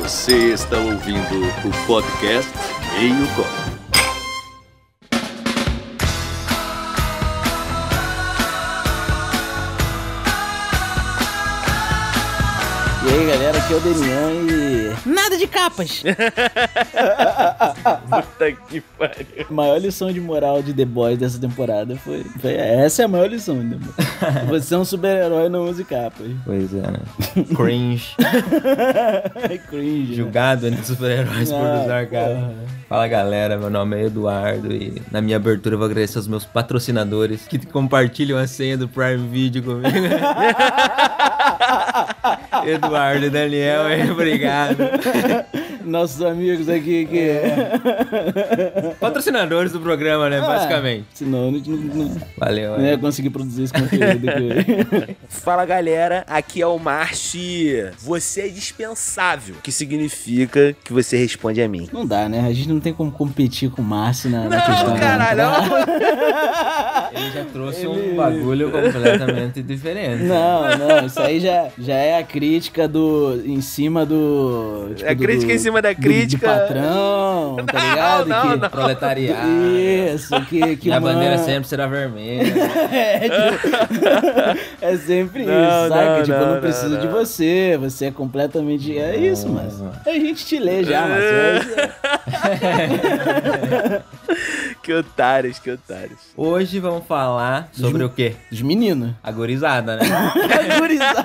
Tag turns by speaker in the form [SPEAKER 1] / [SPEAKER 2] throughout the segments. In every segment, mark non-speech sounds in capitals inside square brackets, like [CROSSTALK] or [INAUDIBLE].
[SPEAKER 1] Você está ouvindo o podcast Meio Copo.
[SPEAKER 2] E aí galera, aqui é o Demian e.
[SPEAKER 3] Nada de capas.
[SPEAKER 4] Puta que pariu.
[SPEAKER 2] A maior lição de moral de The Boys dessa temporada foi. foi- essa é a maior lição, né?
[SPEAKER 5] [LAUGHS]
[SPEAKER 2] mano? Você é um super-herói, não use capas.
[SPEAKER 4] Pois é, né? [LAUGHS] Cringe.
[SPEAKER 2] É [LAUGHS] cringe. né?
[SPEAKER 4] Julgado entre super-heróis por
[SPEAKER 2] Ah,
[SPEAKER 4] usar capa. Fala galera, meu nome é Eduardo e na minha abertura eu vou agradecer aos meus patrocinadores que compartilham a senha do Prime
[SPEAKER 2] [LAUGHS]
[SPEAKER 4] Video comigo. Eduardo e
[SPEAKER 2] [LAUGHS]
[SPEAKER 4] Daniel, hein? obrigado.
[SPEAKER 2] Nossos amigos aqui que.
[SPEAKER 5] É,
[SPEAKER 4] Patrocinadores do programa, né? Basicamente.
[SPEAKER 2] Ah, senão eu não, não, não-
[SPEAKER 4] Valeu.
[SPEAKER 2] não ia
[SPEAKER 4] né?
[SPEAKER 2] conseguir produzir esse conteúdo.
[SPEAKER 5] [LAUGHS]
[SPEAKER 2] aqui.
[SPEAKER 5] Fala galera, aqui é o Marchi. Você é dispensável, que significa que você responde a mim.
[SPEAKER 2] não dá, né? A gente não tem como competir com o Márcio na, na questão.
[SPEAKER 5] Não,
[SPEAKER 2] da-
[SPEAKER 5] caralho, é não.
[SPEAKER 4] Ele já trouxe
[SPEAKER 2] Ele-
[SPEAKER 4] um bagulho completamente diferente. né?
[SPEAKER 2] Não, não, isso aí já, já é a crítica do. em cima do. tipo,
[SPEAKER 5] É
[SPEAKER 2] do-
[SPEAKER 5] crítica em cima da
[SPEAKER 2] do-
[SPEAKER 5] crítica.
[SPEAKER 2] Do, patrão, tá
[SPEAKER 5] Não,
[SPEAKER 2] ligado?
[SPEAKER 5] não,
[SPEAKER 2] que,
[SPEAKER 5] não.
[SPEAKER 4] Proletariado.
[SPEAKER 2] Isso, que, que
[SPEAKER 4] Minha
[SPEAKER 2] mano-
[SPEAKER 4] bandeira sempre será vermelha.
[SPEAKER 2] É, tipo, é sempre isso,
[SPEAKER 5] Não,
[SPEAKER 2] saca?
[SPEAKER 5] não,
[SPEAKER 2] tipo, eu não
[SPEAKER 5] não,
[SPEAKER 2] preciso
[SPEAKER 5] não,
[SPEAKER 2] de
[SPEAKER 5] não.
[SPEAKER 2] você, você é completamente. É isso, mas. A gente te lê já, mas.
[SPEAKER 5] [LAUGHS] [LAUGHS] que otários, que otários.
[SPEAKER 4] Hoje vamos falar sobre o quê?
[SPEAKER 2] Os meninos.
[SPEAKER 4] A gurizada, né?
[SPEAKER 2] A
[SPEAKER 5] [LAUGHS]
[SPEAKER 2] gurizada.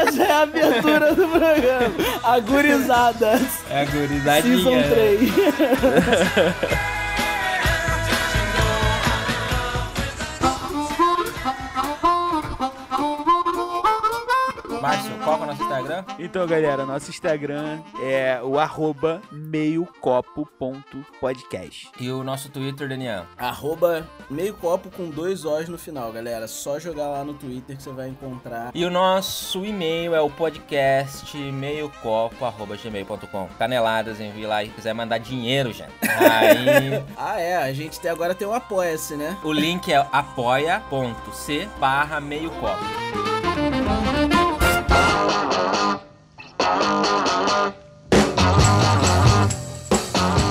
[SPEAKER 2] Essa é a abertura do programa. A gurizada.
[SPEAKER 4] É a gurizadinha.
[SPEAKER 2] Season
[SPEAKER 4] né?
[SPEAKER 2] 3.
[SPEAKER 4] Márcio, qual que é o nosso Instagram?
[SPEAKER 5] Então, galera, nosso Instagram é o arroba meiocopo.podcast.
[SPEAKER 4] E o nosso Twitter, Daniel.
[SPEAKER 2] Arroba meio copo com dois O's no final, galera. Só jogar lá no Twitter que você vai encontrar.
[SPEAKER 4] E o nosso e-mail é o podcast meiocopo.gmail.com. Caneladas, envie lá e quiser mandar dinheiro, gente. Aí.
[SPEAKER 2] Ah, é. A gente até agora tem um apoia-se, né?
[SPEAKER 4] O link é apoia.c barra meio copo.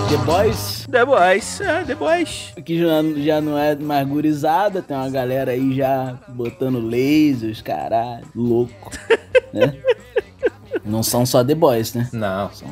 [SPEAKER 2] The Boys
[SPEAKER 5] The Boys, é, The Boys.
[SPEAKER 2] que já, já não é mais gurizada, tem uma galera aí já botando lasers, caralho, louco, né? Não são só The Boys, né?
[SPEAKER 4] Não,
[SPEAKER 2] São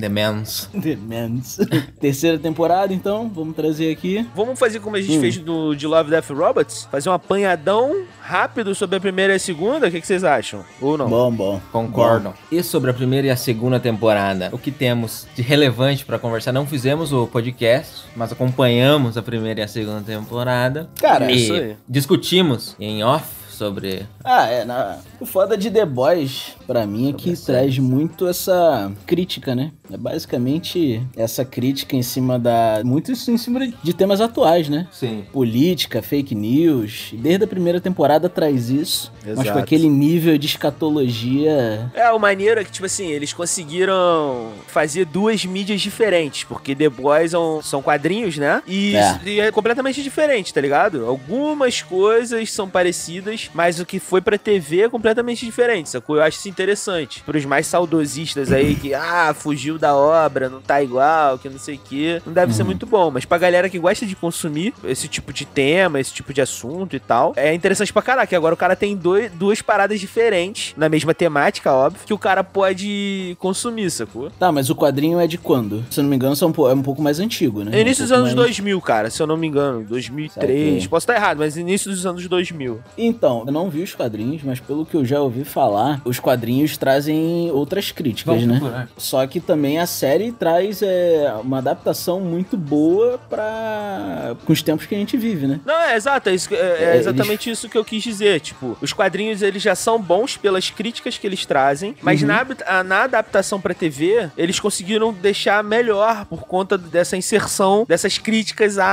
[SPEAKER 4] The Men's.
[SPEAKER 2] The Mans. Terceira temporada, então, vamos trazer aqui.
[SPEAKER 5] Vamos fazer como a gente
[SPEAKER 2] Hum.
[SPEAKER 5] fez no de Love, Death Robots? Fazer um apanhadão rápido sobre a primeira e a segunda? O que, que vocês acham? Ou não?
[SPEAKER 2] Bom, bom.
[SPEAKER 4] Concordam. E sobre a primeira e a segunda temporada, o que temos de relevante pra conversar? Não fizemos o podcast, mas acompanhamos a primeira e a segunda temporada.
[SPEAKER 2] Cara, é
[SPEAKER 4] e
[SPEAKER 5] isso aí.
[SPEAKER 4] discutimos em off sobre
[SPEAKER 2] Ah, é. na- O foda de The Boys, pra mim, é que traz muito essa crítica, né? É basicamente essa crítica em cima da. Muito isso em cima de temas atuais, né?
[SPEAKER 4] sim,
[SPEAKER 2] política, fake news. Desde a primeira temporada traz isso, mas com
[SPEAKER 5] Exato.
[SPEAKER 2] aquele nível de escatologia.
[SPEAKER 5] É, o maneiro é que, tipo assim, eles conseguiram fazer duas mídias diferentes, porque The Boys é um- são quadrinhos, né? E
[SPEAKER 2] É.
[SPEAKER 5] e é. completamente diferente, tá ligado? Algumas coisas são parecidas, mas o que foi pra TV é completamente diferente, sacou? Eu acho isso interessante. Pros mais saudosistas aí que, ah, fugiu da obra, não tá igual, que não sei o quê, não deve ser muito bom, mas pra galera que gosta de consumir esse tipo de tema, esse tipo de assunto e tal, é interessante pra caraca. E Agora o cara tem dois, duas paradas diferentes, na mesma temática, óbvio, que o cara pode consumir, sacou?
[SPEAKER 2] Tá, mas o quadrinho é de quando? Se eu não me engano, são um po- é um pouco mais antigo, né?
[SPEAKER 5] É Início
[SPEAKER 2] um
[SPEAKER 5] dos
[SPEAKER 2] pouco
[SPEAKER 5] anos
[SPEAKER 2] mais-
[SPEAKER 5] 2000, cara, se eu não me engano. 2003.
[SPEAKER 2] Saquei.
[SPEAKER 5] Posso estar errado, mas início dos anos 2000.
[SPEAKER 2] Então, eu não vi os quadrinhos, mas pelo que eu já ouvi falar, os quadrinhos trazem outras críticas, né? Só que também a série traz é, uma adaptação muito boa para com os tempos que a gente vive, né?
[SPEAKER 5] Não, é exato, é, isso que- é- é
[SPEAKER 2] É,
[SPEAKER 5] exatamente isso que eu quis dizer. Tipo, os quadrinhos eles já são bons pelas críticas que eles trazem, mas
[SPEAKER 2] Uhum.
[SPEAKER 5] na, habit- a- na adaptação pra TV, eles conseguiram deixar melhor por conta dessa inserção dessas críticas à,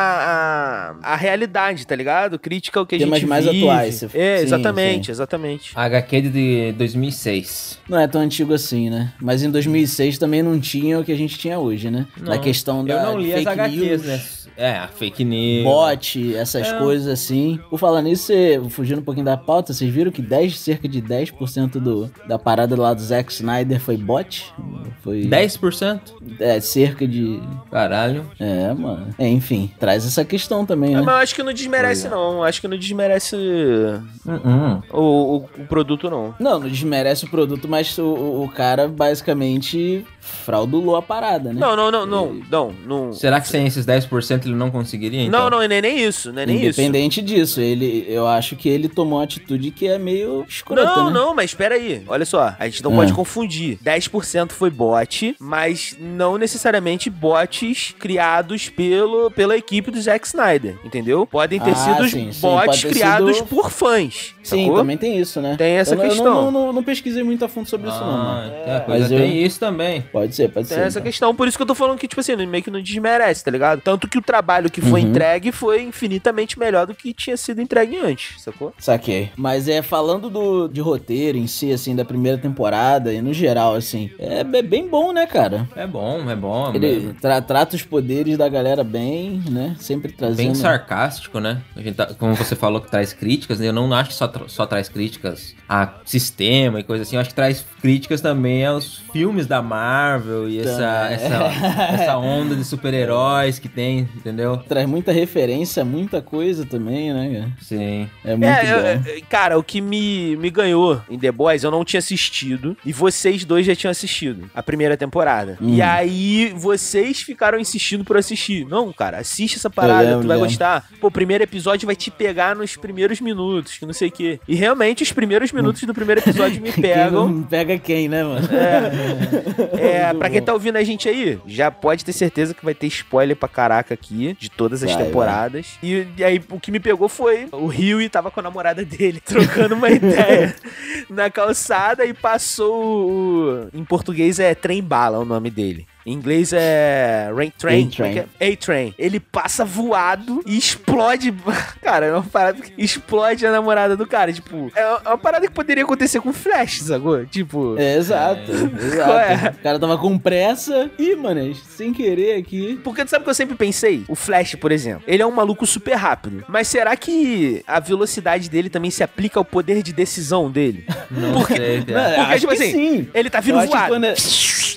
[SPEAKER 5] à, à realidade, tá ligado? Crítica ao que a
[SPEAKER 2] Temas
[SPEAKER 5] gente
[SPEAKER 2] mais
[SPEAKER 5] vive.
[SPEAKER 2] atuais, você-
[SPEAKER 5] É,
[SPEAKER 2] Sim, Ah,
[SPEAKER 5] exatamente, exatamente.
[SPEAKER 4] A HQ de 2006.
[SPEAKER 2] Não é tão antigo assim, né? Mas em 2006 também não tinha o que a gente tinha hoje, né?
[SPEAKER 4] Não.
[SPEAKER 2] Na questão da
[SPEAKER 4] Eu não li as
[SPEAKER 2] fake
[SPEAKER 4] HQs,
[SPEAKER 2] news,
[SPEAKER 4] né? É, a fake news.
[SPEAKER 2] bot, essas
[SPEAKER 5] É.
[SPEAKER 2] coisas assim. Por falar nisso, cê- fugindo um pouquinho da pauta, vocês viram que 10, cerca de 10% do, da parada lá do Zack Snyder foi bot? Foi
[SPEAKER 4] 10%?
[SPEAKER 2] É, cerca de...
[SPEAKER 4] Caralho.
[SPEAKER 2] É, mano. É, enfim, traz essa questão também,
[SPEAKER 5] Ah,
[SPEAKER 2] né?
[SPEAKER 5] mas eu acho que não desmerece, não. Acho que não desmerece
[SPEAKER 4] Uh
[SPEAKER 5] o, o, o produto, não.
[SPEAKER 2] Não, não desmerece o produto, mas o- o, o cara basicamente fraudulou a parada, né? é
[SPEAKER 5] Não, não, não, não. Não, não.
[SPEAKER 4] Será que sem esses 10% ele não conseguiria, então?
[SPEAKER 5] Não, não, nem, nem isso, é nem, nem isso.
[SPEAKER 2] assim, Independente disso, ele, eu acho que ele tomou uma atitude que é meio escrota,
[SPEAKER 5] Não,
[SPEAKER 2] né?
[SPEAKER 5] não, mas espera aí. Olha só, a gente não
[SPEAKER 2] Ah.
[SPEAKER 5] pode confundir. 10% foi bot, mas não necessariamente bots criados pelo, pela equipe do Zack Snyder, entendeu? Podem ter
[SPEAKER 2] Ah,
[SPEAKER 5] sido os
[SPEAKER 2] sim, sim,
[SPEAKER 5] bots
[SPEAKER 2] pode ter
[SPEAKER 5] criados
[SPEAKER 2] sido-
[SPEAKER 5] por fãs.
[SPEAKER 2] Sim,
[SPEAKER 5] sacou?
[SPEAKER 2] também tem isso, né?
[SPEAKER 5] Tem essa
[SPEAKER 2] Eu não- eu,
[SPEAKER 5] questão.
[SPEAKER 2] não, não- não pesquisei muito a fundo sobre isso, não.
[SPEAKER 4] Ah,
[SPEAKER 2] mano.
[SPEAKER 4] tem, a coisa,
[SPEAKER 2] Mas eu-
[SPEAKER 4] tem isso também.
[SPEAKER 2] Pode ser, pode
[SPEAKER 5] Tem
[SPEAKER 2] ser.
[SPEAKER 5] é essa
[SPEAKER 2] então.
[SPEAKER 5] questão, por isso que eu tô falando que, tipo assim, meio que não desmerece, tá ligado? Tanto que o trabalho que foi
[SPEAKER 2] Uhum.
[SPEAKER 5] entregue foi infinitamente melhor do que tinha sido entregue antes, sacou?
[SPEAKER 2] Saquei. Mas é falando do, de roteiro em si, assim, da primeira temporada e no geral, assim, é, be- bem bom, né, cara?
[SPEAKER 4] É bom, é bom.
[SPEAKER 2] Ele tra- trata os poderes da galera bem, né? Sempre
[SPEAKER 4] é Bem
[SPEAKER 2] trazendo.
[SPEAKER 4] sarcástico, né? A gente tá- como você falou que traz críticas, né? eu não acho que só, tra- só traz críticas a sistema e coisa assim. Eu acho que traz críticas também aos filmes da Marvel e essa,
[SPEAKER 2] Também.
[SPEAKER 4] essa, essa onda de super-heróis que tem, entendeu?
[SPEAKER 2] Traz muita referência, muita coisa também, né, cara?
[SPEAKER 4] Sim.
[SPEAKER 2] É muito
[SPEAKER 5] é, eu-
[SPEAKER 2] bom.
[SPEAKER 5] é, cara, o que me, me ganhou em The Boys, eu não tinha assistido. E vocês dois já tinham assistido a primeira temporada.
[SPEAKER 2] Hum.
[SPEAKER 5] E aí, vocês ficaram insistindo por assistir. Não, cara, assiste essa parada,
[SPEAKER 2] lembro,
[SPEAKER 5] tu vai
[SPEAKER 2] lembro.
[SPEAKER 5] gostar. Pô, o primeiro episódio vai te pegar nos primeiros minutos, que não sei o quê. E realmente, os primeiros minutos do primeiro episódio me
[SPEAKER 2] [LAUGHS] Quem
[SPEAKER 5] pegam.
[SPEAKER 2] não pega quem, né, mano? [LAUGHS]
[SPEAKER 5] É, pra quem
[SPEAKER 2] bom.
[SPEAKER 5] tá ouvindo a gente aí, já pode ter certeza que vai ter spoiler pra caraca aqui, de todas as
[SPEAKER 2] Vai,
[SPEAKER 5] temporadas. E, e aí, o que me pegou foi o Rio e tava com a namorada dele, [LAUGHS] trocando
[SPEAKER 2] [LAUGHS]
[SPEAKER 5] uma ideia na calçada e passou o. Em português é trem bala o nome dele. Em inglês é Rain Train.
[SPEAKER 2] A-Train.
[SPEAKER 5] como é que é? A-Train. Ele passa voado e explode. [LAUGHS] Cara, é uma parada que explode a namorada do cara. Tipo, é uma- é uma parada que poderia acontecer com Flash, sacou? Tipo.
[SPEAKER 2] [LAUGHS] É, exato,
[SPEAKER 5] Qual é?
[SPEAKER 2] exato. O cara tava com pressa. Ih, mano, sem querer aqui.
[SPEAKER 5] Porque tu sabe o que eu sempre pensei? O Flash, por exemplo, ele é um maluco super rápido. Mas será que a velocidade dele também se aplica ao poder de decisão dele?
[SPEAKER 4] Não sei.
[SPEAKER 2] Mano,
[SPEAKER 4] cara.
[SPEAKER 2] acho
[SPEAKER 5] tipo
[SPEAKER 2] que
[SPEAKER 5] assim,
[SPEAKER 2] sim.
[SPEAKER 5] Ele tá
[SPEAKER 2] Eu
[SPEAKER 5] vindo
[SPEAKER 2] acho que
[SPEAKER 5] voado.
[SPEAKER 2] quando é-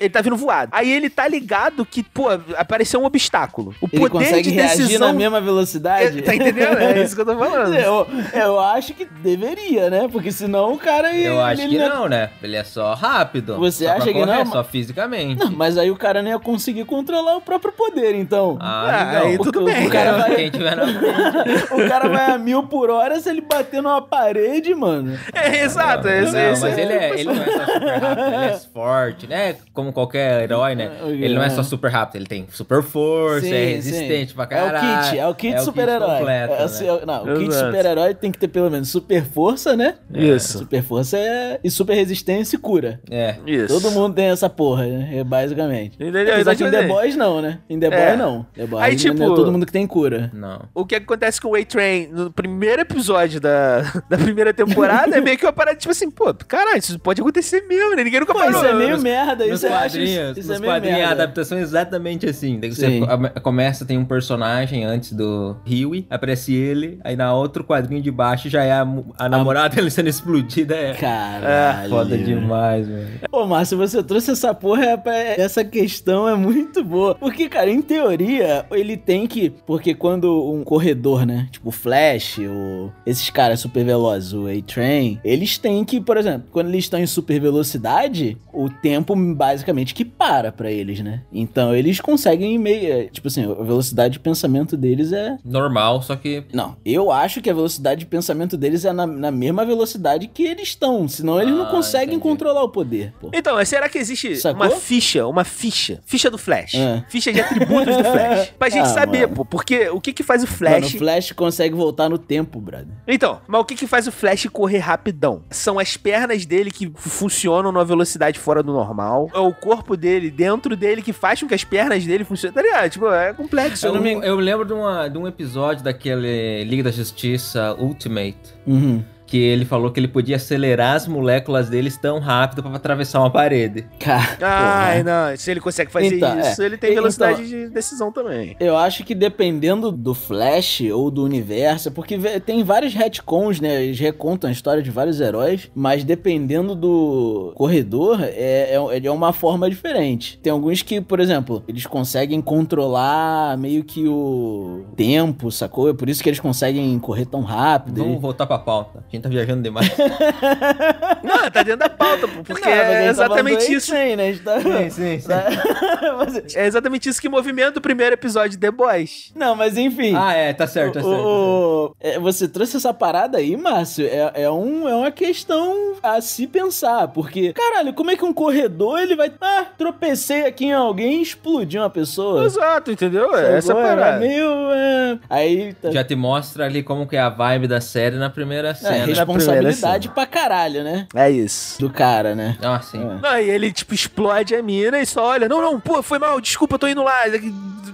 [SPEAKER 5] Ele tá vindo voado. Aí ele tá ligado que, pô, apareceu um obstáculo. O
[SPEAKER 2] Ele
[SPEAKER 5] poder
[SPEAKER 2] consegue
[SPEAKER 5] de
[SPEAKER 2] reagir
[SPEAKER 5] decisão.
[SPEAKER 2] na mesma velocidade? [LAUGHS]
[SPEAKER 5] Tá entendendo? É isso que eu tô falando.
[SPEAKER 2] Eu, eu acho que deveria, né? Porque senão o cara.
[SPEAKER 4] Eu acho que
[SPEAKER 2] ele-
[SPEAKER 4] não, né? Ele é só rápido.
[SPEAKER 2] Você
[SPEAKER 4] só pra
[SPEAKER 2] acha que
[SPEAKER 4] correr,
[SPEAKER 2] não? é
[SPEAKER 4] Só fisicamente.
[SPEAKER 2] Mas aí o cara nem ia conseguir controlar o próprio poder, então.
[SPEAKER 4] Ah,
[SPEAKER 5] Ah, aí
[SPEAKER 4] não.
[SPEAKER 5] tudo
[SPEAKER 4] O
[SPEAKER 5] bem,
[SPEAKER 4] cara
[SPEAKER 2] cara.
[SPEAKER 4] Quem tiver na
[SPEAKER 2] [LAUGHS] O cara vai a mil por hora se ele bater numa parede, mano.
[SPEAKER 5] [LAUGHS] É, exato, é isso.
[SPEAKER 4] Não,
[SPEAKER 5] é isso.
[SPEAKER 4] mas ele, é, ele não é só super rápido,
[SPEAKER 2] [LAUGHS]
[SPEAKER 4] ele é forte, né? Como qualquer herói, né? Ele não é só super rápido, ele tem super força,
[SPEAKER 2] Sim,
[SPEAKER 4] é
[SPEAKER 2] sim.
[SPEAKER 4] resistente pra caralho.
[SPEAKER 2] É o kit, é o kit super-herói.
[SPEAKER 4] completo,
[SPEAKER 2] É,
[SPEAKER 4] né?
[SPEAKER 2] assim, é- Não, o kit
[SPEAKER 5] Exato.
[SPEAKER 2] super-herói tem que ter pelo menos super força, né?
[SPEAKER 5] Isso.
[SPEAKER 2] Super força é... e super resistência e cura.
[SPEAKER 4] É.
[SPEAKER 5] Isso.
[SPEAKER 2] Todo mundo tem essa porra, né? É Basicamente.
[SPEAKER 5] Entendeu?
[SPEAKER 2] Apesar que em The
[SPEAKER 5] Exatamente.
[SPEAKER 2] Boys não, né? Em The
[SPEAKER 5] É.
[SPEAKER 2] Boys não. The Boys
[SPEAKER 5] Aí,
[SPEAKER 2] não
[SPEAKER 5] tipo-
[SPEAKER 2] é todo mundo que tem cura.
[SPEAKER 4] Não.
[SPEAKER 5] O que acontece com o A-Train no primeiro episódio da, [LAUGHS] da primeira temporada é meio que uma parada, tipo assim, pô, caralho, isso pode acontecer mesmo, né? Ninguém nunca
[SPEAKER 2] Pô,
[SPEAKER 5] falou.
[SPEAKER 2] isso é meio merda,
[SPEAKER 4] Nos
[SPEAKER 2] isso eu acho. Isso,
[SPEAKER 4] quadrinhos,
[SPEAKER 2] isso
[SPEAKER 4] nos
[SPEAKER 2] é meio
[SPEAKER 4] quadrinhos, a
[SPEAKER 2] merda.
[SPEAKER 4] adaptação é exatamente assim. Daí você
[SPEAKER 2] Sim.
[SPEAKER 4] come- começa, tem um personagem antes do Huey, aparece ele, aí na outro quadrinho de baixo já é a, mu- a namorada [LAUGHS] dele sendo explodida. É
[SPEAKER 2] Caralho.
[SPEAKER 4] foda demais, velho.
[SPEAKER 2] Pô, Márcio, você trouxe essa porra, é pra- essa questão é muito boa. Porque, cara, em teoria, ele tem que. Porque quando um corredor, né? Tipo o Flash, o, esses caras super velozes, o A-Train, eles têm que, por exemplo, quando eles estão em super velocidade, o tempo basicamente que para pra eles, né? Então eles conseguem meio. é, Tipo assim, a velocidade de pensamento deles é
[SPEAKER 4] Normal, só que.
[SPEAKER 2] Não, eu acho que a velocidade de pensamento deles é na, na mesma velocidade que eles estão. Senão eles não
[SPEAKER 4] Ah,
[SPEAKER 2] conseguem
[SPEAKER 4] entendi.
[SPEAKER 2] controlar o poder. Pô.
[SPEAKER 5] Então, mas será que existe
[SPEAKER 2] Sacou?
[SPEAKER 5] uma ficha, uma ficha, ficha do Flash,
[SPEAKER 2] É.
[SPEAKER 5] ficha de atributos do Flash,
[SPEAKER 2] [LAUGHS]
[SPEAKER 5] pra gente
[SPEAKER 2] Ah,
[SPEAKER 5] saber,
[SPEAKER 2] mano.
[SPEAKER 5] pô, porque o que que faz o
[SPEAKER 2] Mano,
[SPEAKER 5] Flash...
[SPEAKER 2] o Flash consegue voltar no tempo, brother.
[SPEAKER 5] Então, mas o que que faz o Flash correr rapidão? São as pernas dele que f- funcionam numa velocidade fora do normal, é o corpo dele, dentro dele, que faz com que as pernas dele funcionem, tá ligado? Tipo, é complexo.
[SPEAKER 4] Eu,
[SPEAKER 5] não
[SPEAKER 4] eu lembro de, uma- de um episódio daquele Liga da Justiça Ultimate.
[SPEAKER 2] Uhum.
[SPEAKER 4] Que que ele falou que ele podia acelerar as moléculas deles tão rápido pra atravessar uma parede.
[SPEAKER 2] Cara,
[SPEAKER 5] Ai,
[SPEAKER 2] porra.
[SPEAKER 5] não. Se ele consegue fazer
[SPEAKER 2] Então, é.
[SPEAKER 5] isso, ele tem
[SPEAKER 2] E-
[SPEAKER 5] velocidade
[SPEAKER 2] então-
[SPEAKER 5] de
[SPEAKER 2] [LAUGHS]
[SPEAKER 5] decisão também.
[SPEAKER 2] Eu acho que dependendo do Flash ou do universo, porque vê- tem vários retcons, né? Eles recontam a história de vários heróis, mas dependendo do corredor, é, é, ele é uma forma diferente. Tem alguns que, por exemplo, eles conseguem controlar meio que o tempo, sacou? É por isso que eles conseguem correr tão rápido.
[SPEAKER 4] Vamos voltar pra pauta. A gente tá viajando demais.
[SPEAKER 5] Não, tá dentro da pauta, pô, porque
[SPEAKER 2] Não, mas a
[SPEAKER 5] é
[SPEAKER 2] gente tá falando
[SPEAKER 5] exatamente
[SPEAKER 2] do
[SPEAKER 5] isso.
[SPEAKER 2] X-Men, né? A gente tá-
[SPEAKER 4] sim,
[SPEAKER 2] Mas-
[SPEAKER 5] É exatamente isso que movimenta o primeiro episódio de The Boys.
[SPEAKER 2] não, mas enfim.
[SPEAKER 4] [LAUGHS] Ah, é, tá certo, tá certo. tá
[SPEAKER 2] O- o- é, você trouxe essa parada aí, Márcio. É, é um, é uma questão a se pensar. Porque, caralho, como é que um corredor ele vai. Ah, tropecei aqui em alguém e explodi uma pessoa.
[SPEAKER 5] Exato, entendeu?
[SPEAKER 2] Sacou?
[SPEAKER 5] É essa a
[SPEAKER 2] Era
[SPEAKER 5] parada.
[SPEAKER 2] meio. é, Aí. Tá...
[SPEAKER 4] certo. Já te mostra ali como que é a vibe da série na primeira
[SPEAKER 2] É,
[SPEAKER 4] cena.
[SPEAKER 5] respeito.
[SPEAKER 2] responsabilidade
[SPEAKER 5] cena.
[SPEAKER 2] pra caralho, né?
[SPEAKER 5] É isso.
[SPEAKER 2] Do cara, né?
[SPEAKER 4] Ah, sim.
[SPEAKER 2] É.
[SPEAKER 5] Não, e ele, tipo, explode a mina e só olha. Não, não, pô, foi mal, desculpa, eu tô indo lá.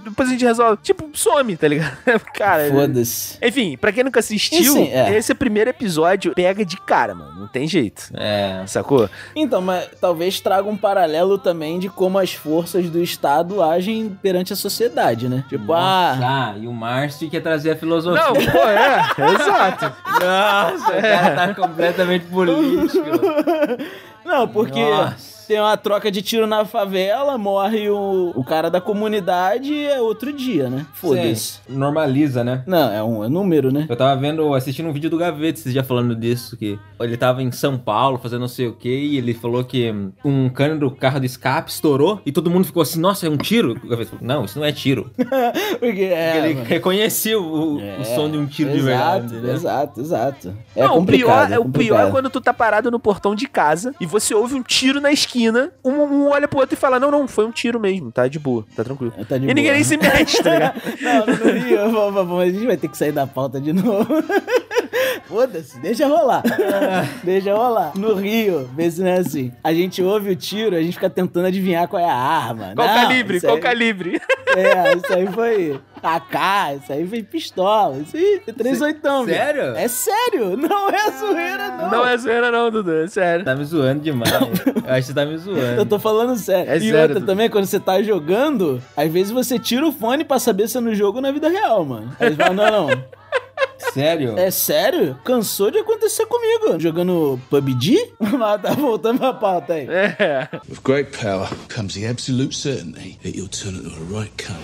[SPEAKER 5] Depois a gente resolve. Tipo, some, tá ligado? [LAUGHS] Cara,
[SPEAKER 2] Foda-se.
[SPEAKER 5] Enfim, pra quem nunca assistiu,
[SPEAKER 2] Sim, é.
[SPEAKER 5] esse primeiro episódio pega de cara, mano. Não tem jeito.
[SPEAKER 4] É.
[SPEAKER 5] Sacou?
[SPEAKER 2] Então, mas talvez traga um paralelo também de como as forças do Estado agem perante a sociedade, né? Tipo, ah,
[SPEAKER 4] Nossa, e o Márcio quer trazer a filosofia.
[SPEAKER 5] Não, pô, é. [LAUGHS] Exato.
[SPEAKER 4] [LAUGHS] Nossa, o cara tá completamente político.
[SPEAKER 2] Não, porque
[SPEAKER 4] Nossa.
[SPEAKER 2] tem uma troca de tiro na favela, morre o, o cara da comunidade e é outro dia, né? Foda-se.
[SPEAKER 4] Sim, Normaliza, né?
[SPEAKER 2] Não, é um é número,
[SPEAKER 5] [LAUGHS]
[SPEAKER 2] né?
[SPEAKER 4] Eu tava vendo, assistindo um vídeo do Gaveta esses dias falando disso, que ele tava em São Paulo fazendo não sei o que, e ele falou que hum, um cano do carro de escape estourou e todo mundo ficou assim, nossa, é um tiro? O Gaveta falou, não, isso não é tiro.
[SPEAKER 2] Porque é,
[SPEAKER 4] Porque ele
[SPEAKER 2] mano.
[SPEAKER 4] reconheceu o,
[SPEAKER 2] É,
[SPEAKER 4] o som de um tiro de
[SPEAKER 2] exato,
[SPEAKER 4] verdade. né?
[SPEAKER 2] Exato, exato. É
[SPEAKER 5] Não, o
[SPEAKER 2] complicado.
[SPEAKER 5] pior, é o pior é quando tu tá parado no portão de casa e você ouve um tiro na esquina, um, um olha pro outro e fala: Não, não, foi um tiro mesmo, tá de boa, tá tranquilo.
[SPEAKER 2] quando... Tá de
[SPEAKER 5] e ninguém
[SPEAKER 2] boa.
[SPEAKER 5] nem se mexe, tá ligado?
[SPEAKER 2] [LAUGHS] Não, não, não, ia, vamos, vamos, mas a gente vai ter que sair da pauta de novo. [LAUGHS] Foda-se, deixa
[SPEAKER 5] [LAUGHS]
[SPEAKER 2] rolar. deixa rolar. No Rio, vê se não é assim. A gente ouve o tiro, a gente fica tentando adivinhar qual é a arma.
[SPEAKER 5] Qual
[SPEAKER 2] não,
[SPEAKER 5] calibre?
[SPEAKER 2] isso
[SPEAKER 5] Qual
[SPEAKER 2] aí-
[SPEAKER 5] calibre?
[SPEAKER 2] É, isso aí foi AK, isso aí foi pistola, isso aí é foi 38.
[SPEAKER 4] Sério?
[SPEAKER 2] É sério, não é zoeira, não.
[SPEAKER 5] [LAUGHS] Não é zoeira, não, Dudu, é sério.
[SPEAKER 4] Tá me
[SPEAKER 2] [LAUGHS]
[SPEAKER 4] zoando demais. Eu acho que tá me
[SPEAKER 2] Eu
[SPEAKER 4] zoando.
[SPEAKER 2] tô falando sério.
[SPEAKER 5] É
[SPEAKER 2] e
[SPEAKER 5] sério,
[SPEAKER 2] outra
[SPEAKER 5] Dudu.
[SPEAKER 2] também, quando você tá jogando, às vezes você tira o fone pra saber se é no jogo ou na vida real, mano. Aí você fala, não, não.
[SPEAKER 4] Sério?
[SPEAKER 2] É sério? Cansou de acontecer comigo. Jogando PUBG? [LAUGHS] Mas tá voltando pra pauta aí.
[SPEAKER 5] É.
[SPEAKER 3] With great power comes the absolute certainty that you'll turn into a right cunt.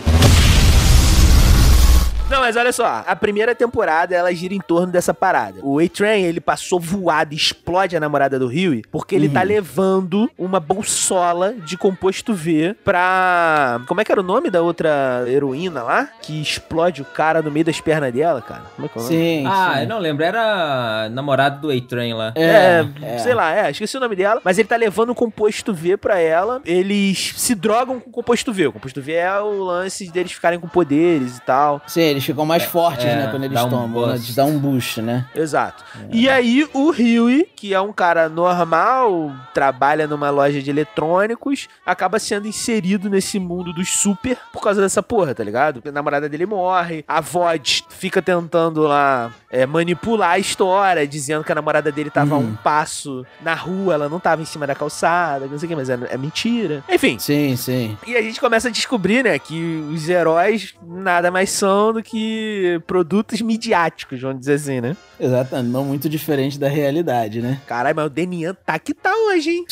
[SPEAKER 5] Não, mas olha só, a primeira temporada ela gira em torno dessa parada. O A-Train, ele passou voado, explode a namorada do Huey, porque ele
[SPEAKER 2] Uhum.
[SPEAKER 5] tá levando uma bolsola de composto V pra. Como é que era o nome da outra heroína lá? Que explode o cara no meio das pernas dela, cara? Como é que é o nome?
[SPEAKER 2] Sim,
[SPEAKER 4] Ah, eu
[SPEAKER 2] sim.
[SPEAKER 4] não lembro, era namorado do A-Train lá.
[SPEAKER 5] É,
[SPEAKER 2] né? é.
[SPEAKER 5] sei lá, é, esqueci o nome dela, mas ele tá levando o composto V pra ela. Eles se drogam com o composto V. O composto V é o lance deles ficarem com poderes e tal.
[SPEAKER 2] Sim, eles ficam mais fortes,
[SPEAKER 4] é,
[SPEAKER 2] né, quando eles
[SPEAKER 4] dá um
[SPEAKER 2] tomam. né?
[SPEAKER 4] boost.
[SPEAKER 2] Dá um boost, né?
[SPEAKER 5] Exato. E aí o Huey, que é um cara normal, trabalha numa loja de eletrônicos, acaba sendo inserido nesse mundo dos super por causa dessa porra, tá ligado? A namorada dele morre, a Vod fica tentando lá é, manipular a história, dizendo que a namorada dele tava a um passo na rua, ela não tava em cima da calçada, não sei o que, mas é, é mentira. Enfim.
[SPEAKER 2] Sim, sim.
[SPEAKER 5] E a gente começa a descobrir, né, que os heróis nada mais são do que produtos midiáticos, vamos dizer assim, né?
[SPEAKER 2] Exatamente, não muito diferente da realidade, né?
[SPEAKER 5] Caralho, mas o Demian tá que tá
[SPEAKER 2] [LAUGHS]
[SPEAKER 5] hoje, hein?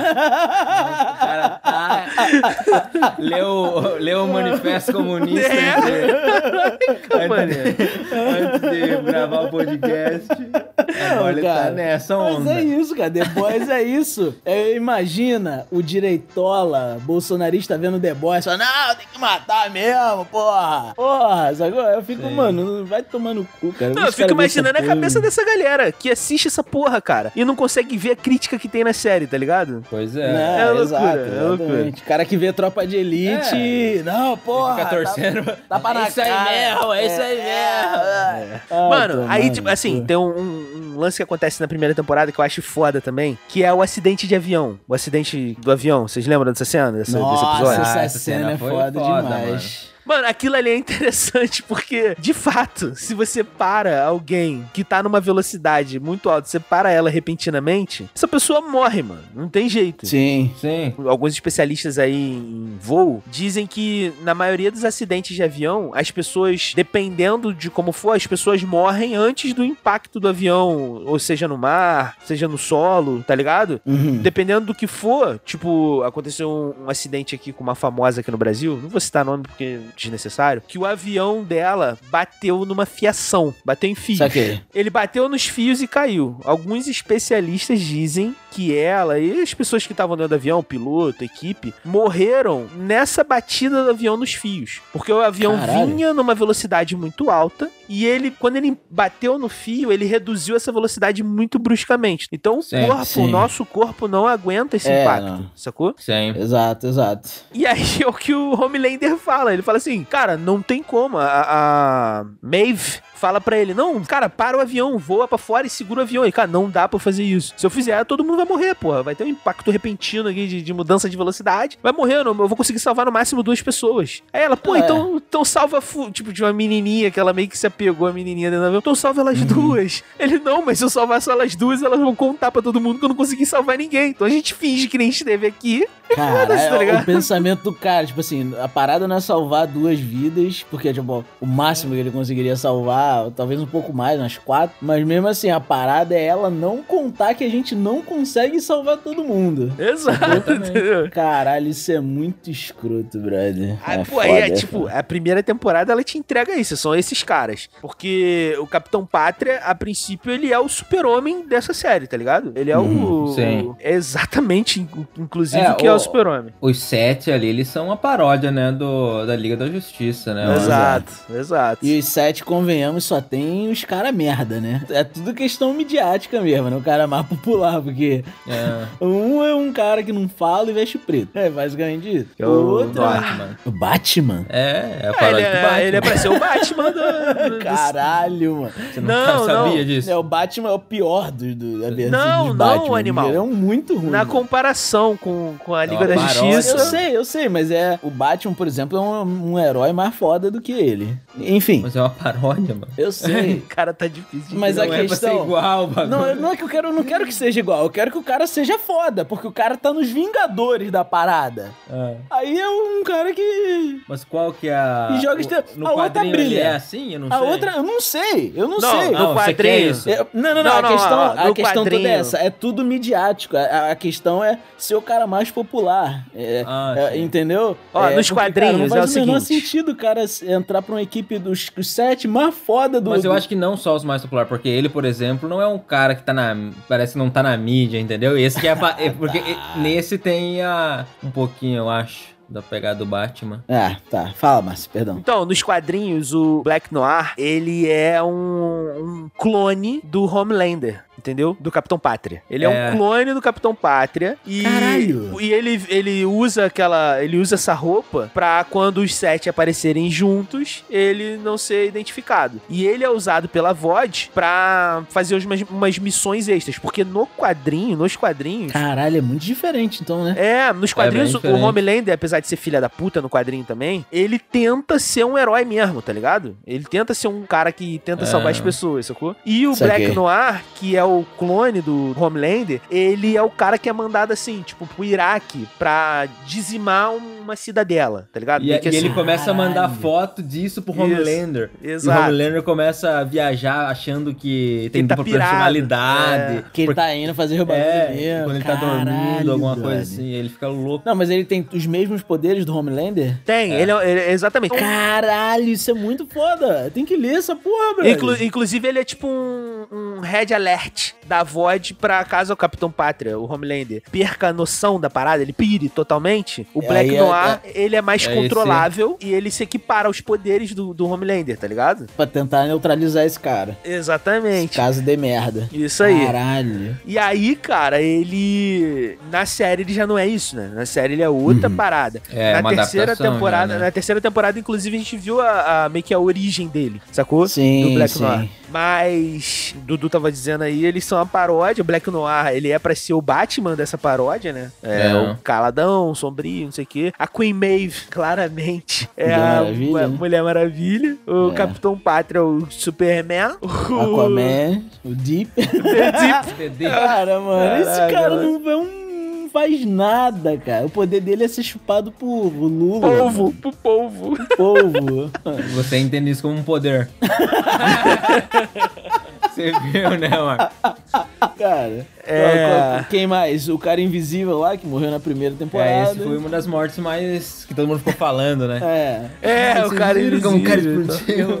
[SPEAKER 4] O cara tá. [LAUGHS] leu, leu o Manifesto Comunista
[SPEAKER 5] É.
[SPEAKER 4] antes, de,
[SPEAKER 5] maneiro.
[SPEAKER 4] antes de gravar o podcast. Agora ele tá
[SPEAKER 2] cara.
[SPEAKER 4] nessa
[SPEAKER 2] Mas
[SPEAKER 4] onda.
[SPEAKER 2] é isso, cara. The Boys é isso. É, imagina o direitola bolsonarista vendo The Boys e fala, não, tem que matar mesmo, porra. Porra, sacou? Eu fico,
[SPEAKER 4] Sim.
[SPEAKER 2] mano, vai tomar no cu, cara.
[SPEAKER 5] Não, eu
[SPEAKER 2] Os
[SPEAKER 5] fico
[SPEAKER 2] caras veem
[SPEAKER 5] imaginando a
[SPEAKER 2] essa porra.
[SPEAKER 5] cabeça dessa galera que assiste essa porra, cara, e não consegue ver a crítica que tem na série, tá ligado?
[SPEAKER 4] Pois
[SPEAKER 2] É,
[SPEAKER 4] é.
[SPEAKER 5] É loucura,
[SPEAKER 2] exato,
[SPEAKER 5] é
[SPEAKER 2] exatamente.
[SPEAKER 5] loucura.
[SPEAKER 2] Cara que vê tropa de elite.
[SPEAKER 4] É.
[SPEAKER 2] Não, porra.
[SPEAKER 4] Fica torcendo.
[SPEAKER 2] Tá, tá pra na
[SPEAKER 4] É isso aí
[SPEAKER 2] cara.
[SPEAKER 4] mesmo, é isso aí mesmo.
[SPEAKER 2] é. Ah,
[SPEAKER 5] Mano,
[SPEAKER 2] tomar
[SPEAKER 5] aí,
[SPEAKER 2] no
[SPEAKER 5] tipo,
[SPEAKER 2] cu.
[SPEAKER 5] assim, tem um, um- um lance que acontece na primeira temporada que eu acho foda também, que é o acidente de avião. O acidente do avião, vocês lembram dessa cena, dessa- desse
[SPEAKER 2] Nossa,
[SPEAKER 5] episódio?
[SPEAKER 4] Ah,
[SPEAKER 2] essa,
[SPEAKER 4] essa
[SPEAKER 2] cena,
[SPEAKER 4] cena
[SPEAKER 2] é
[SPEAKER 4] foi
[SPEAKER 2] foda,
[SPEAKER 4] foda,
[SPEAKER 2] demais.
[SPEAKER 5] Mano, aquilo ali é interessante [LAUGHS] porque, de fato, se você para alguém que tá numa velocidade muito alta, você para ela repentinamente, essa pessoa morre, mano. Não tem jeito.
[SPEAKER 2] Sim.
[SPEAKER 4] Sim.
[SPEAKER 5] Alguns especialistas aí em voo dizem que na maioria dos acidentes de avião, as pessoas, dependendo de como for, as pessoas morrem antes do impacto do avião, ou seja no mar, seja no solo, tá ligado?
[SPEAKER 2] Uhum.
[SPEAKER 5] Dependendo do que for, tipo, aconteceu um, um acidente aqui com uma famosa aqui no Brasil, não vou citar nome porque é desnecessário, que o avião dela bateu numa fiação, bateu em fios.
[SPEAKER 2] Saquei.
[SPEAKER 5] Ele bateu nos fios e caiu. Alguns especialistas dizem que ela e as pessoas que estavam dentro do avião, piloto, equipe, morreram nessa batida do avião nos fios. Porque o avião
[SPEAKER 2] Caralho.
[SPEAKER 5] vinha numa velocidade muito alta e ele, quando ele bateu no fio, ele reduziu essa velocidade muito bruscamente. Então o
[SPEAKER 4] Sim,
[SPEAKER 5] corpo, o
[SPEAKER 2] sim.
[SPEAKER 5] nosso corpo não aguenta esse
[SPEAKER 2] É,
[SPEAKER 5] impacto,
[SPEAKER 2] não.
[SPEAKER 5] sacou?
[SPEAKER 4] Sim.
[SPEAKER 2] Exato, exato.
[SPEAKER 5] E aí é o que o Homelander fala. Ele fala assim, cara, não tem como. A, a Maeve fala pra ele, não, cara, para o avião, voa pra fora e segura o avião. E, cara, não dá pra eu fazer isso. Se eu fizer, todo mundo vai morrer, porra. Vai ter um impacto repentino aqui de, de mudança de velocidade. Vai morrer, eu, não, eu vou conseguir salvar no máximo duas pessoas. Aí ela, pô,
[SPEAKER 2] É.
[SPEAKER 5] então, então salva, fu- tipo, de uma menininha que ela meio que se apegou a menininha dentro do avião. Então salva
[SPEAKER 2] Uhum.
[SPEAKER 5] elas duas. Ele, não, mas se eu salvar só elas duas, elas vão contar pra todo mundo que eu não consegui salvar ninguém. Então a gente finge que nem esteve aqui. [LAUGHS] Foda-se, tá
[SPEAKER 2] Cara, é
[SPEAKER 5] ligado?
[SPEAKER 2] o pensamento do cara, tipo assim, a parada não é salvar duas vidas, porque, tipo, o máximo que ele conseguiria salvar, ou talvez um pouco mais, umas quatro, mas mesmo assim, a parada é ela não contar que a gente não consegue salvar todo mundo.
[SPEAKER 5] Exato,
[SPEAKER 2] Exatamente.
[SPEAKER 5] entendeu?
[SPEAKER 2] Caralho, isso é muito escroto, brother.
[SPEAKER 5] Ah,
[SPEAKER 2] é
[SPEAKER 5] pô, aí é
[SPEAKER 2] foda,
[SPEAKER 5] tipo,
[SPEAKER 2] foda.
[SPEAKER 5] a primeira temporada ela te entrega isso, são esses caras. Porque o Capitão Pátria, a princípio, ele é o super-homem dessa série, tá ligado? Ele é
[SPEAKER 2] Uhum,
[SPEAKER 5] o.
[SPEAKER 4] sim.
[SPEAKER 5] é exatamente, in- inclusive,
[SPEAKER 4] É,
[SPEAKER 5] o que é o
[SPEAKER 4] o-
[SPEAKER 5] super-homem.
[SPEAKER 4] Os sete ali, eles são uma paródia, né, do, da Liga da Justiça, né?
[SPEAKER 5] exato, exato.
[SPEAKER 2] E os sete, convenhamos, só tem os cara merda, né? É tudo questão midiática mesmo, né? O cara mais [LAUGHS] popular, porque
[SPEAKER 4] É.
[SPEAKER 2] um é um cara que não fala e veste preto. É basicamente isso.
[SPEAKER 5] É
[SPEAKER 2] O
[SPEAKER 5] o
[SPEAKER 2] outro é
[SPEAKER 4] Batman.
[SPEAKER 2] o Batman.
[SPEAKER 4] É, é a
[SPEAKER 5] Ah, ele,
[SPEAKER 4] paródia do Batman.
[SPEAKER 5] é, ele é pra ser o Batman do. do-
[SPEAKER 2] Caralho, mano.
[SPEAKER 4] Você
[SPEAKER 5] Não,
[SPEAKER 4] sabia
[SPEAKER 5] não.
[SPEAKER 4] disso?
[SPEAKER 2] É, o Batman é o pior do, do, da versão
[SPEAKER 5] Não,
[SPEAKER 2] de
[SPEAKER 5] não,
[SPEAKER 2] Batman.
[SPEAKER 5] animal.
[SPEAKER 2] Ele é um muito ruim.
[SPEAKER 5] Na
[SPEAKER 2] mano.
[SPEAKER 5] comparação com, com a Liga
[SPEAKER 4] uma
[SPEAKER 5] da
[SPEAKER 4] paródia.
[SPEAKER 2] Eu
[SPEAKER 5] Justiça.
[SPEAKER 2] sei, eu sei, mas é. O Batman, por exemplo, é um, um herói mais foda do que ele. Enfim,
[SPEAKER 4] Mas é uma paródia, mano.
[SPEAKER 2] eu
[SPEAKER 5] [LAUGHS]
[SPEAKER 2] sei.
[SPEAKER 5] Cara, tá difícil. de
[SPEAKER 2] Mas
[SPEAKER 5] entender.
[SPEAKER 2] a
[SPEAKER 4] não é pra ser
[SPEAKER 2] questão-
[SPEAKER 4] igual, mano.
[SPEAKER 2] Não, não é que eu quero, eu não quero que seja igual, eu quero que o cara seja foda, porque o cara tá nos Vingadores da parada.
[SPEAKER 4] É.
[SPEAKER 2] Aí é um cara que.
[SPEAKER 4] Mas qual que é a...
[SPEAKER 2] E joga
[SPEAKER 4] o-
[SPEAKER 2] este-
[SPEAKER 4] No
[SPEAKER 2] a outra
[SPEAKER 4] quadrinho ele
[SPEAKER 2] brilha.
[SPEAKER 4] é assim? Eu não
[SPEAKER 2] A
[SPEAKER 4] sei.
[SPEAKER 2] outra, eu não sei, eu não,
[SPEAKER 5] Não,
[SPEAKER 2] sei.
[SPEAKER 5] no
[SPEAKER 4] Não, você quer
[SPEAKER 5] quadrinho.
[SPEAKER 4] isso?
[SPEAKER 2] É, não, não, não,
[SPEAKER 5] Não,
[SPEAKER 2] a
[SPEAKER 5] não,
[SPEAKER 2] questão,
[SPEAKER 5] ó,
[SPEAKER 2] a
[SPEAKER 5] no
[SPEAKER 2] questão
[SPEAKER 5] quadrinho.
[SPEAKER 2] toda é essa. É tudo midiático. A, a questão é ser o cara mais popular. É,
[SPEAKER 4] Ah,
[SPEAKER 2] é,
[SPEAKER 4] sim.
[SPEAKER 2] entendeu?
[SPEAKER 5] Ó,
[SPEAKER 2] é,
[SPEAKER 5] nos quadrinhos
[SPEAKER 2] cara,
[SPEAKER 5] é
[SPEAKER 2] não
[SPEAKER 5] o
[SPEAKER 2] faz menor
[SPEAKER 5] seguinte.
[SPEAKER 2] sentido o cara s- entrar pra uma equipe dos os sete mais foda do
[SPEAKER 4] Mas eu
[SPEAKER 2] do-
[SPEAKER 4] acho que não só os mais populares, porque ele, por exemplo, não é um cara que tá na. Parece que não tá na mídia, entendeu? Esse que é. pa- é porque e- nesse tem a. Um pouquinho, eu acho, da pegada do Batman.
[SPEAKER 2] Ah, tá. Fala, Márcio, perdão.
[SPEAKER 5] Então, nos quadrinhos, o Black Noir, ele é um, um clone do Homelander, entendeu? Do Capitão Pátria. Ele é,
[SPEAKER 4] É.
[SPEAKER 5] um clone do Capitão Pátria e
[SPEAKER 2] Caralho!
[SPEAKER 5] e ele, ele usa aquela, ele usa essa roupa pra quando os sete aparecerem juntos, ele não ser identificado. E ele é usado pela VOD pra fazer umas, umas missões extras, porque no quadrinho, nos quadrinhos,
[SPEAKER 2] Caralho, é muito diferente então, né?
[SPEAKER 5] é, nos quadrinhos,
[SPEAKER 4] bem
[SPEAKER 5] o
[SPEAKER 4] diferente.
[SPEAKER 5] Homelander, apesar de ser filha da puta no quadrinho também, ele tenta ser um herói mesmo, tá ligado? Ele tenta ser um cara que tenta
[SPEAKER 4] É.
[SPEAKER 5] salvar as pessoas, sacou? E o
[SPEAKER 2] Saquei.
[SPEAKER 5] Black Noir, que é o clone do Homelander, ele é o cara que é mandado assim, tipo, pro Iraque pra dizimar uma cidadela, tá ligado?
[SPEAKER 4] E, é,
[SPEAKER 5] Meio que
[SPEAKER 4] e ele
[SPEAKER 5] assim.
[SPEAKER 4] começa a mandar
[SPEAKER 2] caralho.
[SPEAKER 4] foto disso pro
[SPEAKER 5] Isso,
[SPEAKER 4] Homelander. E o
[SPEAKER 5] Exato.
[SPEAKER 4] Homelander começa a viajar achando que tem
[SPEAKER 5] Ele tá
[SPEAKER 4] dupla
[SPEAKER 5] pirado. é,
[SPEAKER 4] personalidade.
[SPEAKER 2] Que ele
[SPEAKER 4] porque-
[SPEAKER 2] tá indo fazer roubar
[SPEAKER 4] é, quando ele tá dormindo, alguma coisa assim, ele fica louco.
[SPEAKER 2] Não, mas ele tem os mesmos poderes do Homelander?
[SPEAKER 5] Tem, ele é, ele é exatamente.
[SPEAKER 2] Então, Caralho, isso é muito foda. Tem que ler essa porra, bro.
[SPEAKER 5] Inclu- inclusive, ele é tipo um, um red alert da VOD pra caso o Capitão Pátria, o Homelander, perca a noção da parada, ele pire totalmente. O
[SPEAKER 2] É,
[SPEAKER 5] Black
[SPEAKER 2] aí é-
[SPEAKER 5] Noir, ele é mais
[SPEAKER 4] é esse-
[SPEAKER 5] controlável e ele se equipara aos poderes do, do Homelander, tá ligado?
[SPEAKER 2] pra tentar neutralizar esse cara.
[SPEAKER 5] Exatamente.
[SPEAKER 2] Caso dê merda.
[SPEAKER 5] Isso aí.
[SPEAKER 2] Caralho.
[SPEAKER 5] E aí, cara, ele. Na série ele já não é isso, né? Na série ele é outra parada.
[SPEAKER 4] É,
[SPEAKER 5] na
[SPEAKER 4] uma
[SPEAKER 5] terceira
[SPEAKER 4] adaptação já,
[SPEAKER 5] temporada,
[SPEAKER 4] né?
[SPEAKER 5] na terceira temporada, inclusive, a gente viu a, a- meio que a origem dele, sacou?
[SPEAKER 2] Sim,
[SPEAKER 5] do Black
[SPEAKER 2] sim.
[SPEAKER 5] Noir. Mas, o Dudu tava dizendo aí, eles são uma paródia. Black Noir, ele é pra ser o Batman dessa paródia, né? É,
[SPEAKER 4] É.
[SPEAKER 5] o caladão, sombrio, não sei o quê. A Queen Maeve, claramente, é
[SPEAKER 2] Mulher
[SPEAKER 5] a
[SPEAKER 2] Maravilha,
[SPEAKER 5] Mulher-
[SPEAKER 2] né?
[SPEAKER 5] Mulher Maravilha. O
[SPEAKER 2] É.
[SPEAKER 5] Capitão Pátria, é o Superman. O-
[SPEAKER 2] Aquaman, o
[SPEAKER 5] [LAUGHS]
[SPEAKER 2] Deep.
[SPEAKER 4] [LAUGHS]
[SPEAKER 2] Cara, mano, esse
[SPEAKER 5] Caralho,
[SPEAKER 2] cara
[SPEAKER 5] mano.
[SPEAKER 2] não é um- não faz nada, cara. O poder dele é ser chupado por Lula. [LAUGHS]
[SPEAKER 5] Polvo, pro polvo.
[SPEAKER 2] Polvo.
[SPEAKER 4] Você entende isso como
[SPEAKER 2] [LAUGHS]
[SPEAKER 4] um poder. Você viu, né, mano?
[SPEAKER 2] cara.
[SPEAKER 5] É.
[SPEAKER 2] Quem mais? O cara invisível lá, que morreu na primeira temporada.
[SPEAKER 4] É, esse foi uma das mortes mais que todo mundo ficou falando, né?
[SPEAKER 2] É.
[SPEAKER 5] É, o
[SPEAKER 4] Vocês
[SPEAKER 5] cara
[SPEAKER 4] viram como o cara
[SPEAKER 5] invisível,
[SPEAKER 4] explodiu?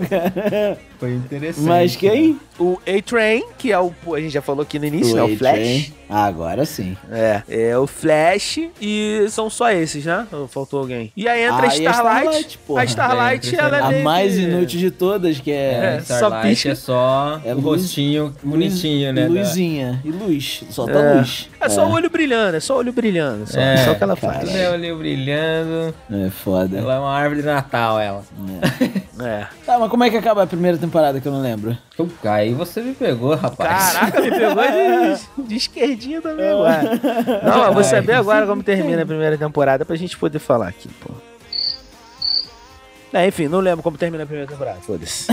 [SPEAKER 4] Foi interessante. né?
[SPEAKER 2] Mas quem?
[SPEAKER 5] O A-Train, que é o. pô, A gente já falou aqui no início, né? O Flash.
[SPEAKER 2] A-Train. Ah, agora sim.
[SPEAKER 5] É. É o Flash. E são só esses, né? Ou Faltou alguém. E aí entra
[SPEAKER 2] Ah,
[SPEAKER 5] a
[SPEAKER 2] e a
[SPEAKER 5] Starlight.
[SPEAKER 2] Starlight, porra.
[SPEAKER 5] A Starlight,
[SPEAKER 4] É, entra a
[SPEAKER 5] ela é
[SPEAKER 4] Starlight.
[SPEAKER 2] A
[SPEAKER 5] meio
[SPEAKER 2] mais
[SPEAKER 5] que-
[SPEAKER 2] inútil de todas, que
[SPEAKER 4] É,
[SPEAKER 2] é.
[SPEAKER 5] É, só
[SPEAKER 4] Starlight
[SPEAKER 5] pisca.
[SPEAKER 4] é só
[SPEAKER 2] É
[SPEAKER 4] o
[SPEAKER 2] luz-
[SPEAKER 4] rostinho bonitinho, né? da-
[SPEAKER 2] Luzinha. E tá luz. Solta
[SPEAKER 5] É.
[SPEAKER 2] luz.
[SPEAKER 5] É só o olho brilhando, é só o olho brilhando. Só,
[SPEAKER 4] É,
[SPEAKER 5] só o que ela
[SPEAKER 4] Tudo
[SPEAKER 5] faz.
[SPEAKER 4] é olho brilhando.
[SPEAKER 2] É foda.
[SPEAKER 4] Ela é uma árvore de Natal, ela.
[SPEAKER 5] É.
[SPEAKER 2] Tá, mas como é que acaba a primeira temporada que eu não lembro?
[SPEAKER 4] Puca, aí você me pegou, rapaz. [LAUGHS]
[SPEAKER 5] Caraca, me pegou de, de esquerdinha também agora. Não, mas eu vou saber agora como termina a primeira temporada pra gente poder falar aqui, pô. É, enfim, não lembro como termina a primeira temporada. Foda-se.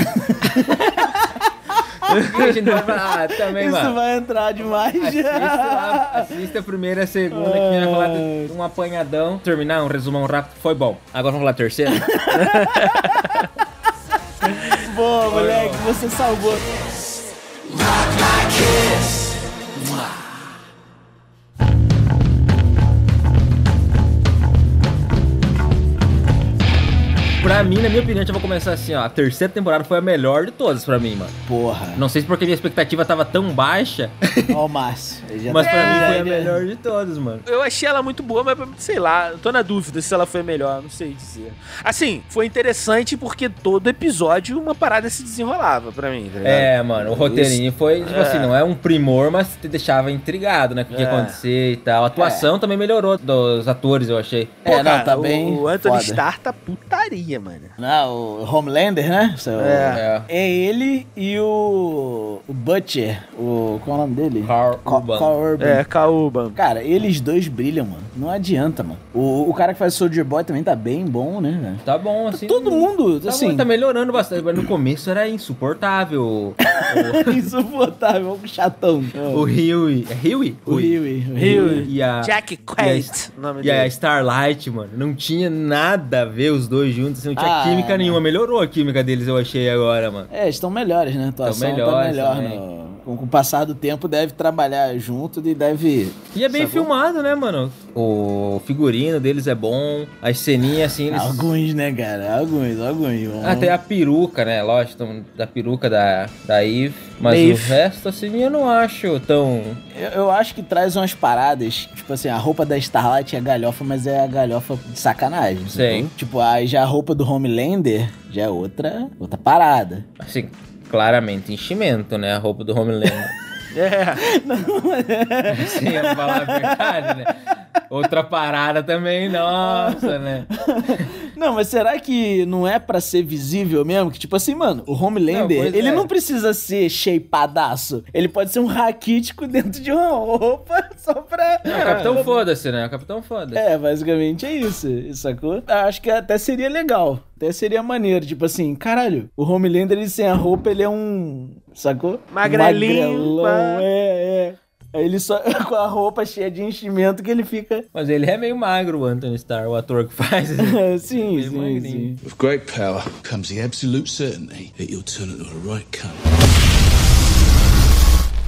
[SPEAKER 4] a gente vai falar ah, também,
[SPEAKER 2] Isso
[SPEAKER 4] mano.
[SPEAKER 2] vai entrar demais [LAUGHS] já.
[SPEAKER 4] Assista, assista a primeira, a segunda, que nem vai falar de um apanhadão. Terminar um resumão rápido, foi bom. Agora vamos falar a terceira?
[SPEAKER 2] Boa, moleque, você salvou.
[SPEAKER 4] pra mim, na minha opinião, eu já vou começar assim, ó. A terceira temporada foi a melhor de todas pra mim, mano.
[SPEAKER 2] Porra.
[SPEAKER 4] Não sei se porque minha expectativa tava tão baixa,
[SPEAKER 2] Ó o Márcio. Ele já
[SPEAKER 4] mas
[SPEAKER 2] tá-
[SPEAKER 4] pra mim foi
[SPEAKER 2] já-
[SPEAKER 4] a melhor de todas, mano.
[SPEAKER 5] Eu achei ela muito boa, mas sei lá, eu tô na dúvida se ela foi melhor, não sei dizer. Assim, foi interessante porque todo episódio uma parada se desenrolava pra mim, tá ligado?
[SPEAKER 4] É, mano, o roteirinho foi, tipo assim, não é um primor, mas te deixava intrigado, né? Com o que ia
[SPEAKER 5] É.
[SPEAKER 4] acontecer e tal. A atuação também melhorou dos atores, eu achei.
[SPEAKER 5] Pô,
[SPEAKER 2] É, não,
[SPEAKER 5] cara,
[SPEAKER 2] tá
[SPEAKER 5] o-
[SPEAKER 2] bem.
[SPEAKER 5] O Anthony
[SPEAKER 2] foda.
[SPEAKER 5] Starr tá putaria, mano.
[SPEAKER 2] Não, o Homelander, né? Seu-
[SPEAKER 5] É.
[SPEAKER 4] É.
[SPEAKER 2] É ele e o, o Butcher. O, qual é o nome dele?
[SPEAKER 4] Carl
[SPEAKER 2] Co-
[SPEAKER 4] Urban.
[SPEAKER 2] Carl Urban.
[SPEAKER 5] É, Kaoban.
[SPEAKER 2] Cara, eles dois brilham, mano. Não adianta, mano. O, o cara que faz Soldier Boy também tá bem bom, né, velho?
[SPEAKER 4] Tá bom, assim.
[SPEAKER 2] Todo mundo,
[SPEAKER 4] tá,
[SPEAKER 2] assim,
[SPEAKER 4] bom, tá melhorando bastante, mas no começo era
[SPEAKER 2] [LAUGHS]
[SPEAKER 4] insuportável.
[SPEAKER 2] insuportável, um chatão.
[SPEAKER 4] O Huey. É Huey?
[SPEAKER 2] O
[SPEAKER 4] Huey.
[SPEAKER 2] Huey. o Huey.
[SPEAKER 5] Rio.
[SPEAKER 4] E a,
[SPEAKER 5] Jack Quaid, o nome
[SPEAKER 4] e a
[SPEAKER 5] dele.
[SPEAKER 4] Starlight, mano. Não tinha nada a ver os dois juntos, assim, não tinha
[SPEAKER 2] Ah,
[SPEAKER 4] química
[SPEAKER 2] não.
[SPEAKER 4] nenhuma. Melhorou a química deles, eu achei agora, mano.
[SPEAKER 2] É, estão melhores, né? A atuação tá
[SPEAKER 4] melhores
[SPEAKER 2] melhor.
[SPEAKER 4] também.
[SPEAKER 2] no- com, com o passar do tempo, deve trabalhar junto e deve.
[SPEAKER 4] E é bem
[SPEAKER 2] Sacou?
[SPEAKER 4] filmado, né, mano? O figurino deles é bom, as ceninhas, assim, eles...
[SPEAKER 2] Alguns, né, cara? Alguns, alguns. Vamos-
[SPEAKER 4] Até a peruca, né? Lógico, tão- da peruca da, da Eve. Mas
[SPEAKER 5] Eve.
[SPEAKER 4] o resto, assim, eu não acho tão.
[SPEAKER 2] Eu, eu acho que traz umas paradas, tipo assim, a roupa da Starlight é galhofa, mas é a galhofa de sacanagem.
[SPEAKER 4] Sei.
[SPEAKER 2] sacou? Tipo, aí já a roupa do Homelander já é outra, outra parada.
[SPEAKER 4] Assim, claramente enchimento, né? A roupa do Homelander.
[SPEAKER 5] [LAUGHS] É.
[SPEAKER 4] Sim, é pra falar a verdade, né? Outra parada também, nossa, né?
[SPEAKER 2] Não, mas será que não é pra ser visível mesmo? Que tipo assim, mano, o
[SPEAKER 4] Não,
[SPEAKER 2] Homelander,
[SPEAKER 4] pois
[SPEAKER 2] ele
[SPEAKER 4] é.
[SPEAKER 2] não precisa ser shapeadaço. Ele pode ser um raquítico [LAUGHS] dentro de uma roupa [LAUGHS] só pra...
[SPEAKER 4] Não, É, o capitão foda-se, né? O capitão foda-se.
[SPEAKER 2] É, basicamente é isso, sacou? Ah, Acho que até seria legal. Até seria maneiro, tipo assim, caralho, o Homelander ele sem a roupa, ele é um. Sacou?
[SPEAKER 5] Magrelinho, pá.
[SPEAKER 2] Magrelão, é, é. Aí ele só [LAUGHS] com a roupa cheia de enchimento que ele fica.
[SPEAKER 4] Mas ele é meio magro, o Anthony Starr, o ator que faz.
[SPEAKER 2] [LAUGHS]
[SPEAKER 4] né?
[SPEAKER 2] é, sim,
[SPEAKER 4] Meio
[SPEAKER 2] sim, sim.
[SPEAKER 4] magrinho.
[SPEAKER 3] With great power comes the absolute certainty that you'll turn into a right cunt.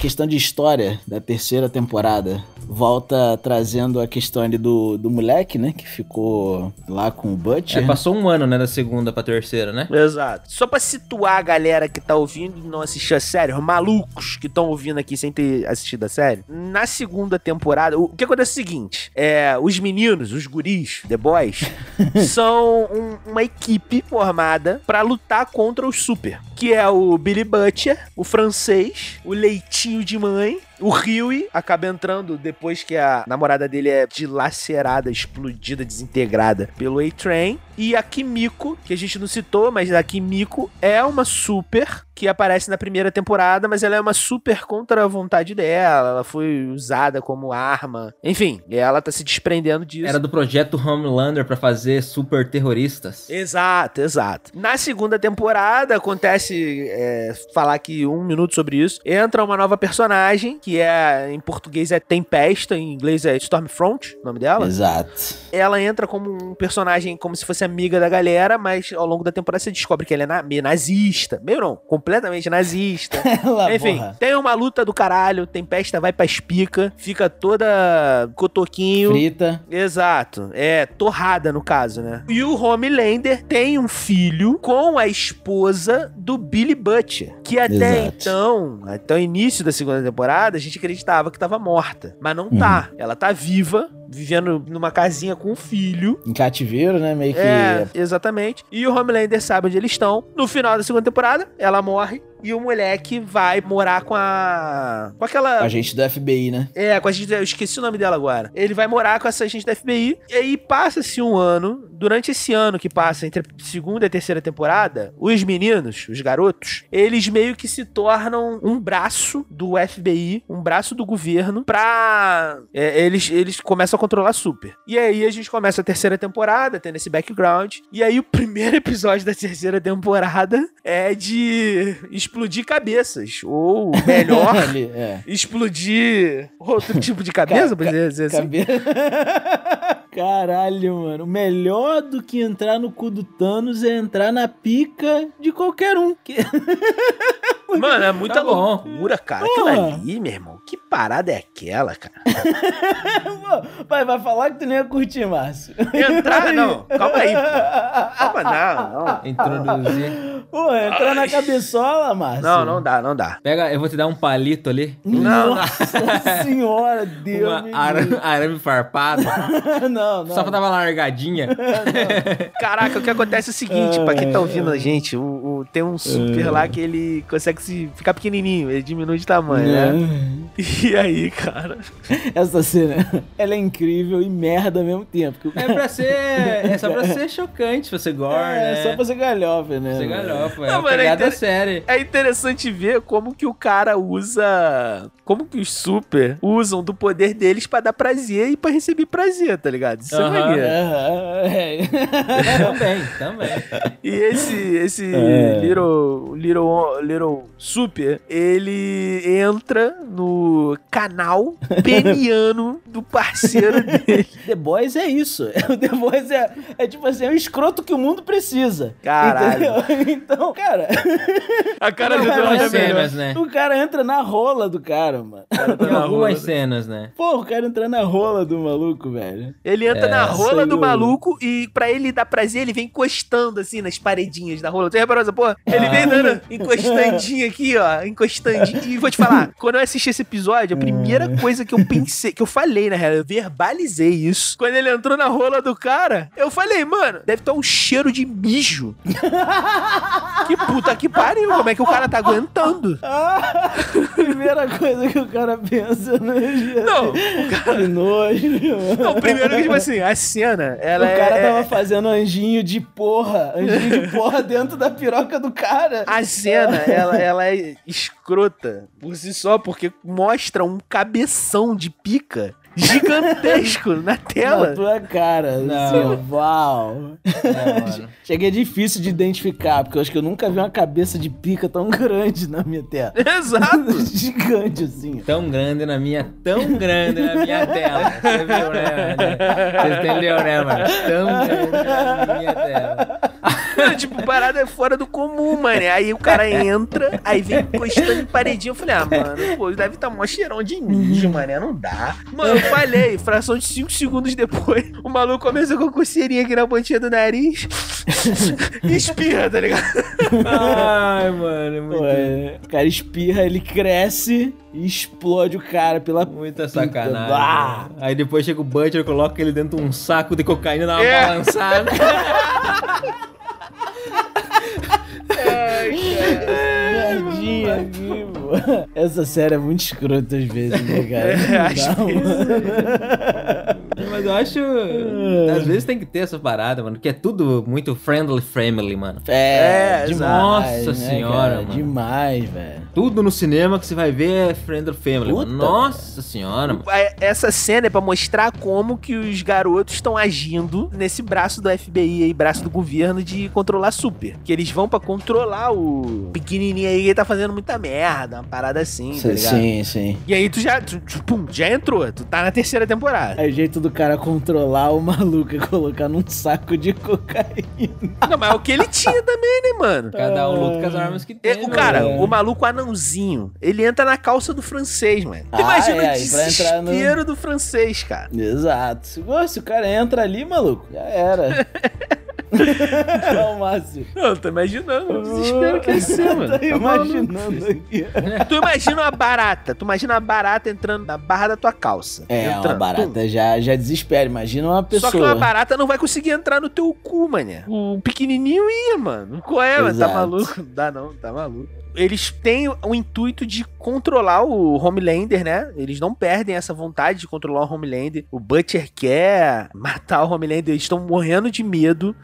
[SPEAKER 2] Questão de história da terceira temporada. Volta trazendo a questão ali do, do moleque, né? Que ficou lá com o Butcher.
[SPEAKER 4] É, passou um ano, né? Da segunda pra terceira, né?
[SPEAKER 5] Exato. Só pra situar a galera que tá ouvindo e não assistiu a série, os malucos que estão ouvindo aqui sem ter assistido a série, na segunda temporada, o o que acontece é o seguinte: é, os meninos, os guris, The Boys, [LAUGHS] são um- uma equipe formada pra lutar contra o Super, que é o Billy Butcher, o francês, o Leitinho de Mãe O Huey acaba entrando depois que a namorada dele é dilacerada, explodida, desintegrada pelo A-Train. E a Kimiko, que a gente não citou, mas a Kimiko é uma super que aparece na primeira temporada, mas ela é uma super contra a vontade dela. Ela foi usada como arma. Enfim, ela tá se desprendendo disso.
[SPEAKER 4] Era do projeto Homelander pra fazer super terroristas.
[SPEAKER 5] Exato, exato. Na segunda temporada, acontece é, falar aqui um minuto sobre isso. Entra uma nova personagem, que é em português é Tempesta, em inglês é Stormfront, o nome dela.
[SPEAKER 2] Exato.
[SPEAKER 5] Ela entra como um personagem como se fosse amiga da galera, mas ao longo da temporada você descobre que ela é na- meio nazista. Meio não, completamente nazista.
[SPEAKER 2] Ela,
[SPEAKER 5] Enfim,
[SPEAKER 2] Tá, porra,
[SPEAKER 5] tem uma luta do caralho, Tempesta vai pra espica, fica toda cotoquinho.
[SPEAKER 2] frita.
[SPEAKER 5] Exato. É, torrada no caso, né? E o Homelander tem um filho com a esposa do Billy Butcher. Que até
[SPEAKER 2] Exato.
[SPEAKER 5] então, até o início da segunda temporada, a gente acreditava que tava morta. Mas não tá. Ela tá viva, vivendo numa casinha com o filho.
[SPEAKER 2] Em cativeiro, né? Meio que.
[SPEAKER 5] É, exatamente. E o Homelander sabe onde eles estão. No final da segunda temporada, ela morre. E o moleque vai morar com a. Com aquela.
[SPEAKER 2] Agente do FBI, né?
[SPEAKER 5] É, com a gente. Eu esqueci o nome dela agora. Ele vai morar com essa gente da FBI. E aí passa-se um ano. Durante esse ano que passa entre a segunda e a terceira temporada, os meninos, os garotos, eles meio que se tornam um braço do FBI, um braço do governo, pra. é, eles, eles começam a controlar super. E aí a gente começa a terceira temporada, tendo esse background. E aí o primeiro episódio da terceira temporada é de explodir cabeças. Ou
[SPEAKER 2] [LAUGHS]
[SPEAKER 5] melhor
[SPEAKER 2] Ali, é.
[SPEAKER 5] explodir
[SPEAKER 4] [LAUGHS]
[SPEAKER 5] outro tipo de cabeça, por dizer assim.
[SPEAKER 2] Cabe... [LAUGHS] Caralho, mano. Melhor do que entrar no cu do Thanos é entrar na pica de qualquer um. Que- [LAUGHS]
[SPEAKER 5] Mano, é muita
[SPEAKER 4] Tá bom.
[SPEAKER 5] loucura, cara. Aquilo
[SPEAKER 2] Porra.
[SPEAKER 5] ali, meu irmão, que parada é aquela, cara?
[SPEAKER 2] Vai, vai falar que tu nem ia curtir, Márcio. [LAUGHS]
[SPEAKER 5] Entrar, não. Calma aí, pô.
[SPEAKER 4] [LAUGHS]
[SPEAKER 5] Calma, não, não.
[SPEAKER 4] Introduzir.
[SPEAKER 2] Pô, entrar na cabeçola, Márcio.
[SPEAKER 5] Não, não dá, não dá.
[SPEAKER 4] Pega, eu vou te dar um palito ali.
[SPEAKER 5] Não.
[SPEAKER 2] Nossa senhora, Deus me
[SPEAKER 4] Uma [LAUGHS] arame,
[SPEAKER 2] livre.
[SPEAKER 4] arame farpado.
[SPEAKER 2] Não, não.
[SPEAKER 4] Só pra dar uma largadinha.
[SPEAKER 5] Caraca, o que acontece é o seguinte, pra quem tá ouvindo a gente, o, o- tem um super
[SPEAKER 4] É.
[SPEAKER 5] lá que ele consegue se ficar pequenininho, ele diminui de tamanho, né?
[SPEAKER 2] Não.
[SPEAKER 5] E aí, cara?
[SPEAKER 2] Essa cena, ela é incrível e merda ao mesmo tempo. que o
[SPEAKER 4] É
[SPEAKER 2] cara-
[SPEAKER 4] pra ser. É só pra
[SPEAKER 2] [LAUGHS]
[SPEAKER 4] ser chocante, pra ser gore,
[SPEAKER 2] É,
[SPEAKER 4] né?
[SPEAKER 2] só pra ser galhofa, né?
[SPEAKER 4] Você
[SPEAKER 2] mano?
[SPEAKER 4] galhofa,
[SPEAKER 5] Não,
[SPEAKER 4] é
[SPEAKER 5] mano,
[SPEAKER 4] uma pegada
[SPEAKER 5] inter-
[SPEAKER 4] séria.
[SPEAKER 5] É interessante ver como que o cara usa. Como que os super usam do poder deles pra dar prazer e pra receber prazer, tá ligado? Isso é
[SPEAKER 4] Aham.
[SPEAKER 5] maneiro.
[SPEAKER 2] Aham, é.
[SPEAKER 4] também, também.
[SPEAKER 2] [LAUGHS]
[SPEAKER 5] E esse, esse
[SPEAKER 2] É.
[SPEAKER 5] little, little, little Super, ele entra no
[SPEAKER 2] [LAUGHS]
[SPEAKER 5] canal peniano do parceiro dele.
[SPEAKER 2] The Boys é isso. [LAUGHS] O The Boys é, é tipo assim, é o escroto que o mundo precisa.
[SPEAKER 5] Caralho.
[SPEAKER 2] Entendeu? [LAUGHS] Então, cara,
[SPEAKER 5] A
[SPEAKER 2] [LAUGHS]
[SPEAKER 5] cara do
[SPEAKER 2] Não,
[SPEAKER 5] Eduardo
[SPEAKER 2] mas
[SPEAKER 5] é
[SPEAKER 4] Algumas
[SPEAKER 2] sim,
[SPEAKER 5] melhor.
[SPEAKER 4] cenas, né?
[SPEAKER 2] o cara entra na rola do cara, é mano.
[SPEAKER 4] Em algumas cenas, né?
[SPEAKER 2] Pô, o cara entra na rola do maluco, velho.
[SPEAKER 5] Ele entra
[SPEAKER 2] É,
[SPEAKER 5] na rola do
[SPEAKER 2] senhor.
[SPEAKER 5] maluco e pra ele dar prazer, ele vem encostando assim nas paredinhas da rola. Tu é reparou essa porra? Ele
[SPEAKER 2] Ah.
[SPEAKER 5] vem dando encostandinho aqui, ó. Encostandinho. E vou te
[SPEAKER 2] [LAUGHS]
[SPEAKER 5] falar, quando eu assisti esse episódio, a primeira
[SPEAKER 2] Ah.
[SPEAKER 5] coisa que eu pensei, que eu falei, na real, eu verbalizei isso. Quando ele entrou na rola do cara, eu falei, mano, deve ter um cheiro
[SPEAKER 2] [LAUGHS]
[SPEAKER 5] de mijo. que puta que pariu, como é que o cara tá aguentando?
[SPEAKER 2] Ah, primeira coisa que o cara pensa, né?
[SPEAKER 5] Não,
[SPEAKER 2] Que nojo, mano.
[SPEAKER 5] não primeiro que, tipo assim, a cena, ela
[SPEAKER 2] o cara
[SPEAKER 5] é...
[SPEAKER 2] tava fazendo anjinho de porra, anjinho de porra [LAUGHS] dentro da piroca do cara.
[SPEAKER 5] A cena, ela, ela é escrota por si só, porque mostra um cabeção de pica gigantesco na
[SPEAKER 2] Na
[SPEAKER 5] tela.
[SPEAKER 2] tua cara,
[SPEAKER 4] Não.
[SPEAKER 2] assim, ó, uau.
[SPEAKER 4] É, mano.
[SPEAKER 2] Cheguei difícil de identificar, porque eu acho que eu nunca vi uma cabeça de pica tão grande na minha tela.
[SPEAKER 5] Exato.
[SPEAKER 2] [LAUGHS] Gigante, assim.
[SPEAKER 4] Tão grande na minha, tão grande na minha tela. Você viu, né? mano? Você entendeu, né, mano? Tão grande na minha tela.
[SPEAKER 5] Não, tipo, parada é fora do comum, mano. Aí o cara entra, aí vem encostando em paredinha. Eu falei, ah, mano, pô, deve tá mó cheirão de mijo, mano. Não dá. Mano, eu falei, fração de 5 segundos depois, o maluco começou com a coceirinha aqui na pontinha do nariz [LAUGHS] e espirra, tá ligado?
[SPEAKER 4] Ai, mano, é
[SPEAKER 2] Pô,
[SPEAKER 4] muito,
[SPEAKER 2] é, o cara espirra, ele cresce e explode o cara pela.
[SPEAKER 4] muita
[SPEAKER 2] Ah!
[SPEAKER 4] sacanagem. né? Aí depois chega o Butcher, coloca ele dentro de um saco de cocaína, dá uma
[SPEAKER 2] [LAUGHS]
[SPEAKER 5] É.
[SPEAKER 4] balançada.
[SPEAKER 5] Ai, cara.
[SPEAKER 2] Merdinha, já vi, mano. Essa série é muito escrota às vezes,
[SPEAKER 5] [LAUGHS]
[SPEAKER 2] né, cara? Não dá,
[SPEAKER 5] É, acho que
[SPEAKER 4] Mas eu acho.
[SPEAKER 2] É.
[SPEAKER 4] Às vezes tem que ter essa parada, mano. Que é tudo muito friendly family, mano.
[SPEAKER 2] É,
[SPEAKER 5] É,
[SPEAKER 2] demais,
[SPEAKER 4] nossa
[SPEAKER 2] né,
[SPEAKER 4] senhora,
[SPEAKER 2] cara?
[SPEAKER 4] mano.
[SPEAKER 2] Demais, velho.
[SPEAKER 4] Tudo no cinema que você vai ver é friendly family.
[SPEAKER 2] Puta,
[SPEAKER 4] mano. Nossa senhora, mano.
[SPEAKER 5] É, Essa cena é pra mostrar como que os garotos estão agindo nesse braço do FBI aí, braço do governo de controlar super. Que eles vão pra controlar o pequenininho aí que tá fazendo muita merda, uma parada assim, tá
[SPEAKER 2] Sim,
[SPEAKER 5] ligado?
[SPEAKER 2] sim, sim.
[SPEAKER 5] E aí tu já, tu, tu- pum, já entrou, tu tá na terceira temporada.
[SPEAKER 2] É o jeito do cara controlar o maluco e colocar num saco de cocaína.
[SPEAKER 5] Não, mas é o que ele tinha também, né, mano?
[SPEAKER 4] Cada um luta com as armas que tem.
[SPEAKER 5] É, o
[SPEAKER 4] né,
[SPEAKER 5] cara,
[SPEAKER 4] mano?
[SPEAKER 5] o maluco anãozinho, ele entra na calça do francês, mano. Tu
[SPEAKER 2] Ah,
[SPEAKER 5] imagina
[SPEAKER 2] é,
[SPEAKER 5] o
[SPEAKER 2] aí pra entrar no-
[SPEAKER 5] desespero do francês, cara.
[SPEAKER 2] Exato. Se, pô, se o cara entra ali, maluco, já [LAUGHS] era. é o máximo.
[SPEAKER 5] Não, tô imaginando o desespero que ia ser,
[SPEAKER 2] [LAUGHS]
[SPEAKER 5] mano. Tá
[SPEAKER 2] Tô imaginando aqui.
[SPEAKER 5] Tu imagina uma barata, tu imagina uma barata entrando na barra da tua calça.
[SPEAKER 2] É,
[SPEAKER 5] entrando,
[SPEAKER 2] uma barata já, já desespera. Imagina uma
[SPEAKER 5] Tum. Só
[SPEAKER 2] pessoa.
[SPEAKER 5] que uma barata não vai conseguir entrar no teu cu, mané. O pequenininho ia, mano. Qual é, mano? Tá
[SPEAKER 2] Exato.
[SPEAKER 5] maluco? Dá não, tá maluco. Eles têm o intuito de controlar o Homelander, né? Eles não perdem essa vontade de controlar o Homelander. O Butcher quer matar o Homelander. Eles estão morrendo de medo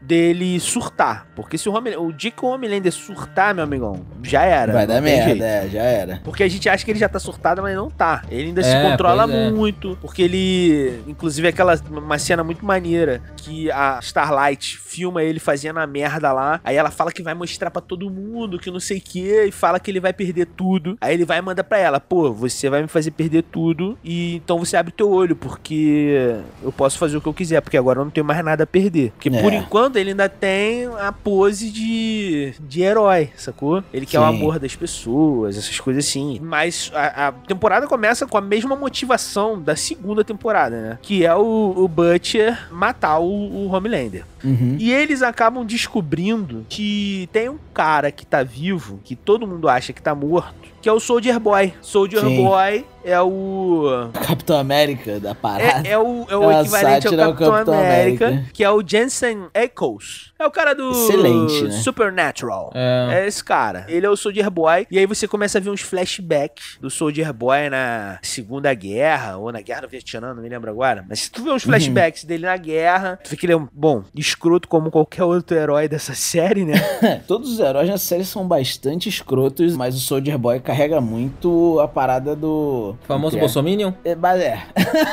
[SPEAKER 5] dele surtar. Porque se o, Homelander, o dia que o Homelander surtar, meu amigão, já era.
[SPEAKER 2] Vai
[SPEAKER 5] não
[SPEAKER 2] dar
[SPEAKER 5] tem
[SPEAKER 2] merda,
[SPEAKER 5] jeito.
[SPEAKER 2] é, já era.
[SPEAKER 5] Porque a gente acha que ele já tá surtado, mas não tá. Ele ainda se
[SPEAKER 4] É,
[SPEAKER 5] controla
[SPEAKER 4] pois é.
[SPEAKER 5] muito. Porque ele. Inclusive, é aquela. Uma cena muito maneira que a Starlight filma ele fazendo a merda lá. Aí ela fala que vai mostrar pra todo mundo, que não sei o quê, e fala que ele vai perder tudo. Aí ele vai e manda pra ela: pô, você vai me fazer perder tudo, e então você abre teu olho, porque eu posso fazer o que eu quiser, porque agora eu não tenho mais nada a perder. Porque por
[SPEAKER 2] É.
[SPEAKER 5] enquanto ele ainda tem a pose de, de herói, sacou? Ele quer é o
[SPEAKER 2] Sim.
[SPEAKER 5] amor das pessoas, essas coisas assim. Mas a, a temporada começa com a mesma motivação da segunda temporada, né? Que é o, o Butcher matar o, o Homelander.
[SPEAKER 2] Uhum.
[SPEAKER 5] E eles acabam descobrindo que tem um cara que tá vivo, que todo mundo acha que tá morto, que é o Soldier Boy. Soldier
[SPEAKER 2] Sim.
[SPEAKER 5] Boy é o.
[SPEAKER 2] Capitão América da parada.
[SPEAKER 5] É, é o, é o
[SPEAKER 2] Uma
[SPEAKER 5] equivalente ao
[SPEAKER 2] sátira
[SPEAKER 5] Capitão,
[SPEAKER 2] ao Capitão
[SPEAKER 5] América,
[SPEAKER 2] América.
[SPEAKER 5] que é o Jensen Ackles. É o cara do
[SPEAKER 2] Excelente, né?
[SPEAKER 5] Supernatural.
[SPEAKER 4] É.
[SPEAKER 5] É esse cara. Ele é o Soldier Boy. E aí você começa a ver uns flashbacks do Soldier Boy na Segunda Guerra, ou na Guerra do Vietnã, não me lembro agora. Mas se tu vê uns flashbacks dele na guerra, tu vê que ele é um, bom, escroto como qualquer outro herói dessa série, né?
[SPEAKER 2] Todos os heróis na série são bastante escrotos, mas o Soldier Boy carrega muito a parada do.
[SPEAKER 4] Famoso
[SPEAKER 2] É.
[SPEAKER 4] Bolsominion?
[SPEAKER 2] É, mas é. [LAUGHS]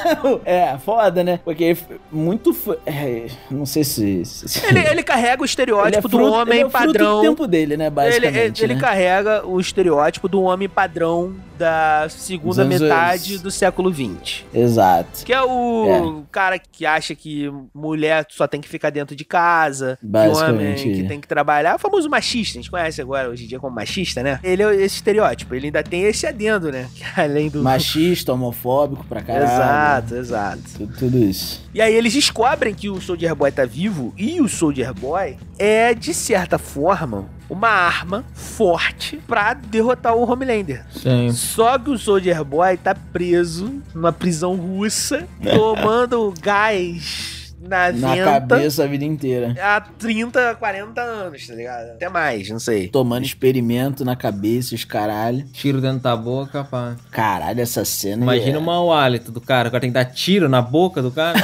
[SPEAKER 2] é, foda, né? Porque ele f- muito. f- é, não sei se. se- se-
[SPEAKER 5] [LAUGHS] ele, ele carrega o
[SPEAKER 2] ele é
[SPEAKER 5] estereótipo do
[SPEAKER 2] fruto-
[SPEAKER 5] homem
[SPEAKER 2] ele é o fruto
[SPEAKER 5] padrão.
[SPEAKER 2] do tempo dele, né?
[SPEAKER 5] Ele, ele,
[SPEAKER 2] Basicamente.
[SPEAKER 5] ele
[SPEAKER 2] né?
[SPEAKER 5] carrega o estereótipo do homem padrão da segunda
[SPEAKER 2] Dos anos-
[SPEAKER 5] metade do século XX.
[SPEAKER 2] Exato.
[SPEAKER 5] Que é o cara que acha que mulher só tem que ficar dentro de casa, que homem
[SPEAKER 2] Basicamente.
[SPEAKER 5] que tem que trabalhar. O famoso machista, a gente conhece agora hoje em dia como machista, né? Ele é esse estereótipo, ele ainda tem esse adendo, né? [LAUGHS] Que além do.
[SPEAKER 2] Machista, homofóbico pra caralho.
[SPEAKER 5] Exato, exato.
[SPEAKER 2] Tu- Tudo isso.
[SPEAKER 5] E aí eles descobrem que o Soldier Boy tá vivo e o Soldier Boy é, de certa forma, uma arma forte pra derrotar o Homelander.
[SPEAKER 4] Sim.
[SPEAKER 5] Só que o Soldier Boy tá preso numa prisão russa, tomando gás na
[SPEAKER 2] Na
[SPEAKER 5] venta
[SPEAKER 2] cabeça a vida inteira.
[SPEAKER 5] há 30, 40 anos, tá ligado? Até mais, não sei.
[SPEAKER 2] Tomando experimento na cabeça, os caralho.
[SPEAKER 4] Tiro dentro da boca, pá.
[SPEAKER 2] Caralho, essa cena.
[SPEAKER 4] Imagina
[SPEAKER 2] é...
[SPEAKER 4] o mau hálito do cara. O cara tem que dar tiro na boca do cara.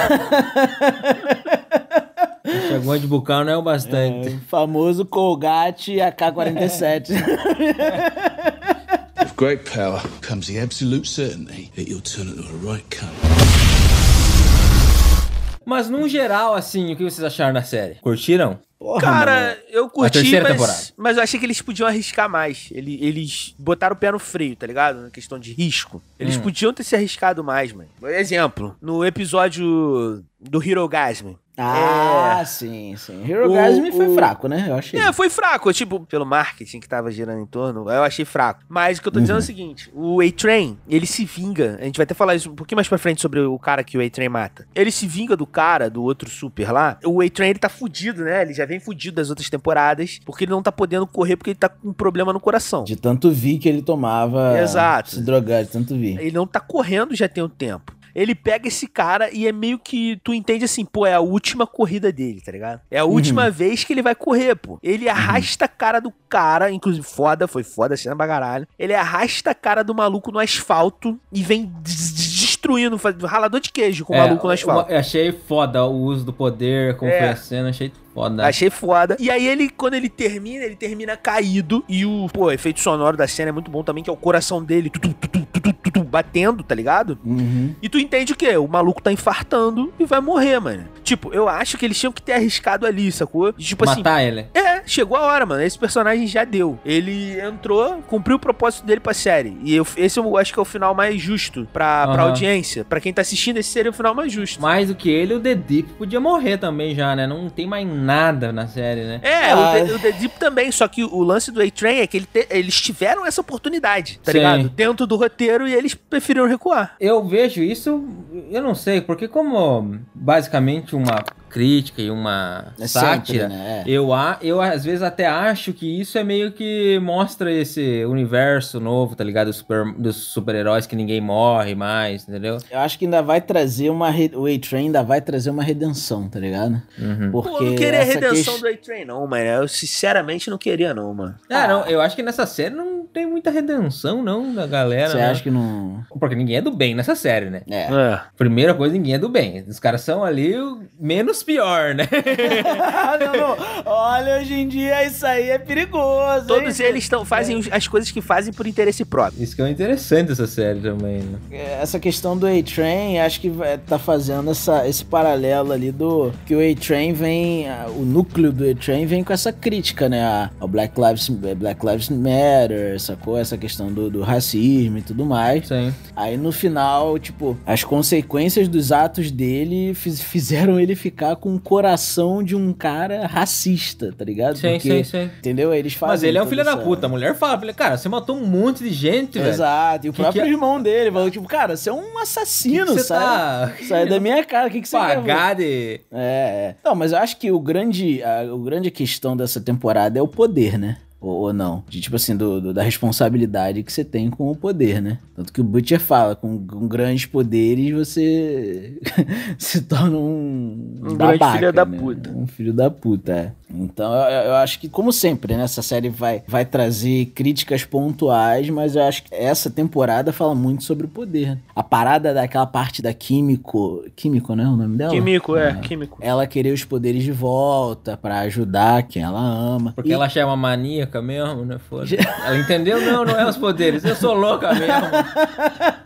[SPEAKER 4] Chegou de bucal não é o bastante.
[SPEAKER 2] É, famoso Colgate
[SPEAKER 5] [LAUGHS]
[SPEAKER 2] AK-47.
[SPEAKER 3] With great power comes the absolute certainty that you'll turn into a right cunt.
[SPEAKER 4] Mas, num geral, assim, o que vocês acharam da série? Curtiram?
[SPEAKER 2] Porra, mano.
[SPEAKER 5] Cara, eu curti,
[SPEAKER 4] terceira
[SPEAKER 5] mas,
[SPEAKER 4] temporada.
[SPEAKER 5] mas eu achei que eles podiam arriscar mais. Ele- Eles botaram o pé no freio, tá ligado? Na questão de risco. Eles podiam ter se arriscado mais, mano. Por exemplo, no episódio do Hirogasm.
[SPEAKER 2] Ah, sim, sim. Hero
[SPEAKER 5] é. O-
[SPEAKER 2] Gasm foi
[SPEAKER 5] o-
[SPEAKER 2] fraco, né? Eu achei.
[SPEAKER 5] É, foi fraco, tipo, pelo marketing que tava girando em torno, eu achei fraco. Mas o que eu tô dizendo é o seguinte, o A-Train, ele se vinga, a gente vai até falar isso um pouquinho mais pra frente sobre o cara que o A-Train mata. Ele se vinga do cara, do outro super lá, o A-Train ele tá fudido, né, ele já vem fudido das outras temporadas, porque ele não tá podendo correr porque ele tá com um problema no coração.
[SPEAKER 2] De tanto vi que ele tomava.
[SPEAKER 5] Exato.
[SPEAKER 2] Se drogar, de tanto vi.
[SPEAKER 5] Ele não tá correndo já tem um tempo. ele pega esse cara e é meio que. Tu entende assim, pô, é a última corrida dele, tá ligado? É a última vez que ele vai correr, pô. Ele arrasta a cara do cara, inclusive foda, foi foda, cena pra caralho. Ele arrasta a cara do maluco no asfalto e vem des- des- destruindo, faz- ralador de queijo
[SPEAKER 4] É,
[SPEAKER 5] com o maluco no asfalto.
[SPEAKER 4] eu achei foda o uso do poder, como
[SPEAKER 5] É.
[SPEAKER 4] foi a cena, achei foda.
[SPEAKER 5] Achei foda. E aí ele, quando ele termina, ele termina caído. E o, pô, o efeito sonoro da cena é muito bom também, que é o coração dele tutu, tutu, tutu, tutu, batendo, tá ligado?
[SPEAKER 2] Uhum.
[SPEAKER 5] E tu entende o quê? O maluco tá infartando e vai morrer, mano. Tipo, eu acho que eles tinham que ter arriscado ali, sacou? E, Tipo assim,
[SPEAKER 4] Matar ele.
[SPEAKER 5] é, chegou a hora, mano. Esse personagem já deu. Ele entrou, cumpriu o propósito dele pra série. E eu- esse eu acho que é o final mais justo pra, pra
[SPEAKER 4] Aham.
[SPEAKER 5] audiência. Pra quem tá assistindo, esse seria o final mais justo.
[SPEAKER 4] Mais do que ele, o The Deep podia morrer também já, né? Não tem mais nada na série, né?
[SPEAKER 5] É,
[SPEAKER 2] Ah.
[SPEAKER 5] o, The, o The Deep também, só que o lance do A-Train é que ele te- eles tiveram essa oportunidade, tá
[SPEAKER 4] Sim.
[SPEAKER 5] ligado? Dentro do roteiro e eles preferiram recuar.
[SPEAKER 4] Eu vejo isso, eu não sei, porque como basicamente uma crítica e uma
[SPEAKER 2] É
[SPEAKER 4] sátira,
[SPEAKER 2] sempre, né? É.
[SPEAKER 4] eu, a, eu às vezes até acho que isso é meio que mostra esse universo novo, tá ligado? Dos super- dos super-heróis que ninguém morre mais, entendeu?
[SPEAKER 2] Eu acho que ainda vai trazer uma. Re... O A-Train ainda vai trazer uma redenção, tá ligado?
[SPEAKER 4] Uhum.
[SPEAKER 2] Porque.
[SPEAKER 5] Pô, eu não queria a
[SPEAKER 2] essa
[SPEAKER 5] redenção
[SPEAKER 2] quest-
[SPEAKER 5] do A-Train, não, mano. Eu sinceramente não queria, não, mano.
[SPEAKER 4] Ah, não, eu acho que nessa série não tem muita redenção, não, da galera.
[SPEAKER 2] Você
[SPEAKER 4] né?
[SPEAKER 2] acha que não.
[SPEAKER 4] Porque ninguém é do bem nessa série, né?
[SPEAKER 2] É.
[SPEAKER 4] Primeira coisa, ninguém é do bem. Os caras são ali o menos pior, né?
[SPEAKER 2] [LAUGHS]
[SPEAKER 4] [LAUGHS]
[SPEAKER 2] não, não. Olha, hoje em dia isso aí é perigoso.
[SPEAKER 5] Todos eles tão, fazem os- as coisas que fazem por interesse próprio.
[SPEAKER 4] Isso que é interessante essa série também, né?
[SPEAKER 2] Essa questão do A-Train, acho que vai- tá fazendo essa, esse paralelo ali do. Que o A-Train vem. a- O núcleo do A-Train vem com essa crítica, né? A, ao Black, Lives, é, Black Lives Matter, sacou? Essa questão do, do racismo e tudo mais.
[SPEAKER 4] Sim.
[SPEAKER 2] Aí no final, tipo, as consequências dos atos dele fiz- fizeram ele ficar com o coração de um cara racista, tá ligado?
[SPEAKER 4] Sim, sim, sim.
[SPEAKER 2] Entendeu? Aí Eles fazem.
[SPEAKER 4] Mas ele é um
[SPEAKER 2] toda
[SPEAKER 4] filho da
[SPEAKER 2] essa-
[SPEAKER 4] puta. A mulher fala pra ele, cara, você matou um monte de gente, velho.
[SPEAKER 2] Exato. E o
[SPEAKER 4] Que
[SPEAKER 2] próprio
[SPEAKER 4] que é-
[SPEAKER 2] irmão dele falou, tipo, cara, você é um
[SPEAKER 4] Que que
[SPEAKER 2] assassino,
[SPEAKER 4] você
[SPEAKER 2] sai,
[SPEAKER 4] tá
[SPEAKER 2] sai é da minha cara, o que, que você quer?
[SPEAKER 4] [LAUGHS] pagar de...
[SPEAKER 2] É, é. Não, mas eu acho que o grande, a o grande questão dessa temporada é o poder, né? Ou, ou não. De, tipo assim, do, do- da responsabilidade que você tem com o poder, né? Tanto que o Butcher fala, com, com grandes poderes você [LAUGHS] se torna um...
[SPEAKER 5] Um grande filho da
[SPEAKER 2] né?
[SPEAKER 5] puta.
[SPEAKER 2] Um filho da puta, é. Então, eu, eu acho que, como sempre, né? Essa série vai, vai trazer críticas pontuais, mas eu acho que essa temporada fala muito sobre o poder. né? A parada daquela parte da Químico... Químico, né? O nome dela?
[SPEAKER 5] Químico, é,
[SPEAKER 2] Ah.
[SPEAKER 5] químico.
[SPEAKER 2] ela querer os poderes de volta pra ajudar quem ela ama.
[SPEAKER 4] Porque
[SPEAKER 2] E-
[SPEAKER 4] ela acha uma maníaca mesmo, né? Foda. Ela entendeu? Não, não é os poderes. Eu sou louca mesmo.
[SPEAKER 2] [LAUGHS]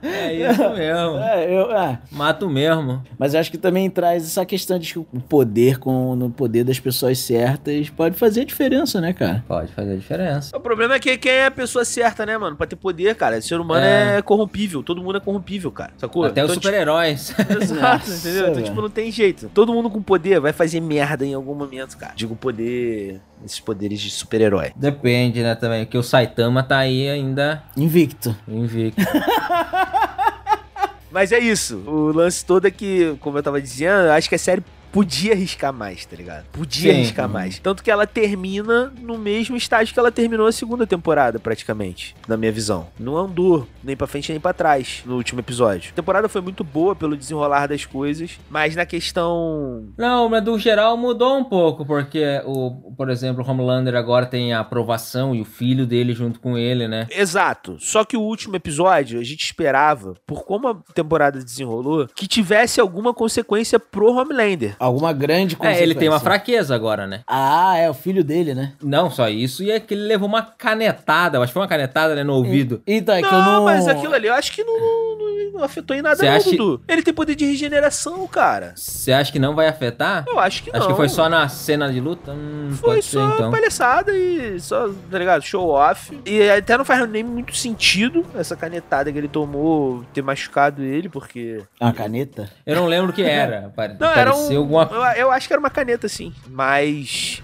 [SPEAKER 4] É isso mesmo.
[SPEAKER 2] É, eu- é.
[SPEAKER 4] Mato mesmo.
[SPEAKER 2] Mas eu acho que também traz essa questão de que o poder com no poder das pessoas certas pode fazer a diferença, né, cara?
[SPEAKER 4] Pode fazer diferença.
[SPEAKER 5] O problema é que quem é a pessoa certa, né, mano? Pra ter poder, cara. O ser humano é,
[SPEAKER 4] É.
[SPEAKER 5] corrompível. Todo mundo é corrompível, cara. Sacou?
[SPEAKER 4] Até os [LAUGHS]
[SPEAKER 5] Então,
[SPEAKER 4] super-heróis.
[SPEAKER 5] tipo, [LAUGHS] Exato,
[SPEAKER 2] Nossa,
[SPEAKER 5] entendeu? Então,
[SPEAKER 2] velho.
[SPEAKER 5] tipo, não tem jeito. Todo mundo com poder vai fazer merda em algum momento, cara. Digo poder. Esses poderes de super-herói.
[SPEAKER 4] Depende, né, também. Porque o Saitama tá aí ainda
[SPEAKER 2] Invicto.
[SPEAKER 4] invicto.
[SPEAKER 5] Mas é isso. O lance todo é que, como eu tava dizendo, eu acho que a série podia arriscar mais, tá ligado? Podia
[SPEAKER 4] Sim.
[SPEAKER 5] arriscar mais. Tanto que ela termina no mesmo estágio que ela terminou a segunda temporada, praticamente, na minha visão. Não andou nem pra frente nem pra trás no último episódio. A temporada foi muito boa pelo desenrolar das coisas, mas na questão
[SPEAKER 4] Não, mas do geral mudou um pouco, porque, o, por exemplo, o Homelander agora tem a aprovação e o filho dele junto com ele, né?
[SPEAKER 5] Exato. Só que o último episódio, a gente esperava, por como a temporada desenrolou, que tivesse alguma consequência pro Homelander.
[SPEAKER 2] Alguma grande
[SPEAKER 4] É,
[SPEAKER 2] consequência.
[SPEAKER 4] ele tem uma fraqueza agora, né?
[SPEAKER 2] Ah, é o filho dele, né?
[SPEAKER 4] Não, só isso, e é que ele levou uma canetada, eu acho que foi uma canetada, né, no ouvido.
[SPEAKER 2] Então, é que eu
[SPEAKER 5] não,
[SPEAKER 2] não...
[SPEAKER 5] mas aquilo ali, eu acho que não, não- não afetou em nada,
[SPEAKER 4] Você
[SPEAKER 5] não,
[SPEAKER 4] acha-
[SPEAKER 5] Dudu. Ele tem poder de regeneração, cara.
[SPEAKER 4] Você acha que não vai afetar?
[SPEAKER 5] Eu acho que não.
[SPEAKER 4] Acho que foi só na cena de luta? Hum,
[SPEAKER 5] Foi
[SPEAKER 4] pode ser,
[SPEAKER 5] só
[SPEAKER 4] então.
[SPEAKER 5] palhaçada e só, tá ligado? Show off. E até não faz nem muito sentido essa canetada que ele tomou ter machucado ele, porque.
[SPEAKER 2] É uma caneta?
[SPEAKER 4] Eu não
[SPEAKER 5] [LAUGHS]
[SPEAKER 4] lembro o que era, pare-
[SPEAKER 5] Não,
[SPEAKER 4] parecia
[SPEAKER 5] era um.
[SPEAKER 4] alguma...
[SPEAKER 5] Eu, eu acho que era uma caneta, sim. Mas.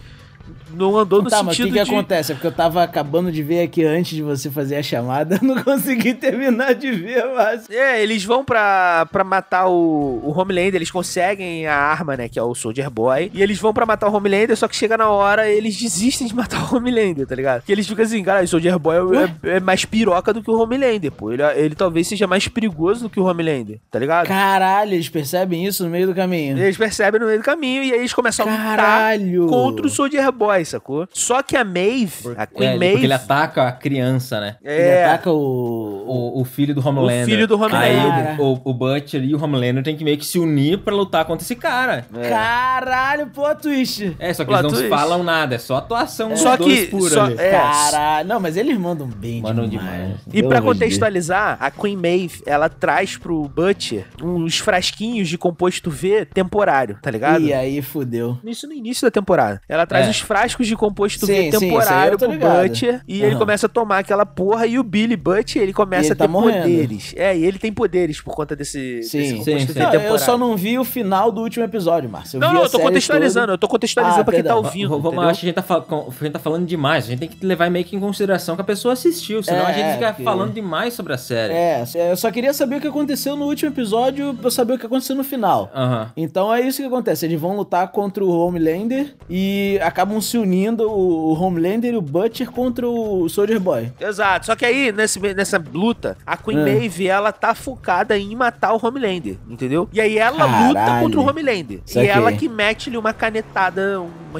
[SPEAKER 5] não andou no
[SPEAKER 2] tá, mas o
[SPEAKER 5] sentido
[SPEAKER 2] que, que
[SPEAKER 5] de...
[SPEAKER 2] acontece? É porque eu tava acabando de ver aqui antes de você fazer a chamada, [LAUGHS] eu não consegui terminar de ver, mas.
[SPEAKER 5] É, eles vão pra, pra matar o, o Homelander, eles conseguem a arma, né, que é o Soldier Boy, e eles vão pra matar o Homelander, só que chega na hora eles desistem de matar o Homelander, tá ligado? Que eles ficam assim, cara, o Soldier Boy é- é, mais piroca do que o Homelander, pô. Ele, ele talvez seja mais perigoso do que o Homelander, tá ligado?
[SPEAKER 2] Caralho, eles percebem isso no meio do caminho.
[SPEAKER 5] Eles percebem no meio do caminho e aí eles começam a
[SPEAKER 2] Caralho!
[SPEAKER 5] lutar contra o Soldier Boy, sacou? Só que a Maeve, a Queen
[SPEAKER 4] É, ele- porque
[SPEAKER 5] Maeve...
[SPEAKER 4] ele ataca a criança, né?
[SPEAKER 2] Ele
[SPEAKER 5] é,
[SPEAKER 2] ataca o.
[SPEAKER 4] O, o filho do Homelander.
[SPEAKER 5] O filho do
[SPEAKER 4] Aí
[SPEAKER 2] Homelander.
[SPEAKER 4] o, o, o Butcher e o Homelander tem que meio que se unir pra lutar contra esse cara.
[SPEAKER 5] É.
[SPEAKER 2] É. Caralho, pô, twist!
[SPEAKER 4] É, só que
[SPEAKER 5] Plot
[SPEAKER 4] eles não
[SPEAKER 5] twist.
[SPEAKER 4] falam nada, é só atuação dos
[SPEAKER 5] Só
[SPEAKER 4] dois
[SPEAKER 5] que-
[SPEAKER 4] pura
[SPEAKER 5] só-
[SPEAKER 4] ali.
[SPEAKER 5] é.
[SPEAKER 2] Caralho. Não, mas eles mandam bem
[SPEAKER 4] Mandam
[SPEAKER 2] demais.
[SPEAKER 4] demais.
[SPEAKER 5] E
[SPEAKER 2] Pelo
[SPEAKER 5] pra
[SPEAKER 2] amor de Deus.
[SPEAKER 5] contextualizar, a Queen Maeve, ela traz pro Butcher uns frasquinhos de composto V temporário, tá ligado?
[SPEAKER 2] E é. aí, fudeu.
[SPEAKER 5] Isso no início da temporada. Ela traz
[SPEAKER 4] É.
[SPEAKER 5] os frascos de composto
[SPEAKER 2] Sim, sim,
[SPEAKER 5] V
[SPEAKER 2] isso aí
[SPEAKER 5] temporário
[SPEAKER 2] eu tô
[SPEAKER 5] pro
[SPEAKER 2] ligado.
[SPEAKER 5] Butcher e
[SPEAKER 2] Aham.
[SPEAKER 5] ele começa a tomar aquela porra e o Billy Butcher, ele começa
[SPEAKER 2] E ele
[SPEAKER 5] a ter
[SPEAKER 2] tá morrendo.
[SPEAKER 5] poderes. É, e ele tem poderes por conta desse, desse
[SPEAKER 2] Sim,
[SPEAKER 5] composto
[SPEAKER 4] sim,
[SPEAKER 5] V
[SPEAKER 4] sim.
[SPEAKER 2] Não,
[SPEAKER 5] temporário.
[SPEAKER 2] eu só não vi o final do último episódio, Márcio.
[SPEAKER 5] Não,
[SPEAKER 2] vi
[SPEAKER 5] não,
[SPEAKER 2] a
[SPEAKER 5] eu tô
[SPEAKER 2] série
[SPEAKER 5] contextualizando,
[SPEAKER 2] toda.
[SPEAKER 5] eu tô contextualizando
[SPEAKER 2] Ah,
[SPEAKER 5] pra quem tá
[SPEAKER 2] perdão.
[SPEAKER 5] ouvindo.
[SPEAKER 4] Vamos,
[SPEAKER 5] entendeu?
[SPEAKER 4] acho que a gente, tá fal- com- a gente tá falando demais. A gente tem que levar meio que em consideração que a pessoa assistiu, senão
[SPEAKER 2] É,
[SPEAKER 4] a gente
[SPEAKER 2] é,
[SPEAKER 4] fica
[SPEAKER 2] porque-
[SPEAKER 4] falando demais sobre a série.
[SPEAKER 2] É, eu só queria saber o que aconteceu no último episódio pra eu saber o que aconteceu no final.
[SPEAKER 4] Aham.
[SPEAKER 2] Então é isso que acontece, eles vão lutar contra o Homelander e acabam se unindo o o Homelander e o Butcher contra o Soldier Boy.
[SPEAKER 5] Exato, só que aí nesse, nessa luta, a Queen
[SPEAKER 2] É.
[SPEAKER 5] Maeve ela tá focada em matar o Homelander, entendeu? E aí ela luta
[SPEAKER 2] Caralho.
[SPEAKER 5] contra o Homelander.
[SPEAKER 2] Saquei.
[SPEAKER 5] E ela que mete-lhe uma canetada, uma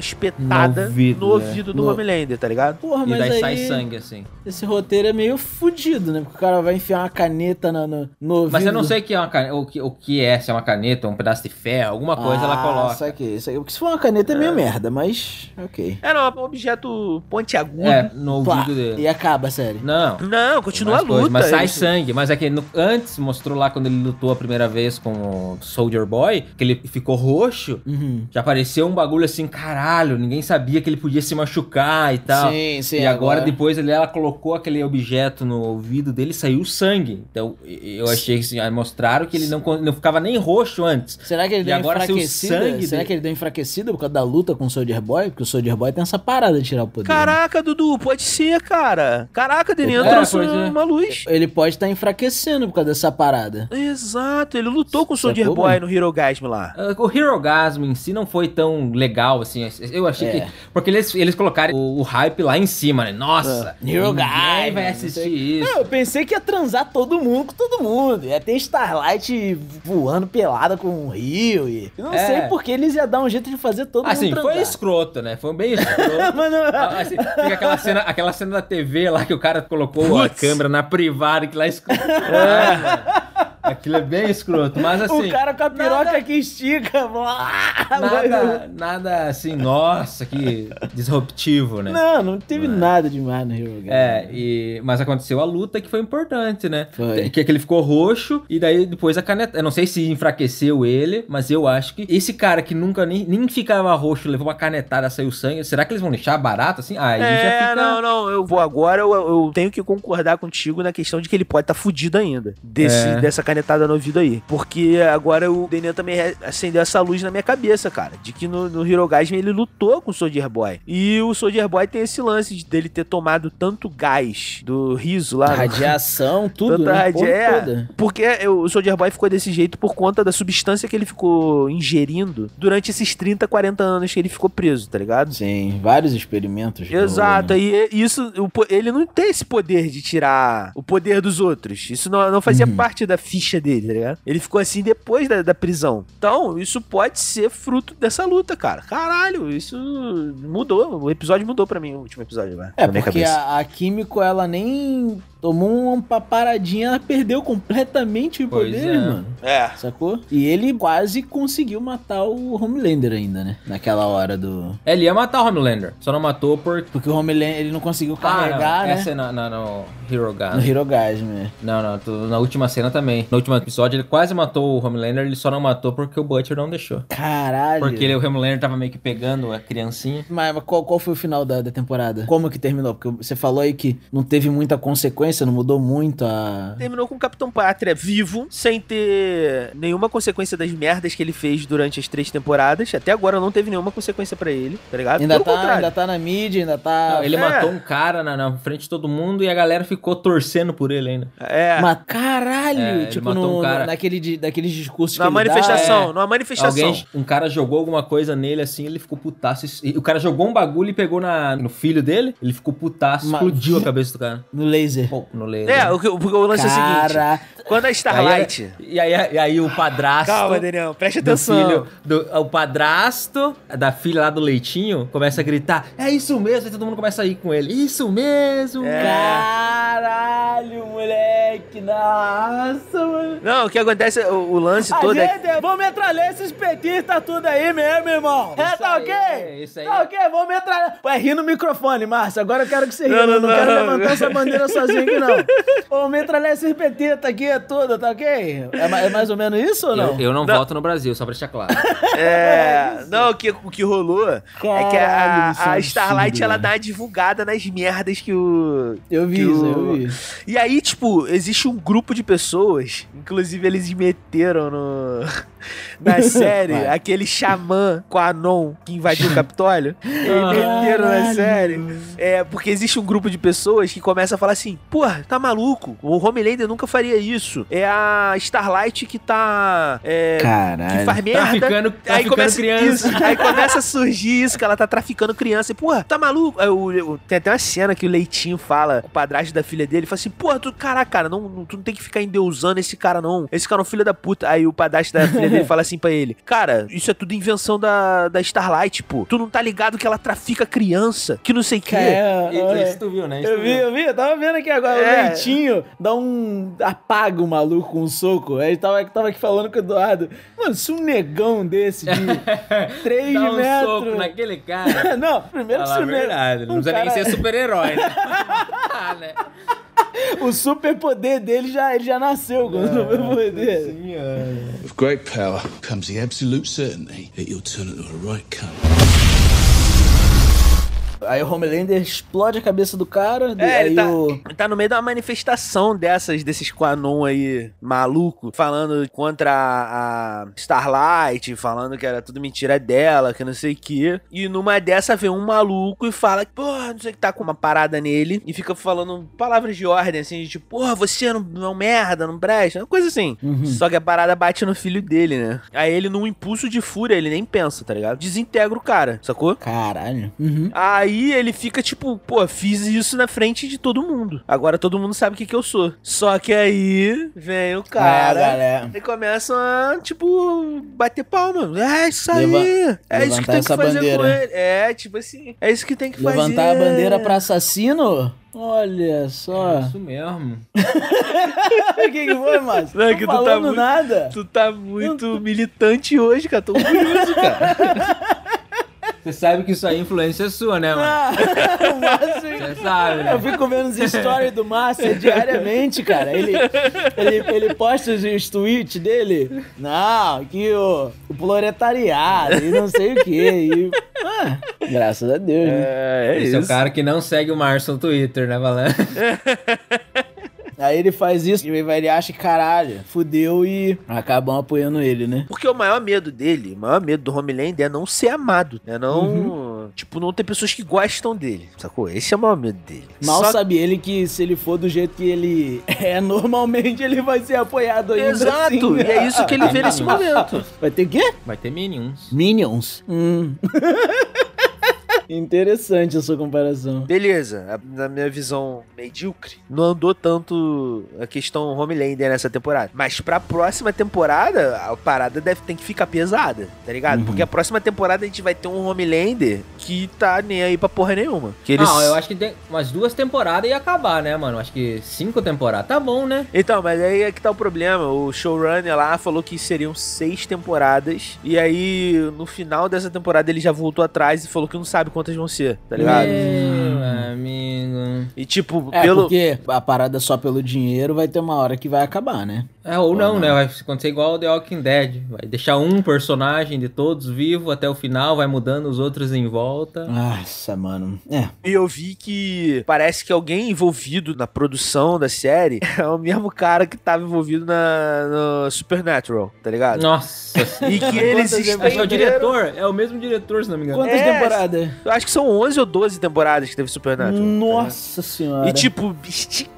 [SPEAKER 4] No
[SPEAKER 5] espetada no
[SPEAKER 4] ouvido,
[SPEAKER 5] ouvido,
[SPEAKER 4] né?
[SPEAKER 5] do
[SPEAKER 2] é. No-
[SPEAKER 5] Homelander, tá ligado?
[SPEAKER 2] Porra,
[SPEAKER 4] E
[SPEAKER 2] mas
[SPEAKER 4] daí
[SPEAKER 2] aí
[SPEAKER 4] sai sangue, assim.
[SPEAKER 2] esse roteiro é meio fudido, né? Porque o cara vai enfiar uma caneta na- no, no ouvido.
[SPEAKER 4] Mas eu não sei o que é uma caneta, o, que, o que é, se é uma caneta, um pedaço de ferro, alguma coisa
[SPEAKER 5] Ah,
[SPEAKER 2] Ah,
[SPEAKER 4] ela coloca.
[SPEAKER 2] Saquei, saquei. Porque se for uma caneta é meio merda, mas ok.
[SPEAKER 5] É, não, é um objeto pontiagudo.
[SPEAKER 4] É, no
[SPEAKER 2] Plá,
[SPEAKER 4] ouvido dele.
[SPEAKER 2] e acaba a série.
[SPEAKER 4] Não.
[SPEAKER 5] Não, continua a
[SPEAKER 4] mais coisa,
[SPEAKER 5] luta.
[SPEAKER 4] mas sai
[SPEAKER 5] eles-
[SPEAKER 4] sangue. Mas é que no- antes mostrou lá quando ele lutou a primeira vez com o Soldier Boy, que ele ficou roxo.
[SPEAKER 2] Uhum.
[SPEAKER 4] Já apareceu um bagulho assim, caralho, ninguém sabia que ele podia se machucar e tal.
[SPEAKER 2] Sim, sim.
[SPEAKER 4] Então, E agora, depois ele, ela colocou aquele objeto no ouvido dele e saiu sangue. Então e- eu achei que assim, aí mostraram que ele não, con- não ficava nem roxo antes.
[SPEAKER 2] Será que ele
[SPEAKER 4] E
[SPEAKER 2] deu
[SPEAKER 4] agora se o
[SPEAKER 2] enfraquecida?
[SPEAKER 4] sangue
[SPEAKER 2] Será
[SPEAKER 4] dele-
[SPEAKER 2] que ele deu enfraquecida por causa da luta com o Soldier Boy? Porque o Soldier Boy tem essa parada de tirar o poder. né?
[SPEAKER 5] Caraca, Dudu, pode ser, cara. Caraca, Daniel
[SPEAKER 4] É,
[SPEAKER 5] trouxe
[SPEAKER 4] pois é.
[SPEAKER 5] uma luz.
[SPEAKER 2] Ele pode estar enfraquecendo por causa dessa parada.
[SPEAKER 5] Exato, ele lutou
[SPEAKER 2] é
[SPEAKER 5] com o Soldier
[SPEAKER 2] Sacou,
[SPEAKER 5] Boy
[SPEAKER 2] mano?
[SPEAKER 5] no Hirogasm lá.
[SPEAKER 4] Ah, O Hero Gasm em si não foi tão legal assim. Eu achei
[SPEAKER 2] É.
[SPEAKER 4] que. Porque eles, eles colocaram o, o hype lá em cima, né? Nossa!
[SPEAKER 2] É. Hero
[SPEAKER 4] ninguém
[SPEAKER 2] Gasm,
[SPEAKER 4] vai
[SPEAKER 2] não
[SPEAKER 4] assistir
[SPEAKER 2] sei.
[SPEAKER 4] isso.
[SPEAKER 2] Não, eu pensei que ia transar todo mundo com todo mundo. Ia ter Starlight voando pelada com um rio. E... Eu não
[SPEAKER 4] É.
[SPEAKER 2] sei porque eles iam dar um jeito de fazer todo
[SPEAKER 4] Assim,
[SPEAKER 2] mundo transar.
[SPEAKER 4] foi escroto, né? Foi
[SPEAKER 2] [LAUGHS]
[SPEAKER 4] bem escroto.
[SPEAKER 2] Mas não-
[SPEAKER 4] Ah, assim, fica aquela cena, aquela cena da TV lá que o cara colocou a
[SPEAKER 5] Putz.
[SPEAKER 4] câmera na privada, que lá é escroto. Ah, velho. Aquilo [LAUGHS] é bem escroto, mas assim.
[SPEAKER 2] o cara com a piroca
[SPEAKER 4] nada-
[SPEAKER 2] que estica. "Ah,
[SPEAKER 4] Nada, nada assim, nossa, que disruptivo, né?
[SPEAKER 2] Não, não teve nada demais no Hero Gasm.
[SPEAKER 4] É, e, mas aconteceu a luta que foi importante, né?
[SPEAKER 2] Foi.
[SPEAKER 4] Que, que ele ficou roxo e daí depois a caneta. Eu não sei se enfraqueceu ele, mas eu acho que esse cara que nunca nem, nem ficava roxo levou uma canetada, saiu sangue. Será que eles vão deixar barato assim? Aí
[SPEAKER 5] É,
[SPEAKER 4] já fica.
[SPEAKER 5] não, não, eu vou agora, eu, eu tenho que concordar contigo na questão de que ele pode estar tá fudido ainda, desse,
[SPEAKER 4] É.
[SPEAKER 5] dessa canetada no ouvido aí. Porque agora o Daniel também re- acendeu essa luz na minha cabeça, cara, de que no, no Hirogasm ele lutou com o Soldier Boy. E o Soldier Boy tem esse lance de- dele ter tomado tanto gás do riso lá.
[SPEAKER 2] [LAUGHS]
[SPEAKER 5] no-
[SPEAKER 2] Radiação, tudo,
[SPEAKER 5] Tanta
[SPEAKER 2] né?
[SPEAKER 5] radia-
[SPEAKER 2] Porra
[SPEAKER 5] é,
[SPEAKER 2] toda.
[SPEAKER 5] [LAUGHS] Porque eu- o Soldier Boy ficou desse jeito por conta da substância que ele ficou ingerindo durante esses 30, 40 anos que ele ficou preso, tá ligado?
[SPEAKER 2] Sim, vários experimentos. que
[SPEAKER 5] Exato,
[SPEAKER 2] rolou, né?
[SPEAKER 5] aí é- isso, o po- ele não tem esse poder de tirar o poder dos outros. Isso não, não fazia
[SPEAKER 2] Uhum.
[SPEAKER 5] parte da ficha dele, tá ligado? Ele ficou assim depois da, da prisão. Então, isso pode ser fruto dessa luta, cara. Caralho, isso mudou. O episódio mudou pra mim, o último episódio, né?
[SPEAKER 2] É,
[SPEAKER 5] Na minha
[SPEAKER 2] porque
[SPEAKER 5] cabeça.
[SPEAKER 2] a, a Químico, ela nem tomou uma paradinha, ela perdeu completamente o
[SPEAKER 4] Pois
[SPEAKER 2] poder,
[SPEAKER 4] é.
[SPEAKER 2] mano.
[SPEAKER 5] É.
[SPEAKER 2] Sacou? E ele quase conseguiu matar o Homelander ainda, né? Naquela hora do...
[SPEAKER 4] É, Ele ia matar o Homelander, só não matou por.
[SPEAKER 2] Porque o Homelander, ele não conseguiu
[SPEAKER 4] ah,
[SPEAKER 2] carregar,
[SPEAKER 4] não,
[SPEAKER 2] né?
[SPEAKER 4] essa é na, na- no Hero Gun.
[SPEAKER 2] No Hirogasm, né?
[SPEAKER 4] Não, não, tu- na última cena também. No último episódio ele quase matou o Homelander, ele só não matou porque o Butcher não deixou.
[SPEAKER 2] Caralho.
[SPEAKER 4] Porque ele, é o Homelander tava meio que pegando a criancinha.
[SPEAKER 2] Mas mas qual, qual foi o final da, da temporada? Como que terminou? Porque você falou aí que não teve muita consequência. sequência, não mudou muito a.
[SPEAKER 4] É,
[SPEAKER 5] Terminou com o Capitão Pátria vivo, sem ter nenhuma consequência das merdas que ele fez durante as três temporadas. Até agora não teve nenhuma consequência pra ele, tá ligado?
[SPEAKER 2] Ainda
[SPEAKER 5] Pelo
[SPEAKER 2] tá,
[SPEAKER 5] contrário.
[SPEAKER 2] ainda tá na mídia, ainda tá.
[SPEAKER 4] Não, ele
[SPEAKER 5] é.
[SPEAKER 4] matou um cara na, na frente de todo mundo e a galera ficou torcendo por ele ainda.
[SPEAKER 5] É.
[SPEAKER 2] Mas caralho!
[SPEAKER 4] É, ele
[SPEAKER 2] tipo,
[SPEAKER 4] matou
[SPEAKER 2] no,
[SPEAKER 4] um cara.
[SPEAKER 2] naquele, di- daqueles discursos
[SPEAKER 5] Numa
[SPEAKER 2] que ele dá,
[SPEAKER 5] manifestação,
[SPEAKER 4] é.
[SPEAKER 5] numa manifestação.
[SPEAKER 4] Alguém, um cara jogou alguma coisa nele assim, ele ficou putaço. E o cara jogou um bagulho e pegou na, no filho dele, ele ficou putaço,
[SPEAKER 2] Mas-
[SPEAKER 4] explodiu a cabeça do cara.
[SPEAKER 2] é, no laser.
[SPEAKER 4] Pô, no leio.
[SPEAKER 5] É, o, que- o, o lance é o seguinte.
[SPEAKER 2] Cara,
[SPEAKER 5] Quando a Starlight.
[SPEAKER 4] E aí, e aí o padrasto.
[SPEAKER 5] Calma, Daniel, preste
[SPEAKER 4] do
[SPEAKER 5] atenção.
[SPEAKER 4] filho, do, o padrasto da filha lá do leitinho começa a gritar: É isso mesmo, e todo mundo começa a ir com ele. Isso mesmo,
[SPEAKER 2] É. Caralho, moleque! Nossa, mano!
[SPEAKER 5] Não, o que acontece, é o, o lance todo é.
[SPEAKER 2] vamos metralhar esses petistas tudo aí mesmo, irmão! É,
[SPEAKER 4] Isso
[SPEAKER 2] tá
[SPEAKER 4] aí,
[SPEAKER 2] ok?
[SPEAKER 4] é, isso aí.
[SPEAKER 2] Tá ok, vamos metralhar. Vai rir no microfone, Márcio. Agora eu quero que você ria.
[SPEAKER 5] Não,
[SPEAKER 2] eu Não,
[SPEAKER 5] não,
[SPEAKER 2] quero
[SPEAKER 5] não.
[SPEAKER 2] levantar essa bandeira sozinho aqui,
[SPEAKER 5] [LAUGHS]
[SPEAKER 2] não. Vamos metralhar esses petistas aqui tudo, tá ok? É, ma- é mais ou menos isso ou não?
[SPEAKER 4] Eu, eu não, voto no Brasil, só pra deixar [LAUGHS] claro.
[SPEAKER 5] É, não, o que, o que rolou é que a,
[SPEAKER 2] Caralho, isso é
[SPEAKER 5] a
[SPEAKER 2] absurdo,
[SPEAKER 5] Starlight ela
[SPEAKER 2] velho.
[SPEAKER 5] dá uma divulgada nas merdas que o.
[SPEAKER 2] Eu vi
[SPEAKER 5] que
[SPEAKER 2] isso,
[SPEAKER 5] o-
[SPEAKER 2] eu vi.
[SPEAKER 5] E aí, tipo, existe um grupo de pessoas, inclusive eles meteram no. [LAUGHS]
[SPEAKER 2] [LAUGHS]
[SPEAKER 5] Na série,
[SPEAKER 2] Vai.
[SPEAKER 5] aquele xamã com a Anon que
[SPEAKER 2] [LAUGHS]
[SPEAKER 5] invadiu o Capitólio. Eles meteram na
[SPEAKER 2] Caralho.
[SPEAKER 5] série. É, porque existe um grupo de pessoas que começa a falar assim: porra, tá maluco? O Homelander nunca faria isso. É a Starlight que tá. é, que
[SPEAKER 2] Caralho.
[SPEAKER 5] faz merda.
[SPEAKER 4] Tá ficando, tá
[SPEAKER 5] aí
[SPEAKER 4] ficando
[SPEAKER 5] começa
[SPEAKER 4] criança.
[SPEAKER 5] isso, aí começa a surgir isso que ela tá traficando criança. E, porra, tá maluco? Aí o- o- tem até uma cena que o Leitinho fala, o padrasto da filha dele, fala assim: porra, tu, caraca, cara, não, não- tu não tem que ficar endeusando esse cara, não. Esse cara é um filho da puta. Aí o padrasto da filha dele fala assim pra ele: cara, isso é tudo invenção da, da Starlight, pô. Tu não tá ligado que ela trafica criança, que não sei o quê.
[SPEAKER 2] É, olha.
[SPEAKER 4] Isso tu viu, né? Isso
[SPEAKER 2] Eu
[SPEAKER 4] tu
[SPEAKER 2] vi,
[SPEAKER 4] viu.
[SPEAKER 2] eu vi, eu tava vendo aqui agora.
[SPEAKER 5] É.
[SPEAKER 2] O leitinho dá um. apaga o maluco com um soco. Aí tava, tava aqui falando com o Eduardo. Mano, se um negão desse
[SPEAKER 4] [LAUGHS]
[SPEAKER 2] de 3
[SPEAKER 4] Dá um soco
[SPEAKER 2] metros.
[SPEAKER 4] naquele cara.
[SPEAKER 2] [LAUGHS] Não, primeiro que
[SPEAKER 4] Fala
[SPEAKER 2] se
[SPEAKER 4] a
[SPEAKER 2] o ne-
[SPEAKER 4] verdade, não
[SPEAKER 2] um
[SPEAKER 4] precisa nem
[SPEAKER 2] cara-
[SPEAKER 4] ser
[SPEAKER 2] [LAUGHS]
[SPEAKER 4] super-herói, né? Ah, né?
[SPEAKER 2] o superpoder dele já, ele já nasceu com o superpoder.
[SPEAKER 3] With great power comes the absolute certainty that you'll turn into a right cunt.
[SPEAKER 2] Aí o Homelander explode a cabeça do cara.
[SPEAKER 5] É,
[SPEAKER 2] aí
[SPEAKER 5] ele tá,
[SPEAKER 2] o...
[SPEAKER 5] ele tá no meio de uma manifestação dessas, desses Quanon aí, maluco, falando contra a, a Starlight, falando que era tudo mentira dela, que não sei o que. E numa dessa vem um maluco e fala, porra, não sei o que tá com uma parada nele, e fica falando palavras de ordem, assim, de tipo, porra, você não, não é um merda, não presta, uma coisa assim.
[SPEAKER 4] Uhum.
[SPEAKER 2] Uhum.
[SPEAKER 5] Só que a parada bate no filho dele, né? Aí ele, num impulso de fúria, ele nem pensa, tá ligado? Desintegra o cara, sacou?
[SPEAKER 2] Caralho. Uhum.
[SPEAKER 5] Aí ele fica tipo, pô, fiz isso na frente de todo mundo. Agora todo mundo sabe o que, que eu sou. Só que aí vem o
[SPEAKER 2] Ah,
[SPEAKER 4] É,
[SPEAKER 5] cara.
[SPEAKER 2] galera.
[SPEAKER 5] e começam a, tipo, bater palma. É isso aí.
[SPEAKER 2] Leva-
[SPEAKER 5] é isso que
[SPEAKER 2] levantar
[SPEAKER 5] tem que
[SPEAKER 2] essa
[SPEAKER 5] fazer com
[SPEAKER 2] bandeira.
[SPEAKER 5] ele. É, tipo assim. É isso que tem que fazer.
[SPEAKER 2] Levantar a bandeira pra assassino? Olha só.
[SPEAKER 4] É Isso mesmo.
[SPEAKER 2] O que, que foi, Márcio?
[SPEAKER 5] Não,
[SPEAKER 2] Não,
[SPEAKER 5] é que tu tá
[SPEAKER 2] falando
[SPEAKER 5] muito-
[SPEAKER 2] nada.
[SPEAKER 5] Tu tá muito militante hoje, cara.
[SPEAKER 2] [LAUGHS]
[SPEAKER 5] Tô curioso, cara.
[SPEAKER 4] Você sabe que isso aí é influência sua, né, mano?
[SPEAKER 2] Ah, [LAUGHS] o
[SPEAKER 4] Você
[SPEAKER 2] Márcio.
[SPEAKER 4] sabe,
[SPEAKER 2] Eu
[SPEAKER 4] né?
[SPEAKER 2] fico vendo os stories do Márcio diariamente, cara. Ele, ele, ele posta os, os tweets dele. Não, que o, o proletariado e não sei o quê. E, ah, graças a Deus, né?
[SPEAKER 5] É, é
[SPEAKER 4] Esse é o cara que não segue o Márcio no Twitter,
[SPEAKER 2] [LAUGHS]
[SPEAKER 4] né, Valé?
[SPEAKER 2] Aí ele faz isso e ele acha que caralho, fudeu e acabam apoiando ele, né?
[SPEAKER 5] Porque o maior medo dele, o maior medo do Homelander é não ser amado. É não.
[SPEAKER 2] Uhum.
[SPEAKER 5] Tipo, não ter pessoas que gostam dele. Sacou? Esse é o maior medo dele.
[SPEAKER 2] Mal
[SPEAKER 5] Só-
[SPEAKER 2] sabe ele que se ele for do jeito que ele [LAUGHS] é normalmente, ele vai ser apoiado ainda
[SPEAKER 5] Exato!
[SPEAKER 2] assim.
[SPEAKER 5] E é isso que ele
[SPEAKER 2] [LAUGHS]
[SPEAKER 5] vê nesse momento.
[SPEAKER 2] Vai ter o quê?
[SPEAKER 4] Vai ter Minions.
[SPEAKER 2] Minions. Hum. [LAUGHS] Interessante a sua comparação.
[SPEAKER 5] Beleza, a- na minha visão medíocre, não andou tanto a questão Homelander nessa temporada. Mas pra próxima temporada, a parada deve tem que ficar pesada, tá ligado? Porque a próxima temporada a gente vai ter um Homelander que tá nem aí pra porra nenhuma. Que ele...
[SPEAKER 4] Não, eu acho que tem umas duas temporadas e acabar, né, mano? Acho que cinco temporadas. Tá bom, né?
[SPEAKER 5] Então, mas aí é que tá o problema. O showrunner lá falou que seriam seis temporadas. E aí, no final dessa temporada, ele já voltou atrás e falou que não sabe quantas vão ser, tá ligado?
[SPEAKER 4] É. Meu amigo.
[SPEAKER 5] E tipo,
[SPEAKER 2] É,
[SPEAKER 5] pelo.
[SPEAKER 2] porque a parada só pelo dinheiro vai ter uma hora que vai acabar, né?
[SPEAKER 4] É, ou não, né? Vai acontecer igual o The Walking Dead. Vai deixar um personagem de todos vivo até o final, vai mudando os outros em volta.
[SPEAKER 2] Nossa, mano. É.
[SPEAKER 5] E eu vi que parece que alguém envolvido na produção da série [LAUGHS] é o mesmo cara que tava envolvido na no Supernatural, tá ligado? [LAUGHS]
[SPEAKER 4] Nossa
[SPEAKER 5] E que eles
[SPEAKER 4] Acho que é o
[SPEAKER 5] estenderam...
[SPEAKER 4] diretor, é o mesmo diretor, se não me engano.
[SPEAKER 2] Quantas
[SPEAKER 5] É,
[SPEAKER 2] temporadas?
[SPEAKER 5] Eu acho que são 11 ou 12 temporadas que teve Supernatural. tá ligado?
[SPEAKER 2] Nossa senhora.
[SPEAKER 5] E tipo,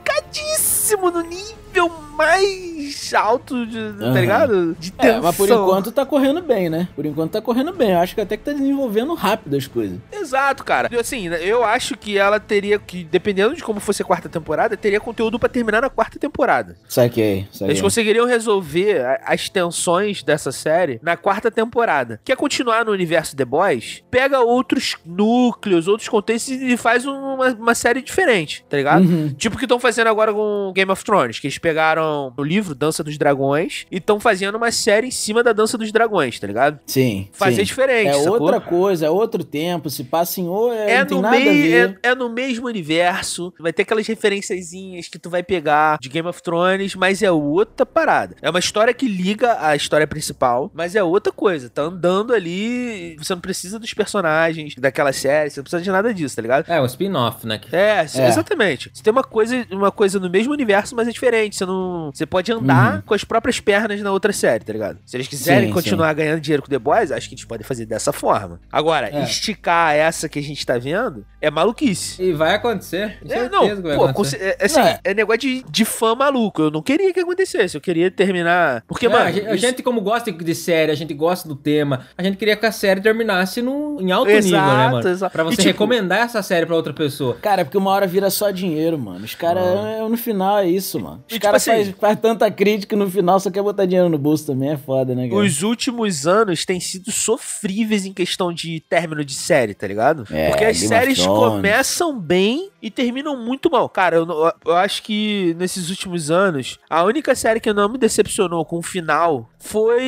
[SPEAKER 5] esticadíssimo no nível mais alto, de, tá
[SPEAKER 2] Aham.
[SPEAKER 5] ligado? De
[SPEAKER 2] É,
[SPEAKER 5] tensão.
[SPEAKER 2] mas por enquanto tá correndo bem, né? Por enquanto tá correndo bem. Eu acho que até que tá desenvolvendo rápido as coisas.
[SPEAKER 5] Exato, cara. E, Assim, eu acho que ela teria que, dependendo de como fosse a quarta temporada, teria conteúdo pra terminar na quarta temporada.
[SPEAKER 2] Saquei,
[SPEAKER 5] Eles
[SPEAKER 2] saquei.
[SPEAKER 5] conseguiriam resolver a- as tensões dessa série na quarta temporada. Quer continuar no universo The Boys? Pega outros núcleos, outros contextos e faz um, uma, uma série diferente, tá ligado?
[SPEAKER 2] Uhum.
[SPEAKER 5] Tipo o que estão fazendo agora com Game of Thrones, que eles pegaram o livro Dança dos Dragões e estão fazendo uma série em cima da Dança dos Dragões, tá ligado?
[SPEAKER 2] Sim.
[SPEAKER 5] Fazer
[SPEAKER 2] sim.
[SPEAKER 5] diferente,
[SPEAKER 2] É
[SPEAKER 5] sacou?
[SPEAKER 2] outra coisa, é outro tempo. Se passa em ou é,
[SPEAKER 5] É
[SPEAKER 2] não tem
[SPEAKER 5] no,
[SPEAKER 2] nada a
[SPEAKER 5] mei-
[SPEAKER 2] ver.
[SPEAKER 5] é, é no mesmo universo, vai ter aquelas referenciazinhas que tu vai pegar de Game of Thrones, mas é outra parada. É uma história que liga à história principal, mas é outra coisa. Tá andando ali, você não precisa dos personagens daquela série, você não precisa de nada disso, tá ligado?
[SPEAKER 4] É, um spin-off, né?
[SPEAKER 5] É,
[SPEAKER 2] É.
[SPEAKER 5] exatamente. Você tem uma coisa, uma coisa no mesmo universo, mas é diferente. Você não, você pode
[SPEAKER 4] Uhum.
[SPEAKER 5] andar com as próprias pernas na outra série, tá ligado? Se eles quiserem
[SPEAKER 2] Sim,
[SPEAKER 5] continuar ganhando dinheiro com The Boys, acho que eles podem fazer dessa forma. Agora,
[SPEAKER 4] É.
[SPEAKER 5] esticar essa que a gente tá vendo é maluquice.
[SPEAKER 4] E vai acontecer. Com
[SPEAKER 5] É,
[SPEAKER 4] certeza
[SPEAKER 5] não,
[SPEAKER 4] que vai
[SPEAKER 5] pô,
[SPEAKER 4] acontecer.
[SPEAKER 5] conce- é, é assim,
[SPEAKER 2] É.
[SPEAKER 5] é negócio de, de fã maluco. Eu não queria que acontecesse, eu queria terminar. Porque,
[SPEAKER 4] É,
[SPEAKER 5] mano,
[SPEAKER 4] a gente, a
[SPEAKER 5] isso-
[SPEAKER 4] gente, como gosta de série, a gente gosta do tema, a gente queria que a série terminasse no, em alto nível, né,
[SPEAKER 5] Exato,
[SPEAKER 4] mano?
[SPEAKER 5] exato.
[SPEAKER 4] Pra
[SPEAKER 5] E,
[SPEAKER 4] você
[SPEAKER 5] tipo-
[SPEAKER 4] recomendar essa série pra outra pessoa.
[SPEAKER 2] Cara, é porque uma hora vira só dinheiro, mano. Os caras, no final é isso, mano. Os
[SPEAKER 5] E, tipo
[SPEAKER 2] caras
[SPEAKER 5] assim-
[SPEAKER 2] fazem faz tanta crítica e no final só quer botar dinheiro no bolso também. É foda, né, cara?
[SPEAKER 5] Os últimos anos têm sido sofríveis em questão de término de série, tá ligado?
[SPEAKER 2] É,
[SPEAKER 5] Porque as
[SPEAKER 2] Game of
[SPEAKER 5] séries
[SPEAKER 2] Thrones.
[SPEAKER 5] começam bem e terminam muito mal. Cara, eu, não- eu acho que nesses últimos anos, a única série que não me decepcionou com o final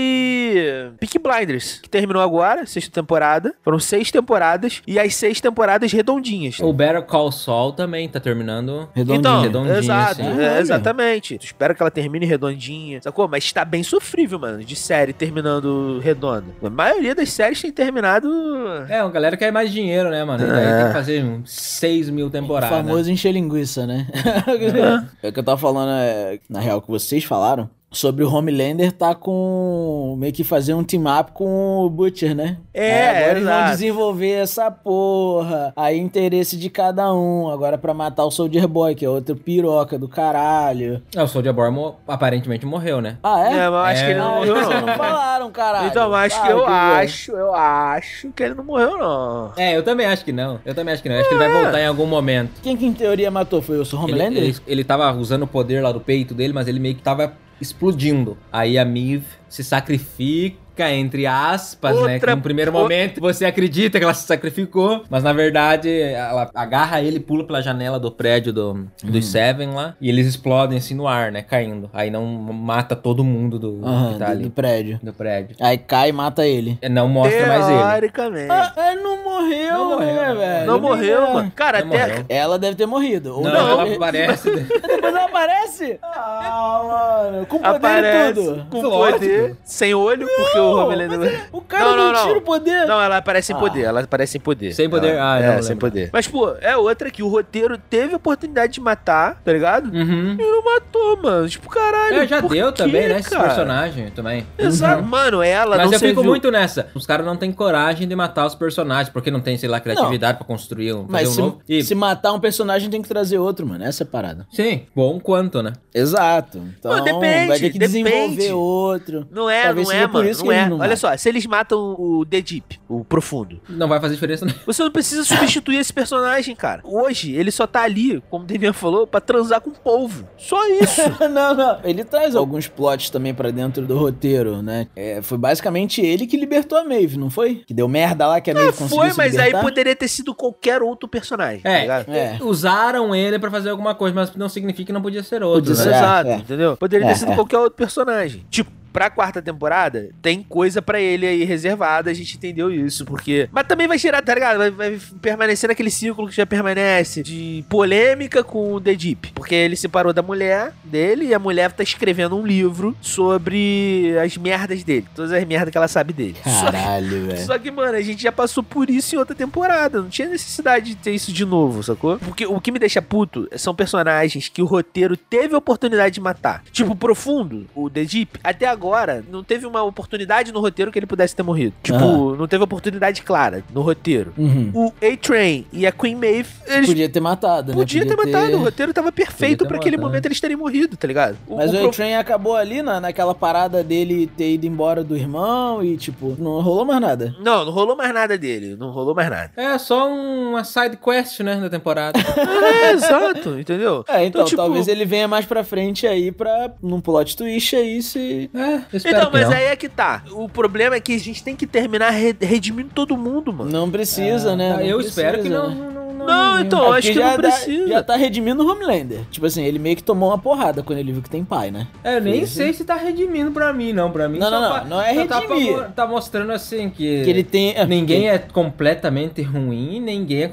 [SPEAKER 5] foi Peak Blinders, que terminou agora, sexta temporada. Foram seis temporadas e as seis temporadas redondinhas. tá
[SPEAKER 4] O Better Call Saul também tá terminando.
[SPEAKER 2] Redondinho.
[SPEAKER 5] Então,
[SPEAKER 4] redondinho,
[SPEAKER 5] exato,
[SPEAKER 4] assim.
[SPEAKER 5] é,
[SPEAKER 2] Caralho.
[SPEAKER 5] exatamente. Tu espera que ela termine redondinha, sacou? Mas tá bem sofrível, mano, de série terminando redonda. A maioria das séries tem terminado.
[SPEAKER 4] É, a galera quer mais dinheiro, né, mano? E daí tem que fazer uns 6 mil
[SPEAKER 2] É. O
[SPEAKER 4] temporadas.
[SPEAKER 2] famoso encher linguiça, né? é [LAUGHS] o que eu tava falando, é, na real, que vocês falaram. Sobre o Homelander tá com. meio que fazer um team-up com o Butcher, né?
[SPEAKER 5] É,
[SPEAKER 2] agora eles vão
[SPEAKER 5] exato.
[SPEAKER 2] desenvolver essa porra. Aí interesse de cada um. Agora pra matar o Soldier Boy, que é outro piroca do caralho.
[SPEAKER 4] É, o Soldier Boy mo- aparentemente morreu, né?
[SPEAKER 2] Ah, é?
[SPEAKER 5] É, mas eu acho
[SPEAKER 4] É.
[SPEAKER 5] que ele não
[SPEAKER 2] Ah,
[SPEAKER 5] morreu,
[SPEAKER 2] vocês não
[SPEAKER 5] não.
[SPEAKER 2] falaram, caralho.
[SPEAKER 5] Então, mas acho que
[SPEAKER 2] Ah,
[SPEAKER 5] eu
[SPEAKER 2] bom.
[SPEAKER 5] acho, eu acho que ele não morreu, não.
[SPEAKER 4] É, eu também acho que não. Eu também acho que não. Eu acho que
[SPEAKER 5] É.
[SPEAKER 4] ele vai voltar em algum momento.
[SPEAKER 2] Quem que em teoria matou? Foi o Sr.
[SPEAKER 4] Ele,
[SPEAKER 2] Homelander?
[SPEAKER 4] ele, ele tava usando o poder lá do peito dele, mas ele meio que tava explodindo. Aí a Miv se sacrifica, entre aspas, né? Que
[SPEAKER 5] Outra-
[SPEAKER 4] no primeiro
[SPEAKER 5] outra-
[SPEAKER 4] momento você acredita que ela se sacrificou, mas na verdade ela agarra ele, pula pela janela do prédio do,
[SPEAKER 2] Uhum.
[SPEAKER 4] dos Seven lá, e eles explodem assim no ar, né? Caindo. Aí não mata todo mundo do,
[SPEAKER 2] Aham,
[SPEAKER 4] que tá
[SPEAKER 2] do-
[SPEAKER 4] ali,
[SPEAKER 2] do prédio.
[SPEAKER 4] do prédio.
[SPEAKER 2] Aí cai e mata ele.
[SPEAKER 4] É, Não mostra mais ele.
[SPEAKER 5] Teoricamente.
[SPEAKER 2] Ah, ele não morreu,
[SPEAKER 4] Não morreu,
[SPEAKER 2] né,
[SPEAKER 4] não
[SPEAKER 2] velho?
[SPEAKER 5] não
[SPEAKER 2] Nem
[SPEAKER 5] morreu,
[SPEAKER 2] é.
[SPEAKER 5] mano. Cara,
[SPEAKER 4] Não
[SPEAKER 5] até.
[SPEAKER 4] morreu.
[SPEAKER 2] Ela deve ter morrido. Ou
[SPEAKER 4] Não,
[SPEAKER 2] não,
[SPEAKER 4] ela
[SPEAKER 5] [LAUGHS]
[SPEAKER 4] aparece.
[SPEAKER 2] Depois ela aparece? [LAUGHS] Ah, mano. Com poder e
[SPEAKER 5] Aparece
[SPEAKER 2] tudo. é
[SPEAKER 5] com
[SPEAKER 4] Lógico.
[SPEAKER 5] poder, sem olho, porque o
[SPEAKER 2] mas
[SPEAKER 5] Homelander...
[SPEAKER 2] ele- o cara não,
[SPEAKER 5] Não, não, não.
[SPEAKER 2] tira o
[SPEAKER 5] [LAUGHS]
[SPEAKER 2] poder.
[SPEAKER 5] Não, ela aparece em
[SPEAKER 2] Ah.
[SPEAKER 5] poder, ela aparece em poder.
[SPEAKER 4] Sem poder?
[SPEAKER 5] Ela-
[SPEAKER 4] Ah, não,
[SPEAKER 5] é,
[SPEAKER 4] lembro.
[SPEAKER 5] sem poder. Mas, pô, é outra que o roteiro teve a oportunidade de matar, tá ligado?
[SPEAKER 4] uhum.
[SPEAKER 5] E não matou, mano. Tipo, caralho.
[SPEAKER 4] É, já
[SPEAKER 5] por
[SPEAKER 4] deu
[SPEAKER 5] quê,
[SPEAKER 4] também, né? Esse
[SPEAKER 5] cara?
[SPEAKER 4] personagem também.
[SPEAKER 5] Exato.
[SPEAKER 4] Uhum.
[SPEAKER 5] Mano, ela
[SPEAKER 4] Mas
[SPEAKER 5] não
[SPEAKER 4] eu
[SPEAKER 5] serviu.
[SPEAKER 4] fico muito nessa. Os caras não têm coragem de matar os personagens, porque não tem, sei lá, criatividade pra construir um, fazer
[SPEAKER 2] Mas
[SPEAKER 4] um
[SPEAKER 2] se,
[SPEAKER 4] novo. E-
[SPEAKER 2] se matar um personagem, tem que trazer outro, mano. Essa é a parada.
[SPEAKER 4] Sim, bom quanto, né?
[SPEAKER 2] Exato. Então,
[SPEAKER 5] Não, depende,
[SPEAKER 2] vai ter que
[SPEAKER 5] depende.
[SPEAKER 2] desenvolver outro.
[SPEAKER 5] Não é,
[SPEAKER 2] Talvez
[SPEAKER 5] não
[SPEAKER 2] seja
[SPEAKER 5] é,
[SPEAKER 2] por
[SPEAKER 5] mano.
[SPEAKER 2] isso
[SPEAKER 5] Não
[SPEAKER 2] que
[SPEAKER 5] é.
[SPEAKER 2] eles não
[SPEAKER 5] Olha
[SPEAKER 2] matam.
[SPEAKER 5] só, se eles matam o The Deep, o profundo,
[SPEAKER 4] Não vai fazer diferença né?
[SPEAKER 5] você não precisa substituir esse personagem, cara. Hoje, ele só tá ali, como o Demian falou, pra transar com polvo. Só isso.
[SPEAKER 2] [LAUGHS] não, não. Ele traz alguns plots também pra dentro do roteiro, né? É, foi basicamente ele que libertou a Maeve, não foi? Que deu merda lá que a Maeve
[SPEAKER 5] Ah,
[SPEAKER 2] conseguiu
[SPEAKER 5] foi,
[SPEAKER 2] se
[SPEAKER 5] mas aí
[SPEAKER 2] libertar.
[SPEAKER 5] poderia ter sido qualquer outro personagem, tá
[SPEAKER 4] É,
[SPEAKER 5] ligado?
[SPEAKER 2] É.
[SPEAKER 4] Usaram ele pra fazer alguma coisa, mas não significa que não podia ser outro,
[SPEAKER 2] Podia
[SPEAKER 4] né?
[SPEAKER 2] ser.
[SPEAKER 5] Exato,
[SPEAKER 2] é.
[SPEAKER 5] entendeu? Poderia
[SPEAKER 2] É,
[SPEAKER 5] ter sido
[SPEAKER 2] é.
[SPEAKER 5] qualquer outro personagem. Tipo, pra quarta temporada, tem coisa pra ele aí reservada, a gente entendeu isso, porque. Mas também vai girar, tá ligado? Vai, vai permanecer naquele círculo que já permanece de polêmica com o The Deep. Porque ele separou da mulher dele e a mulher tá escrevendo um livro sobre as merdas dele, todas as merdas que ela sabe dele. Só que-
[SPEAKER 2] Caralho, velho.
[SPEAKER 5] só que, mano, a gente já passou por isso em outra temporada. Não tinha necessidade de ter isso de novo, sacou? Porque o que me deixa puto são personagens que o roteiro teve a oportunidade de matar. Tipo, o profundo, o The Deep, até agora, não teve uma oportunidade no roteiro que ele pudesse ter morrido. Tipo,
[SPEAKER 2] Aham.
[SPEAKER 5] não teve oportunidade clara no roteiro.
[SPEAKER 2] Ah. Uhum.
[SPEAKER 5] O A-Train e a Queen Maeve, eles
[SPEAKER 2] Podia ter matado, né?
[SPEAKER 5] podiam ter matado. O roteiro tava perfeito
[SPEAKER 4] ter
[SPEAKER 5] pra aquele
[SPEAKER 4] matado.
[SPEAKER 5] momento eles terem morrido, tá ligado? O,
[SPEAKER 2] Mas
[SPEAKER 5] o
[SPEAKER 2] o,
[SPEAKER 5] profundo-
[SPEAKER 2] A-Train acabou ali na, naquela parada dele ter ido embora do irmão e, tipo, não rolou mais nada.
[SPEAKER 5] Não, não rolou mais nada dele. Não rolou
[SPEAKER 2] [LAUGHS]
[SPEAKER 5] mais nada.
[SPEAKER 4] É só uma side quest, né, da temporada.
[SPEAKER 5] é, exato, entendeu?
[SPEAKER 2] É, então,
[SPEAKER 5] tipo-
[SPEAKER 2] talvez ele venha mais pra frente aí pra, num plot twist aí se...
[SPEAKER 4] é, eu espero
[SPEAKER 5] Então,
[SPEAKER 4] que
[SPEAKER 5] mas
[SPEAKER 4] não.
[SPEAKER 5] aí é que tá. O problema é que a gente tem que terminar re- redimindo todo mundo, mano.
[SPEAKER 2] Não precisa,
[SPEAKER 5] Ah,
[SPEAKER 2] né?
[SPEAKER 5] tá,
[SPEAKER 2] Não
[SPEAKER 4] eu
[SPEAKER 2] precisa,
[SPEAKER 4] espero que
[SPEAKER 2] né?
[SPEAKER 4] não. não, não,
[SPEAKER 5] Não,
[SPEAKER 4] não-
[SPEAKER 5] então,
[SPEAKER 2] É,
[SPEAKER 5] eu
[SPEAKER 2] porque
[SPEAKER 5] acho que
[SPEAKER 2] já
[SPEAKER 5] não
[SPEAKER 2] dá-
[SPEAKER 5] precisa.
[SPEAKER 2] já tá redimindo o Homelander. Tipo assim, ele meio que tomou uma porrada quando ele viu que tem pai, né?
[SPEAKER 4] É, eu
[SPEAKER 2] Sim.
[SPEAKER 4] nem sei se tá redimindo pra mim, não. Pra mim,
[SPEAKER 2] Não,
[SPEAKER 4] só
[SPEAKER 2] não,
[SPEAKER 4] pa-
[SPEAKER 2] não, não é
[SPEAKER 4] só tá
[SPEAKER 2] redimir.
[SPEAKER 4] pa- Tá mostrando assim que.
[SPEAKER 2] Que ele tem... é,
[SPEAKER 4] Ninguém é completamente ruim, ninguém é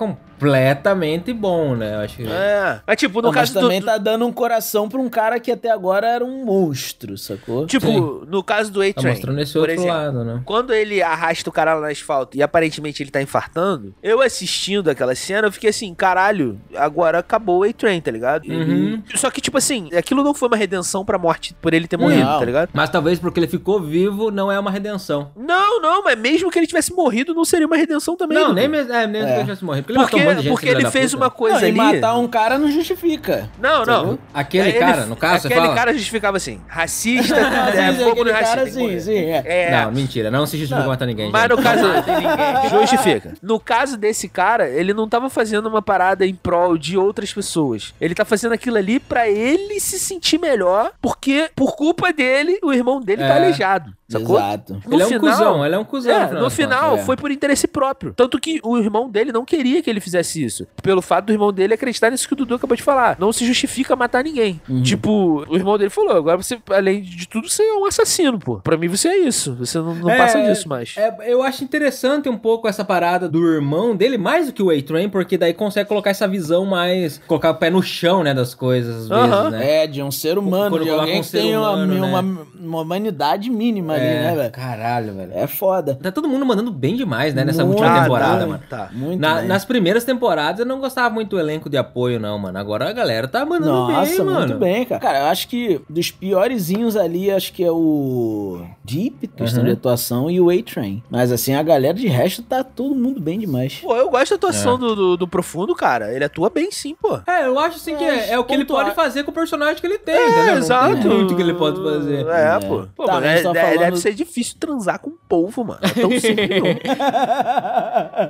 [SPEAKER 4] completamente bom, né? Eu acho que.
[SPEAKER 5] É. Mas, tipo, no
[SPEAKER 2] Não, mas
[SPEAKER 5] caso
[SPEAKER 2] também
[SPEAKER 5] do.
[SPEAKER 2] tá dando um coração pra um cara que até agora era um monstro, sacou?
[SPEAKER 5] Tipo,
[SPEAKER 4] Sim.
[SPEAKER 5] no caso do
[SPEAKER 4] Tá
[SPEAKER 5] A-Train.
[SPEAKER 4] mostrando esse
[SPEAKER 5] por
[SPEAKER 4] outro
[SPEAKER 5] exemplo.
[SPEAKER 4] lado, né?
[SPEAKER 5] Quando ele arrasta o cara lá no asfalto e aparentemente ele tá infartando, eu assistindo aquela cena, eu fiquei assim, caralho, agora acabou o A-Train, tá ligado?
[SPEAKER 4] Uhum.
[SPEAKER 5] Ele- Só que, tipo assim, aquilo não foi uma redenção pra morte por ele ter morrido,
[SPEAKER 2] Não.
[SPEAKER 5] tá ligado?
[SPEAKER 4] Mas talvez porque ele ficou vivo não é uma redenção.
[SPEAKER 5] Não, não, mas mesmo que ele tivesse morrido, não seria uma redenção também. né?
[SPEAKER 4] não,
[SPEAKER 5] Dudu.
[SPEAKER 4] nem mesmo. É, nem
[SPEAKER 2] É.
[SPEAKER 4] mesmo que ele tivesse morrido. Porque,
[SPEAKER 5] Porque,
[SPEAKER 4] ele matou um monte de gente,
[SPEAKER 5] porque
[SPEAKER 4] filha
[SPEAKER 5] ele
[SPEAKER 4] da
[SPEAKER 5] fez
[SPEAKER 4] puta.
[SPEAKER 5] uma coisa
[SPEAKER 2] não, e
[SPEAKER 5] ali.
[SPEAKER 2] matar um cara não justifica.
[SPEAKER 5] Não, não.
[SPEAKER 4] Aquele
[SPEAKER 5] É, Ele-
[SPEAKER 4] cara, no caso,
[SPEAKER 5] Aquele
[SPEAKER 4] você fala.
[SPEAKER 5] cara justificava assim,
[SPEAKER 2] [LAUGHS]
[SPEAKER 5] racista,
[SPEAKER 2] Às
[SPEAKER 5] é,
[SPEAKER 2] vezes
[SPEAKER 5] fogo no
[SPEAKER 2] aquele
[SPEAKER 5] racista.
[SPEAKER 2] cara,
[SPEAKER 5] tem que morrer.
[SPEAKER 2] sim, sim, é.
[SPEAKER 5] É,
[SPEAKER 4] Não, mentira, não se justifica matar ninguém.
[SPEAKER 5] mas
[SPEAKER 4] gente.
[SPEAKER 5] no caso... [LAUGHS] justifica. No caso desse cara, ele não tava fazendo uma parada em prol de outras pessoas. Ele tá fazendo aquilo ali pra ele se sentir melhor, porque por culpa dele, o irmão dele tá
[SPEAKER 4] É.
[SPEAKER 5] aleijado. Sacou?
[SPEAKER 2] Exato.
[SPEAKER 5] No
[SPEAKER 4] Ele é um
[SPEAKER 5] final-
[SPEAKER 4] cuzão, ele é um cuzão.
[SPEAKER 5] É, no
[SPEAKER 4] das
[SPEAKER 5] final
[SPEAKER 4] contas, é.
[SPEAKER 5] foi por interesse próprio. Tanto que o irmão dele não queria que ele fizesse isso. Pelo fato do irmão dele acreditar nisso que o Dudu acabou de falar. Não se justifica matar ninguém.
[SPEAKER 4] Uhum.
[SPEAKER 5] Tipo, o irmão dele falou: agora você, além de tudo, você é um assassino, pô. Pra mim você é isso. Você não, não
[SPEAKER 4] É,
[SPEAKER 5] passa disso mais.
[SPEAKER 4] É, eu acho interessante um pouco essa parada do irmão dele, mais do que o A-Train, porque daí consegue colocar essa visão mais. colocar o pé no chão, né, das coisas, às vezes,
[SPEAKER 5] Aham.
[SPEAKER 4] né?
[SPEAKER 2] É, de um ser humano,
[SPEAKER 4] Quando
[SPEAKER 2] de
[SPEAKER 4] coloca
[SPEAKER 2] alguém
[SPEAKER 4] um
[SPEAKER 2] que
[SPEAKER 4] ser
[SPEAKER 2] tem uma,
[SPEAKER 4] humano,
[SPEAKER 2] uma,
[SPEAKER 4] né?
[SPEAKER 2] uma humanidade mínima
[SPEAKER 5] É.
[SPEAKER 2] ali, né, velho?
[SPEAKER 4] É. Caralho, velho.
[SPEAKER 2] É foda.
[SPEAKER 4] Tá todo mundo mandando bem demais, né, nessa
[SPEAKER 2] Muito,
[SPEAKER 4] última
[SPEAKER 2] tá,
[SPEAKER 4] temporada,
[SPEAKER 2] tá.
[SPEAKER 4] mano.
[SPEAKER 5] Tá.
[SPEAKER 2] Muito
[SPEAKER 4] Na-
[SPEAKER 2] bem.
[SPEAKER 4] nas primeiras temporadas eu não gostava muito do elenco de apoio, não, mano. Agora a galera tá mandando
[SPEAKER 2] Nossa,
[SPEAKER 4] bem, mano.
[SPEAKER 2] muito bem, cara. Cara, eu acho que dos piorezinhos ali, acho que é o Deep, questão
[SPEAKER 4] Uhum.
[SPEAKER 2] de atuação, e o A-Train. Mas assim, a galera de resto tá todo mundo bem
[SPEAKER 5] [LAUGHS]
[SPEAKER 2] demais.
[SPEAKER 5] Pô, eu gosto da atuação
[SPEAKER 4] É.
[SPEAKER 5] do, do, do Profundo, cara. Ele atua bem sim, pô.
[SPEAKER 4] É, eu acho assim que é, é o que ele
[SPEAKER 5] pontuar.
[SPEAKER 4] pode fazer com o personagem que ele tem, entendeu? Não tem muito que ele pode fazer.
[SPEAKER 5] É,
[SPEAKER 2] É.
[SPEAKER 5] pô. Pô,
[SPEAKER 2] Tá,
[SPEAKER 5] mano,
[SPEAKER 2] mas
[SPEAKER 5] é-
[SPEAKER 2] tá
[SPEAKER 5] de-
[SPEAKER 2] falando-
[SPEAKER 5] deve ser difícil transar com um polvo, mano. É tão simples, não.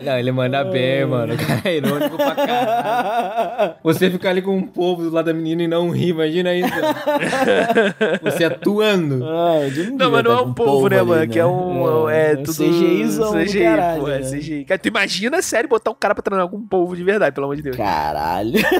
[SPEAKER 4] Não, ele manda bem, mano. O cara é irônico pra caralho.
[SPEAKER 5] Ah,
[SPEAKER 4] Você ficar ali com um povo do lado da menina e não rir, imagina isso. Você atuando.
[SPEAKER 5] um
[SPEAKER 2] Ah,
[SPEAKER 5] Não,
[SPEAKER 2] tá
[SPEAKER 5] mas não é um povo, né, mano? Que é um. É,
[SPEAKER 2] é
[SPEAKER 5] tudo.
[SPEAKER 2] CGIzão do
[SPEAKER 5] CGI,
[SPEAKER 2] caralho,
[SPEAKER 5] pô, é
[SPEAKER 2] né?
[SPEAKER 5] CGI. Cara, tu imagina, sério, botar um cara pra treinar com um povo de verdade, pelo amor de Deus.
[SPEAKER 2] Caralho. [LAUGHS] Isso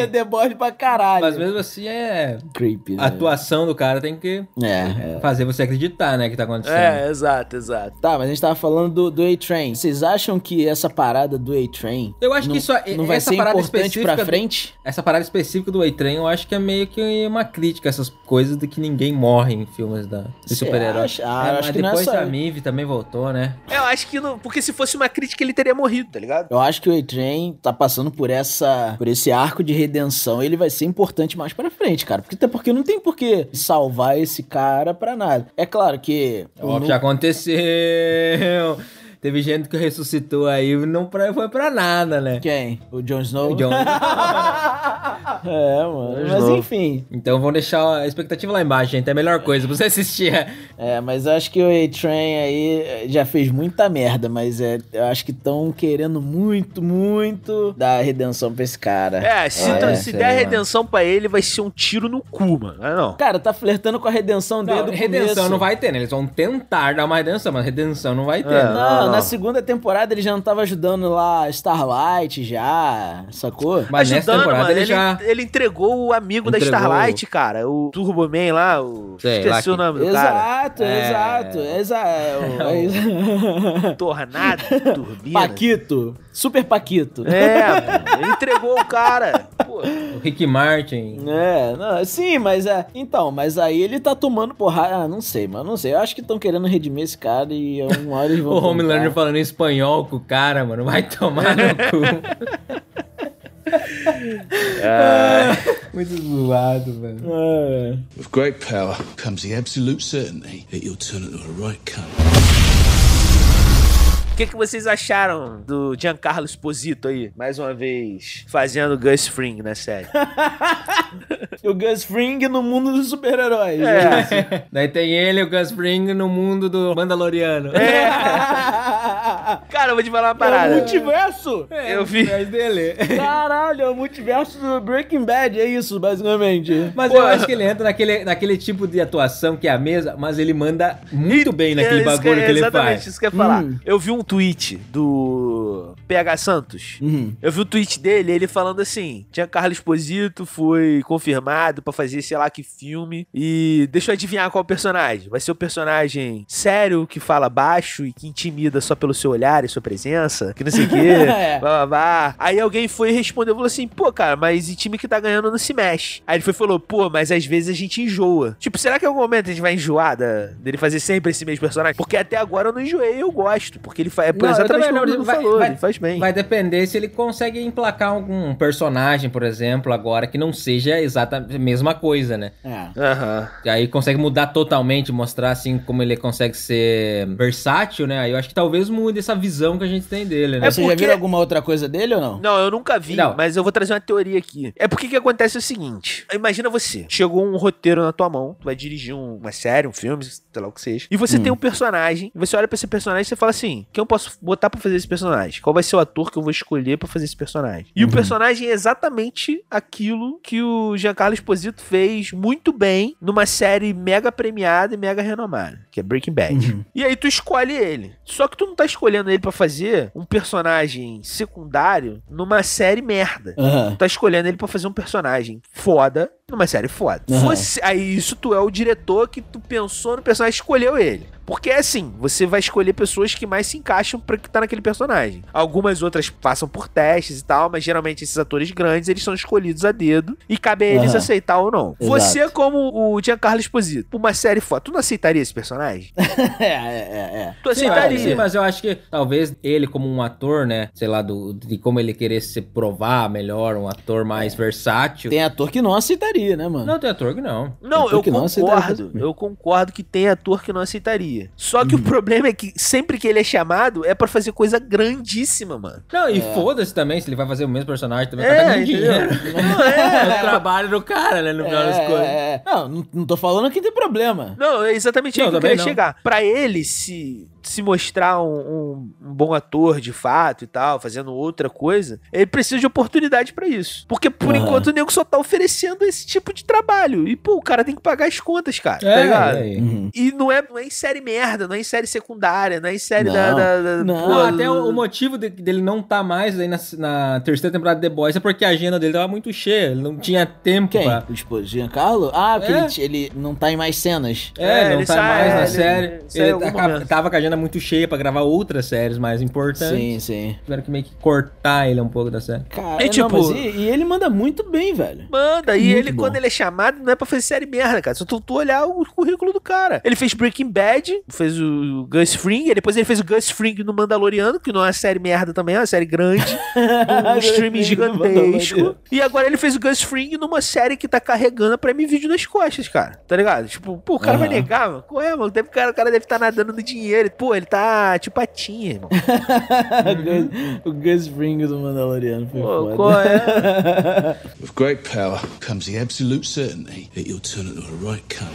[SPEAKER 2] é deboche pra caralho.
[SPEAKER 4] Mas mesmo assim é.
[SPEAKER 2] Creepy, né?
[SPEAKER 4] A atuação do cara tem que
[SPEAKER 2] É, é.
[SPEAKER 4] fazer você acreditar, né, que tá acontecendo.
[SPEAKER 5] É, exato, exato.
[SPEAKER 2] Tá, mas a gente tava falando do, do A-Train. Vocês acham que essa parada do A-Train...
[SPEAKER 4] Eu acho
[SPEAKER 2] não,
[SPEAKER 4] que isso é-
[SPEAKER 2] Não vai
[SPEAKER 4] essa
[SPEAKER 2] ser
[SPEAKER 4] parada
[SPEAKER 2] importante
[SPEAKER 4] específica
[SPEAKER 2] pra
[SPEAKER 4] do-
[SPEAKER 2] frente?
[SPEAKER 4] Essa parada específica do A-Train, eu acho que é meio que uma crítica a essas coisas de que ninguém morre em filmes da, de
[SPEAKER 2] Cê
[SPEAKER 4] super-herói.
[SPEAKER 2] acha? Ah,
[SPEAKER 4] é,
[SPEAKER 2] eu
[SPEAKER 4] mas
[SPEAKER 2] acho que não é
[SPEAKER 4] depois
[SPEAKER 2] só-
[SPEAKER 4] a Mive também voltou, né?
[SPEAKER 5] É, Eu acho que não. Porque se fosse uma crítica, ele teria morrido, tá ligado?
[SPEAKER 2] Eu acho que o A-Train tá passando por essa, por esse arco de redenção. Ele vai ser importante mais pra frente, cara. Porque até porque não tem por que salvar esse cara pra nada. É claro que
[SPEAKER 4] É Óbvio que já aconteceu. [LAUGHS] Teve gente que ressuscitou aí e não pra- foi pra nada, né?
[SPEAKER 2] quem? O Jon Snow.
[SPEAKER 4] O Jon-
[SPEAKER 2] [LAUGHS] É, mano. Mas
[SPEAKER 5] Snow.
[SPEAKER 2] enfim.
[SPEAKER 4] Então vão deixar a expectativa lá embaixo, gente. É a melhor coisa pra você assistir.
[SPEAKER 2] É, mas eu acho que o A-Train aí eh, já fez muita merda, mas é, eu acho que estão querendo muito, muito dar redenção pra esse cara.
[SPEAKER 5] É, se,
[SPEAKER 4] Ah,
[SPEAKER 5] tu-
[SPEAKER 4] é,
[SPEAKER 5] se
[SPEAKER 4] sei
[SPEAKER 5] der
[SPEAKER 4] lá.
[SPEAKER 5] redenção pra ele, vai ser um tiro no cu, mano. Ah, não.
[SPEAKER 2] Cara, tá flertando com a redenção dele
[SPEAKER 4] Não,
[SPEAKER 2] do
[SPEAKER 4] um redenção
[SPEAKER 2] começo.
[SPEAKER 4] não vai ter, né? Eles vão tentar dar uma redenção, mas redenção não vai ter.
[SPEAKER 5] É,
[SPEAKER 4] né?
[SPEAKER 2] Não, não, na segunda temporada ele já não tava ajudando lá Starlight já, sacou?
[SPEAKER 4] Mas nessa temporada ele,
[SPEAKER 5] ele,
[SPEAKER 4] já.
[SPEAKER 5] ele entregou o amigo da
[SPEAKER 4] Entregou.
[SPEAKER 5] Starlight, cara. O Turbo Man lá, o...
[SPEAKER 4] Sei
[SPEAKER 5] esqueci
[SPEAKER 4] lá que-
[SPEAKER 5] o nome do cara.
[SPEAKER 2] Exato,
[SPEAKER 4] É.
[SPEAKER 2] exato, exato, é isso.
[SPEAKER 5] Tornado, Turbina.
[SPEAKER 2] Paquito, Super
[SPEAKER 5] [LAUGHS]
[SPEAKER 2] Paquito.
[SPEAKER 5] É, pô, ele entregou o cara. Pô,
[SPEAKER 4] O Rick Martin.
[SPEAKER 2] É, não, sim, mas é. Então, mas aí ele tá tomando porrada. Ah, não sei, mano, não sei. Eu acho que estão querendo redimir esse cara e uma hora eles vão.
[SPEAKER 4] [LAUGHS] O Homelander
[SPEAKER 2] brincar.
[SPEAKER 4] falando em espanhol com o cara, mano. Vai tomar
[SPEAKER 5] [LAUGHS]
[SPEAKER 4] no cu. Muito zoado, velho.
[SPEAKER 2] É.
[SPEAKER 3] With great power comes the absolute certainty that you'll turn into a right cunt.
[SPEAKER 5] O que, que vocês acharam do Giancarlo Esposito aí? Mais uma vez, fazendo Gus Fring na série.
[SPEAKER 2] O Gus Fring no mundo dos super-heróis. né?
[SPEAKER 5] É,
[SPEAKER 4] Daí tem ele, o Gus Fring, no mundo do Mandaloriano.
[SPEAKER 5] É.
[SPEAKER 4] [LAUGHS]
[SPEAKER 5] cara, eu vou te falar uma
[SPEAKER 2] É o
[SPEAKER 5] parada.
[SPEAKER 2] multiverso!
[SPEAKER 5] Eu vi.
[SPEAKER 4] Mas dele.
[SPEAKER 2] Caralho, é o multiverso do Breaking Bad, é isso, basicamente.
[SPEAKER 4] Mas
[SPEAKER 5] Pô.
[SPEAKER 4] eu acho que ele entra naquele, naquele tipo de atuação que é a mesa, mas ele manda muito bem
[SPEAKER 5] É,
[SPEAKER 4] naquele
[SPEAKER 5] isso
[SPEAKER 4] bagulho que,
[SPEAKER 5] é-
[SPEAKER 4] ele
[SPEAKER 5] exatamente
[SPEAKER 4] faz.
[SPEAKER 5] isso que eu ia falar.
[SPEAKER 2] Hum.
[SPEAKER 5] Eu vi um tweet do PH Santos.
[SPEAKER 2] Uhum.
[SPEAKER 5] Eu vi o tweet dele, ele falando assim: Giancarlo Esposito foi confirmado pra fazer sei lá que filme. E deixa eu adivinhar qual personagem. Vai ser o personagem sério, que fala baixo e que intimida só pelo seu olhar e sua presença, que
[SPEAKER 4] [LAUGHS]
[SPEAKER 5] não sei o quê.
[SPEAKER 2] É.
[SPEAKER 5] blá, blá, blá. Aí alguém foi e respondeu, falou assim: pô, cara, mas e time que tá ganhando não se mexe. Aí ele foi e falou: pô, mas às vezes a gente enjoa. Tipo, será que em algum momento a gente vai enjoar da- dele fazer sempre esse mesmo personagem? Porque até agora eu não enjoei, eu gosto. Porque ele faz. É
[SPEAKER 4] Não, eu
[SPEAKER 5] exatamente
[SPEAKER 4] também
[SPEAKER 5] como o
[SPEAKER 4] não,
[SPEAKER 5] Bruno
[SPEAKER 4] vai-
[SPEAKER 5] falou,
[SPEAKER 4] vai-
[SPEAKER 5] ele faz bem.
[SPEAKER 4] Vai depender se ele consegue emplacar algum personagem, por exemplo, agora que não seja exatamente a mesma coisa, né?
[SPEAKER 2] É.
[SPEAKER 5] Aham.
[SPEAKER 4] E Aí consegue mudar totalmente, mostrar assim como ele consegue ser versátil, né? Aí eu acho que talvez mude essa visão que a gente tem dele, né?
[SPEAKER 5] É
[SPEAKER 2] Você já
[SPEAKER 5] porque-
[SPEAKER 2] viu alguma outra coisa dele ou não?
[SPEAKER 5] Não, eu nunca vi,
[SPEAKER 4] Não.
[SPEAKER 5] mas eu vou trazer uma teoria aqui. É porque que acontece o seguinte: imagina você, chegou um roteiro na tua mão, tu vai dirigir um- uma série, um filme, sei lá o que seja, e você tem um personagem, e você olha pra esse personagem e você fala assim: quem eu posso botar pra fazer esse personagem? Qual vai ser o ator que eu vou escolher pra fazer esse personagem? E o personagem é exatamente aquilo que o Giancarlo Esposito fez muito bem numa série mega premiada e mega renomada, que é Breaking Bad. E aí tu escolhe ele. Só que tu não tá escolhendo ele pra fazer um personagem secundário numa série merda.
[SPEAKER 2] Aham. [LAUGHS]
[SPEAKER 5] Tu tá escolhendo ele pra fazer um personagem foda numa série foda.
[SPEAKER 2] Aham.
[SPEAKER 5] Você- aí isso tu é o diretor que tu pensou no personagem e escolheu ele. Porque é assim, você vai escolher pessoas que mais se encaixam pra que tá naquele personagem. Algumas outras passam por testes e tal, mas geralmente esses atores grandes, eles são escolhidos a dedo e cabe a eles
[SPEAKER 2] Aham.
[SPEAKER 5] aceitar ou não.
[SPEAKER 2] Exato.
[SPEAKER 5] Você, como o Giancarlo Esposito, uma série foda, tu não aceitaria esse personagem?
[SPEAKER 2] É, é, é.
[SPEAKER 5] Tu
[SPEAKER 4] Sim, eu acho que
[SPEAKER 5] aceitaria.
[SPEAKER 4] Ah, sim, mas eu acho que talvez ele, como um ator, né? Sei lá, do, de como ele querer se provar melhor, um ator
[SPEAKER 5] É.
[SPEAKER 4] mais versátil.
[SPEAKER 2] Tem ator que não aceitaria, né, mano?
[SPEAKER 4] Não, tem ator que não.
[SPEAKER 5] Não,
[SPEAKER 2] Ator
[SPEAKER 5] eu
[SPEAKER 2] que não aceitaria
[SPEAKER 5] concordo.
[SPEAKER 2] fazer.
[SPEAKER 5] eu concordo que tem ator que não aceitaria. Só que o problema é que sempre que ele é chamado é pra fazer coisa grandíssima, mano.
[SPEAKER 4] Não, e foda-se também, se ele vai fazer o mesmo personagem também,
[SPEAKER 5] É,
[SPEAKER 4] tá ganhando
[SPEAKER 5] entendeu?
[SPEAKER 4] dinheiro.
[SPEAKER 5] Não,
[SPEAKER 4] [LAUGHS]
[SPEAKER 5] é.
[SPEAKER 4] o trabalho do cara, né? No final das coisas.
[SPEAKER 2] É, é. Não, não, não tô falando que tem problema.
[SPEAKER 5] Não, é exatamente aí
[SPEAKER 4] Não,
[SPEAKER 5] que eu
[SPEAKER 4] também
[SPEAKER 5] queria
[SPEAKER 4] não.
[SPEAKER 5] chegar. Pra ele se, se mostrar um, um- um bom ator de fato e tal, fazendo outra coisa, ele precisa de oportunidade pra isso. Porque por
[SPEAKER 2] Aham.
[SPEAKER 5] enquanto o nego só tá oferecendo esse tipo de trabalho. E, pô, o cara tem que pagar as contas, cara. tá ligado?
[SPEAKER 4] é.
[SPEAKER 2] Uhum.
[SPEAKER 5] E não é, não é em série merda, não é em série secundária, não é em série da-
[SPEAKER 2] Não.
[SPEAKER 5] da, da-
[SPEAKER 2] Não,
[SPEAKER 4] Não, até o, o motivo de- dele não tá mais aí na, na terceira temporada de The Boys é porque a agenda dele tava muito cheia, ele não tinha tempo
[SPEAKER 2] Quem?
[SPEAKER 4] pra...
[SPEAKER 2] O esposo de Tipo, Giancarlo? Ah, porque
[SPEAKER 4] É.
[SPEAKER 2] ele, t- ele não tá em mais cenas.
[SPEAKER 5] É,
[SPEAKER 4] É,
[SPEAKER 5] ele
[SPEAKER 4] não tá
[SPEAKER 5] sai-
[SPEAKER 4] mais
[SPEAKER 5] é,
[SPEAKER 4] na
[SPEAKER 5] ele-
[SPEAKER 4] série.
[SPEAKER 5] sai em
[SPEAKER 4] Ele
[SPEAKER 5] algum
[SPEAKER 4] acaba-
[SPEAKER 5] momento.
[SPEAKER 4] tava com a agenda muito cheia pra gravar outras séries mais importantes.
[SPEAKER 2] Sim, sim.
[SPEAKER 4] Tiveram que meio que cortar ele um pouco da série.
[SPEAKER 2] Cara,
[SPEAKER 5] E,
[SPEAKER 2] não,
[SPEAKER 5] tipo-
[SPEAKER 2] mas e, e ele manda muito bem, velho.
[SPEAKER 5] Manda, e
[SPEAKER 2] Muito
[SPEAKER 5] ele,
[SPEAKER 2] bom.
[SPEAKER 5] quando ele é chamado, não é pra fazer série merda, cara. Só tu, tu olhar o currículo do cara. Ele fez Breaking Bad, fez o Gus Fring, e depois ele fez o Gus Fring no Mandaloriano, que não é uma série merda também, é uma
[SPEAKER 2] [LAUGHS]
[SPEAKER 5] série grande, um streaming gigantesco. E agora ele fez o Gus Fring numa série que tá carregando a Prime Video nas costas, cara. Tá ligado? Tipo, pô, o cara vai
[SPEAKER 2] Aham.
[SPEAKER 5] negar, mano. Qual é, mano? Deve, cara, o cara deve estar nadando no dinheiro. Pô, ele tá tipo
[SPEAKER 2] [LAUGHS]
[SPEAKER 5] patinha, irmão.
[SPEAKER 2] o Gus Fring do Mandaloriano foi
[SPEAKER 5] Pô,
[SPEAKER 2] foda.
[SPEAKER 5] qual é?
[SPEAKER 3] With great power comes the absolute certainty that you'll turn into a right cunt.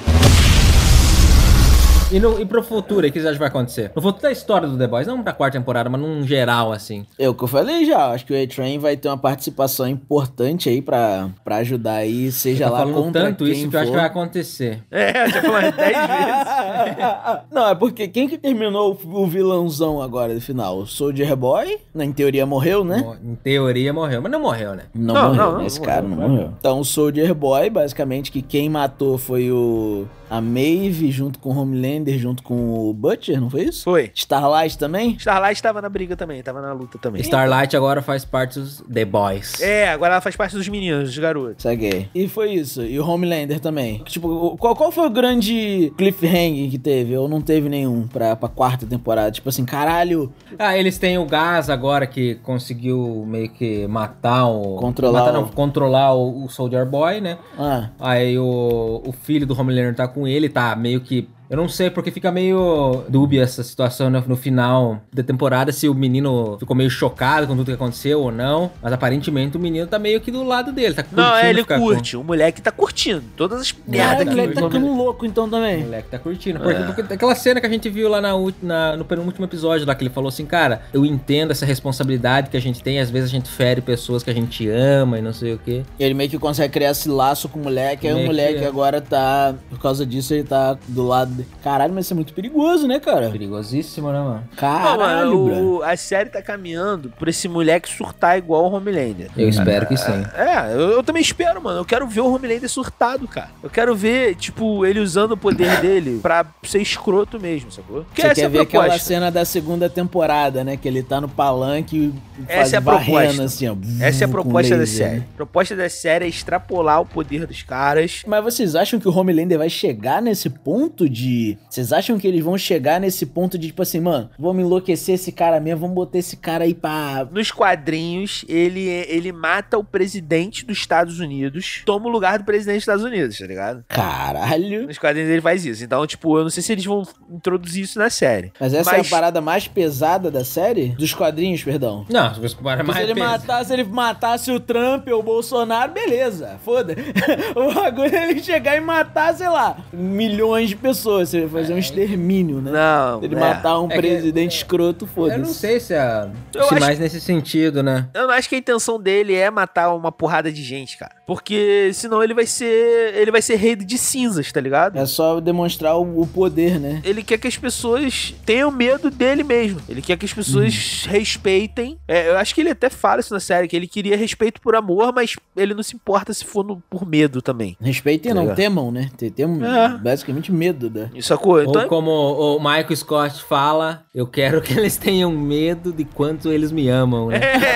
[SPEAKER 4] E, no, e pro futuro, aí, o que vocês acham que vai acontecer? No futuro da história do The Boys, não pra quarta temporada, mas num geral, assim.
[SPEAKER 2] É o que eu falei já, acho que o A-Train vai ter uma participação importante aí pra, pra ajudar aí, seja
[SPEAKER 4] Tá
[SPEAKER 2] lá
[SPEAKER 4] falando
[SPEAKER 2] contra
[SPEAKER 4] tanto
[SPEAKER 2] quem
[SPEAKER 4] isso que
[SPEAKER 2] for.
[SPEAKER 4] eu acho que vai acontecer.
[SPEAKER 5] É, já falou umas 10
[SPEAKER 2] [LAUGHS]
[SPEAKER 5] vezes.
[SPEAKER 2] Não, é porque quem que terminou o o vilãozão agora do final? O Soldier Boy, né, em teoria morreu, né?
[SPEAKER 4] Mo- Em teoria morreu, mas não morreu, né?
[SPEAKER 2] Não,
[SPEAKER 5] Não,
[SPEAKER 2] morreu,
[SPEAKER 5] não,
[SPEAKER 2] né?
[SPEAKER 5] não
[SPEAKER 2] Esse
[SPEAKER 5] morreu,
[SPEAKER 2] cara não
[SPEAKER 5] vai.
[SPEAKER 2] morreu. Então o Soldier Boy, basicamente, que quem matou foi o a Maeve junto com o Homelander, junto com o Butcher, não foi isso?
[SPEAKER 5] Foi.
[SPEAKER 2] Starlight também?
[SPEAKER 5] Starlight tava na briga também, tava na luta também.
[SPEAKER 4] Starlight agora faz parte dos The Boys.
[SPEAKER 5] É, agora ela faz parte dos meninos, dos garotos.
[SPEAKER 2] Saguei. é? E foi isso. E o Homelander também. Tipo, o- qual, qual foi o grande cliffhanger que teve? Ou não teve nenhum pra, pra quarta temporada? Tipo assim, caralho,
[SPEAKER 4] Ah, eles têm o Gás agora que conseguiu meio que matar o.
[SPEAKER 2] Controlar
[SPEAKER 4] matar,
[SPEAKER 2] o-
[SPEAKER 4] não, controlar o, o Soldier Boy, né?
[SPEAKER 2] ah,
[SPEAKER 4] Aí o, o filho do Homelander tá com ele, tá meio que. Eu não sei, porque fica meio dúbia essa situação né, no final da temporada, se o menino ficou meio chocado com tudo que aconteceu ou não. Mas aparentemente o menino tá meio que do lado dele, tá curtindo.
[SPEAKER 5] Não, é, ele
[SPEAKER 4] ficar com-
[SPEAKER 5] curte. O moleque tá curtindo. Todas as
[SPEAKER 2] Merda,
[SPEAKER 5] merda
[SPEAKER 4] Caralho,
[SPEAKER 5] que
[SPEAKER 2] moleque
[SPEAKER 5] ele
[SPEAKER 2] tá ficando louco então
[SPEAKER 4] O
[SPEAKER 2] também.
[SPEAKER 4] moleque tá curtindo. Porque, porque aquela cena que a gente viu lá na, ulti- na- no penúltimo episódio, lá que ele falou assim, cara, eu entendo essa responsabilidade que a gente tem, às vezes a gente fere pessoas que a gente ama e não sei o quê.
[SPEAKER 2] Ele meio que consegue criar esse laço com o moleque, aí o
[SPEAKER 4] Meio que
[SPEAKER 2] moleque
[SPEAKER 4] é.
[SPEAKER 2] agora tá. Por causa disso, ele tá do lado. de- Caralho, mas isso é muito perigoso, né, cara?
[SPEAKER 4] Perigosíssimo, né, mano?
[SPEAKER 5] Não, mano,
[SPEAKER 2] Caralho, bro.
[SPEAKER 5] o- a série tá caminhando por esse moleque surtar igual o Homelander.
[SPEAKER 4] Eu espero que sim.
[SPEAKER 5] É, eu, eu também espero, mano. Eu quero ver o Homelander surtado, cara. Eu quero ver, tipo, ele usando
[SPEAKER 2] [COUGHS]
[SPEAKER 5] o poder dele pra ser escroto mesmo, sacou? Porque
[SPEAKER 2] Você
[SPEAKER 5] essa é
[SPEAKER 2] quer
[SPEAKER 5] a
[SPEAKER 2] ver aquela
[SPEAKER 5] proposta.
[SPEAKER 2] cena da segunda temporada, né? Que ele tá no palanque e
[SPEAKER 5] Essa
[SPEAKER 2] faz
[SPEAKER 5] é a
[SPEAKER 2] varrendo,
[SPEAKER 5] proposta.
[SPEAKER 2] assim, ó.
[SPEAKER 5] Essa é a
[SPEAKER 2] com
[SPEAKER 5] proposta da
[SPEAKER 2] laser, né?
[SPEAKER 5] série. A proposta da série é extrapolar o poder dos caras.
[SPEAKER 2] Mas vocês acham que o Homelander vai chegar nesse ponto de. Vocês acham que eles vão chegar nesse ponto de, tipo assim, mano, vamos enlouquecer esse cara mesmo, vamos botar esse cara aí pra. [LAUGHS]
[SPEAKER 5] Nos quadrinhos, ele, ele mata o presidente dos Estados Unidos, toma o lugar do presidente dos Estados Unidos, tá ligado?
[SPEAKER 2] Caralho.
[SPEAKER 5] Nos quadrinhos ele faz isso. Então, tipo, eu não sei se eles vão introduzir isso na série.
[SPEAKER 2] Mas essa é
[SPEAKER 5] Mas-
[SPEAKER 2] a parada mais pesada da série? Dos quadrinhos, perdão.
[SPEAKER 4] Não, se você para
[SPEAKER 2] Porque
[SPEAKER 4] mais
[SPEAKER 2] se ele,
[SPEAKER 4] pensa.
[SPEAKER 2] matasse, se ele matasse o Trump ou o Bolsonaro, beleza, foda. [LAUGHS] o bagulho é ele chegar e matar, sei lá, milhões de pessoas. Você vai fazer um extermínio, né?
[SPEAKER 5] É. Não,
[SPEAKER 2] Se ele
[SPEAKER 5] é.
[SPEAKER 2] matar um
[SPEAKER 4] É que-
[SPEAKER 2] presidente escroto, foda-se.
[SPEAKER 4] Eu não sei se é
[SPEAKER 5] Eu
[SPEAKER 4] se
[SPEAKER 5] acho-
[SPEAKER 4] mais nesse sentido, né?
[SPEAKER 5] Eu não acho que a intenção dele é matar uma porrada de gente, cara. Porque senão ele vai ser. Ele vai ser rei de cinzas, tá ligado?
[SPEAKER 2] É só demonstrar o, o poder, né?
[SPEAKER 5] Ele quer que as pessoas tenham medo dele mesmo. Ele quer que as pessoas respeitem. É, eu acho que ele até fala isso na série, que ele queria respeito por amor, mas ele não se importa se for no- por medo também.
[SPEAKER 2] Respeitem, não
[SPEAKER 5] Legal.
[SPEAKER 2] temam, né? Tem, tem um-
[SPEAKER 5] Tá É.
[SPEAKER 2] basicamente medo da.
[SPEAKER 5] Sacou? Então,
[SPEAKER 4] Ou como o Michael Scott fala, eu quero que eles tenham medo de quanto eles me amam, né? [LAUGHS]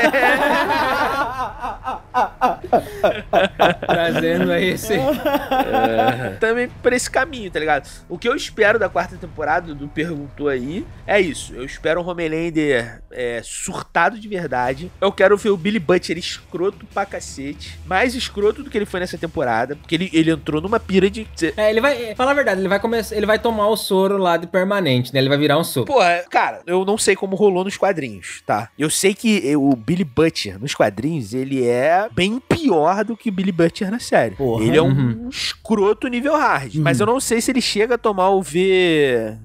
[SPEAKER 5] Ah,
[SPEAKER 4] Trazendo aí esse...
[SPEAKER 5] é também por esse caminho, tá ligado? O que eu espero da quarta temporada, do Perguntou aí, é isso. Eu espero o Homelander é, surtado de verdade. Eu quero ver o Billy Butcher escroto pra cacete. Mais escroto do que ele foi nessa temporada. Porque ele, ele entrou numa pira de. de-
[SPEAKER 4] É, ele vai. Fala a verdade, ele vai começar. Ele vai tomar o soro lá de permanente, né? Ele vai virar um soro.
[SPEAKER 5] Porra, cara, eu não sei como rolou nos quadrinhos, tá? Eu sei que eh, o Billy Butcher nos quadrinhos, ele é bem pior do que o Billy Butcher na série.
[SPEAKER 2] Porra.
[SPEAKER 5] Ele é um,
[SPEAKER 4] Uhum.
[SPEAKER 5] um escroto nível hard. Mas eu não sei se ele chega a tomar o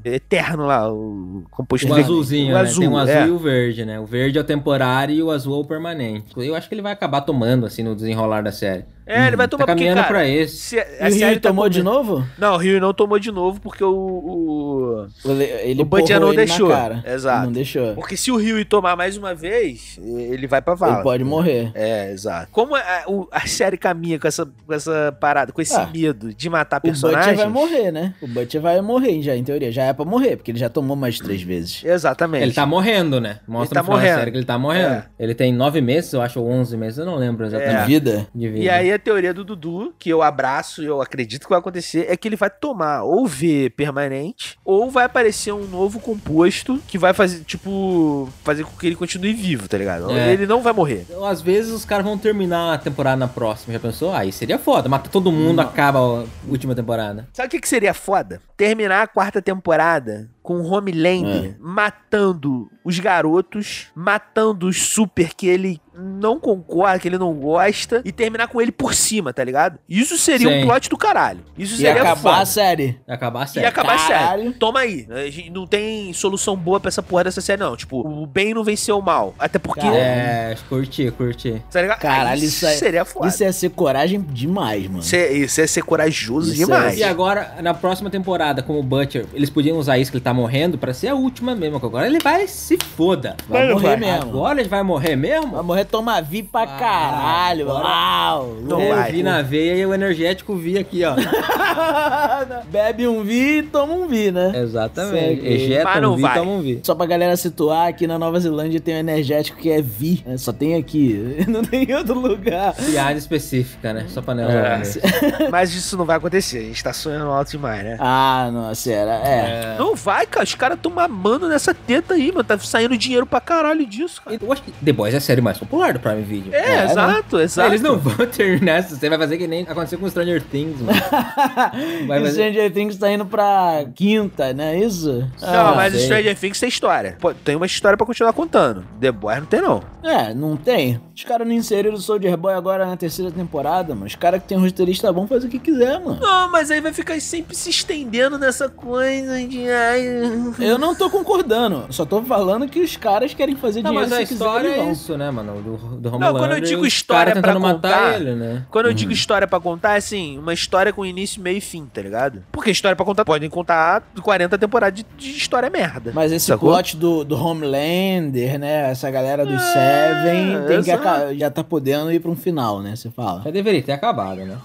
[SPEAKER 5] V eterno lá, o composto
[SPEAKER 4] O
[SPEAKER 5] V-
[SPEAKER 4] azulzinho,
[SPEAKER 5] o
[SPEAKER 4] né?
[SPEAKER 5] azul,
[SPEAKER 4] Tem o azul
[SPEAKER 5] é.
[SPEAKER 4] e o verde, né? O verde é o temporário e o azul é o permanente. Eu acho que ele vai acabar tomando, assim, no desenrolar da série.
[SPEAKER 5] É, ele vai tomar
[SPEAKER 4] tá
[SPEAKER 5] porque,
[SPEAKER 4] caminhando
[SPEAKER 5] cara,
[SPEAKER 4] pra esse.
[SPEAKER 5] se a,
[SPEAKER 2] E
[SPEAKER 5] a
[SPEAKER 2] o
[SPEAKER 5] série
[SPEAKER 2] Rio
[SPEAKER 5] tá
[SPEAKER 2] tomou de
[SPEAKER 5] comendo-
[SPEAKER 2] novo?
[SPEAKER 5] Não, o Rio não tomou de novo porque o- o
[SPEAKER 2] O Le- Ele
[SPEAKER 5] O Butcher
[SPEAKER 2] porrou
[SPEAKER 5] não
[SPEAKER 2] ele
[SPEAKER 5] deixou.
[SPEAKER 2] Na cara.
[SPEAKER 5] Exato.
[SPEAKER 2] Não deixou.
[SPEAKER 5] porque se o Rio tomar mais uma vez, ele vai pra vala.
[SPEAKER 2] Ele pode morrer.
[SPEAKER 5] É, exato. Como a, o- a série caminha com essa, com essa parada, com esse
[SPEAKER 2] Ah.
[SPEAKER 5] medo de matar
[SPEAKER 2] O Butcher
[SPEAKER 5] personagens...
[SPEAKER 2] vai morrer, né? O Butcher vai morrer já, em teoria. Já é pra morrer, porque ele já tomou mais três vezes.
[SPEAKER 5] Exatamente.
[SPEAKER 4] Ele tá morrendo, né? Mostra
[SPEAKER 5] é tá
[SPEAKER 4] no final da
[SPEAKER 5] morrendo.
[SPEAKER 4] série que ele tá morrendo.
[SPEAKER 5] É.
[SPEAKER 4] Ele tem nove meses, eu acho, ou onze meses, eu não lembro
[SPEAKER 5] É.
[SPEAKER 2] De
[SPEAKER 4] exatamente.
[SPEAKER 2] vida.
[SPEAKER 4] De vida.
[SPEAKER 5] E aí a teoria do Dudu, que eu abraço e eu acredito que vai acontecer, é que ele vai tomar ou V permanente, ou vai aparecer um novo composto que vai fazer, tipo, fazer com que ele continue vivo, tá ligado?
[SPEAKER 4] É.
[SPEAKER 5] Ele não vai morrer.
[SPEAKER 4] Então, às vezes os caras vão terminar a temporada na próxima, já pensou? Aí seria foda, mata todo mundo, acaba a última temporada.
[SPEAKER 5] Sabe o que, que seria foda? Terminar a quarta temporada com o
[SPEAKER 2] É.
[SPEAKER 5] Homelander matando os garotos, matando os super que ele não concorda, que ele não gosta, e terminar com ele por cima, tá ligado? Isso seria
[SPEAKER 4] Sim.
[SPEAKER 5] um plot do caralho. Isso
[SPEAKER 2] E
[SPEAKER 5] seria
[SPEAKER 2] acabar
[SPEAKER 5] foda.
[SPEAKER 2] a série.
[SPEAKER 4] Ia acabar a
[SPEAKER 5] E
[SPEAKER 4] série.
[SPEAKER 5] acabar a série.
[SPEAKER 2] Caralho.
[SPEAKER 5] Toma aí. A gente não tem solução boa pra essa porra dessa série, não. Tipo, o bem não venceu o mal. Até porque.
[SPEAKER 2] Caralho.
[SPEAKER 4] É, curti, curti.
[SPEAKER 5] Tá ligado?
[SPEAKER 2] Caralho,
[SPEAKER 5] Aí
[SPEAKER 2] isso aí-
[SPEAKER 5] seria foda.
[SPEAKER 2] Isso é- ia ser coragem demais, mano.
[SPEAKER 5] Isso é, isso é ser corajoso
[SPEAKER 2] Isso é-
[SPEAKER 5] demais.
[SPEAKER 4] E agora, na próxima temporada, como o Butcher, eles podiam usar isso que ele tá morrendo pra ser a última mesmo. que Agora ele vai se foda.
[SPEAKER 2] Vai morrer mesmo.
[SPEAKER 4] Agora ele vai morrer mesmo?
[SPEAKER 2] Vai morrer tomar vi pra
[SPEAKER 4] Vai,
[SPEAKER 2] caralho.
[SPEAKER 4] bora.
[SPEAKER 2] Uau!
[SPEAKER 5] Não
[SPEAKER 4] É, [LAUGHS] eu
[SPEAKER 5] vai.
[SPEAKER 4] vi na veia e o energético vi aqui, ó.
[SPEAKER 2] Bebe um vi e toma um vi,
[SPEAKER 4] É.
[SPEAKER 2] né?
[SPEAKER 4] [LAUGHS] Exatamente.
[SPEAKER 2] Segue.
[SPEAKER 5] Mas
[SPEAKER 4] Ejeta
[SPEAKER 5] não
[SPEAKER 4] um vi,
[SPEAKER 5] vai.
[SPEAKER 4] toma um vi.
[SPEAKER 2] Só pra galera situar, aqui na Nova Zelândia tem um energético que é vi. né? Só tem aqui. [LAUGHS] Não tem em outro lugar.
[SPEAKER 4] Piada específica, né? Só pra não.
[SPEAKER 5] É.
[SPEAKER 4] É.
[SPEAKER 5] Mas isso não vai acontecer. A gente tá sonhando alto demais, né?
[SPEAKER 2] Ah, nossa, era. É.
[SPEAKER 5] Não vai, cara. Os caras tão mamando nessa teta aí, mano. Tá saindo dinheiro pra caralho disso, cara.
[SPEAKER 4] Eu acho que The Boys é a série mais popular do Prime Video.
[SPEAKER 5] É,
[SPEAKER 2] É,
[SPEAKER 5] exato, exato.
[SPEAKER 4] Eles não vão [LAUGHS] terminar essa série. Vai fazer que nem aconteceu com Stranger Things, mano. Vai
[SPEAKER 2] E
[SPEAKER 4] fazer-
[SPEAKER 2] Stranger Things tá indo pra quinta, não é isso?
[SPEAKER 5] Não, mas
[SPEAKER 4] sei.
[SPEAKER 5] Stranger Things tem história. Pô, tem uma história pra continuar contando. The Boys não tem, não.
[SPEAKER 2] É, não tem. Os caras não inseriram o Soldier Boy agora na terceira temporada, mano. Os caras que tem roteirista bom faz o que quiser, mano.
[SPEAKER 5] Não, mas aí vai ficar sempre se estendendo nessa coisa de. Ai...
[SPEAKER 2] Eu não tô concordando. Só tô falando que os caras querem fazer
[SPEAKER 4] [LAUGHS] Não,
[SPEAKER 2] dinheiro
[SPEAKER 4] mas a
[SPEAKER 2] se
[SPEAKER 4] história
[SPEAKER 2] quiserem.
[SPEAKER 4] é
[SPEAKER 2] vão.
[SPEAKER 4] isso, né, mano? Do, do
[SPEAKER 5] Não, quando eu
[SPEAKER 4] Homelander,
[SPEAKER 5] digo
[SPEAKER 4] os
[SPEAKER 5] história
[SPEAKER 4] caras
[SPEAKER 5] pra
[SPEAKER 4] tentando matar
[SPEAKER 5] contar-
[SPEAKER 4] ele, né?
[SPEAKER 5] Quando eu digo história pra contar, é assim, uma história com início, meio e fim, tá ligado? Porque história pra contar, podem contar 40 temporadas de, de história merda.
[SPEAKER 2] Mas esse
[SPEAKER 5] Sacou?
[SPEAKER 2] plot do, do Homelander, né? Essa galera dos
[SPEAKER 5] É,
[SPEAKER 2] Seven tem que
[SPEAKER 5] exato.
[SPEAKER 2] aca- já tá podendo ir pra um final, né? Você fala.
[SPEAKER 4] Já deveria ter acabado, né?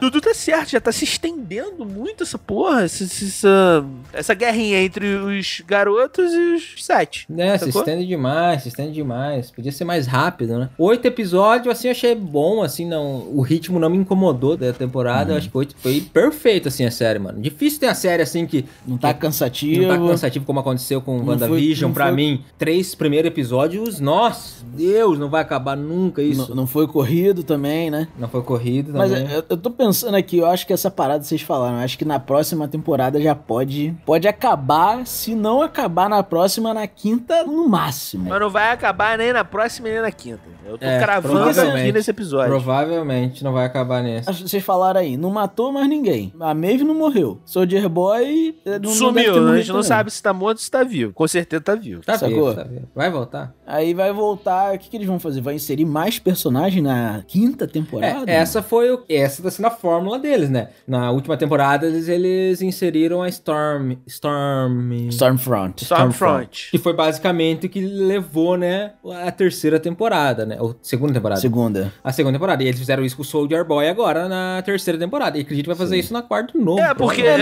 [SPEAKER 5] Tudo tá certo, já tá se estendendo muito essa porra, essa, essa, essa guerrinha entre os garotos e os sete.
[SPEAKER 4] Né, se
[SPEAKER 5] Sacou?
[SPEAKER 4] estende demais, se estende demais. Podia ser mais rápido, né? Oito episódios, assim, eu achei bom, assim, não. O ritmo não me incomodou da temporada.
[SPEAKER 2] Uhum.
[SPEAKER 4] Eu acho que oito foi perfeito, assim, a série, mano. Difícil ter a série, assim, que
[SPEAKER 2] Não tá
[SPEAKER 4] não
[SPEAKER 2] cansativo.
[SPEAKER 4] tá cansativo como aconteceu com o
[SPEAKER 2] Não foi-
[SPEAKER 4] WandaVision.
[SPEAKER 2] não
[SPEAKER 4] Pra
[SPEAKER 2] foi-
[SPEAKER 4] mim, três primeiros episódios, nossa, Deus, não vai acabar nunca isso.
[SPEAKER 2] Não,
[SPEAKER 4] Não,
[SPEAKER 2] não foi corrido também, né?
[SPEAKER 4] foi corrido
[SPEAKER 2] Mas é-
[SPEAKER 4] também.
[SPEAKER 2] eu, eu tô pensando aqui, eu acho que essa parada que vocês falaram, eu acho que na próxima temporada já pode pode acabar, se não acabar na próxima, na quinta no máximo.
[SPEAKER 5] Mas não vai acabar nem na próxima nem na quinta. Eu tô
[SPEAKER 4] É,
[SPEAKER 5] cravando aqui
[SPEAKER 4] provavelmente.
[SPEAKER 5] nesse episódio.
[SPEAKER 4] Provavelmente não vai acabar nessa.
[SPEAKER 2] Acho que Vocês falaram aí, não matou mais ninguém. A Maeve não morreu. Soldier Boy eh, não, não deve ter
[SPEAKER 5] Sumiu, a
[SPEAKER 2] morrido
[SPEAKER 5] gente não
[SPEAKER 2] também.
[SPEAKER 5] sabe se tá morto ou se tá vivo. Com certeza tá vivo.
[SPEAKER 4] Tá
[SPEAKER 2] Sacou?
[SPEAKER 4] vivo, tá vivo. Vai voltar?
[SPEAKER 2] Aí vai voltar, o que, que eles vão fazer? Vai inserir mais personagem na quinta
[SPEAKER 4] É,
[SPEAKER 2] temporada?
[SPEAKER 4] essa foi o, essa tá sendo a fórmula deles, né? Na última temporada eles, eles inseriram a Storm, Storm,
[SPEAKER 2] Stormfront.
[SPEAKER 5] Stormfront.
[SPEAKER 4] que foi basicamente o que levou, né, a terceira temporada, né? Ou segunda temporada.
[SPEAKER 2] Segunda.
[SPEAKER 4] a segunda temporada. E eles fizeram isso com o Soldier Boy agora na terceira temporada. E acredito que vai fazer isso na quarta de novo.
[SPEAKER 5] É, porque,
[SPEAKER 2] É,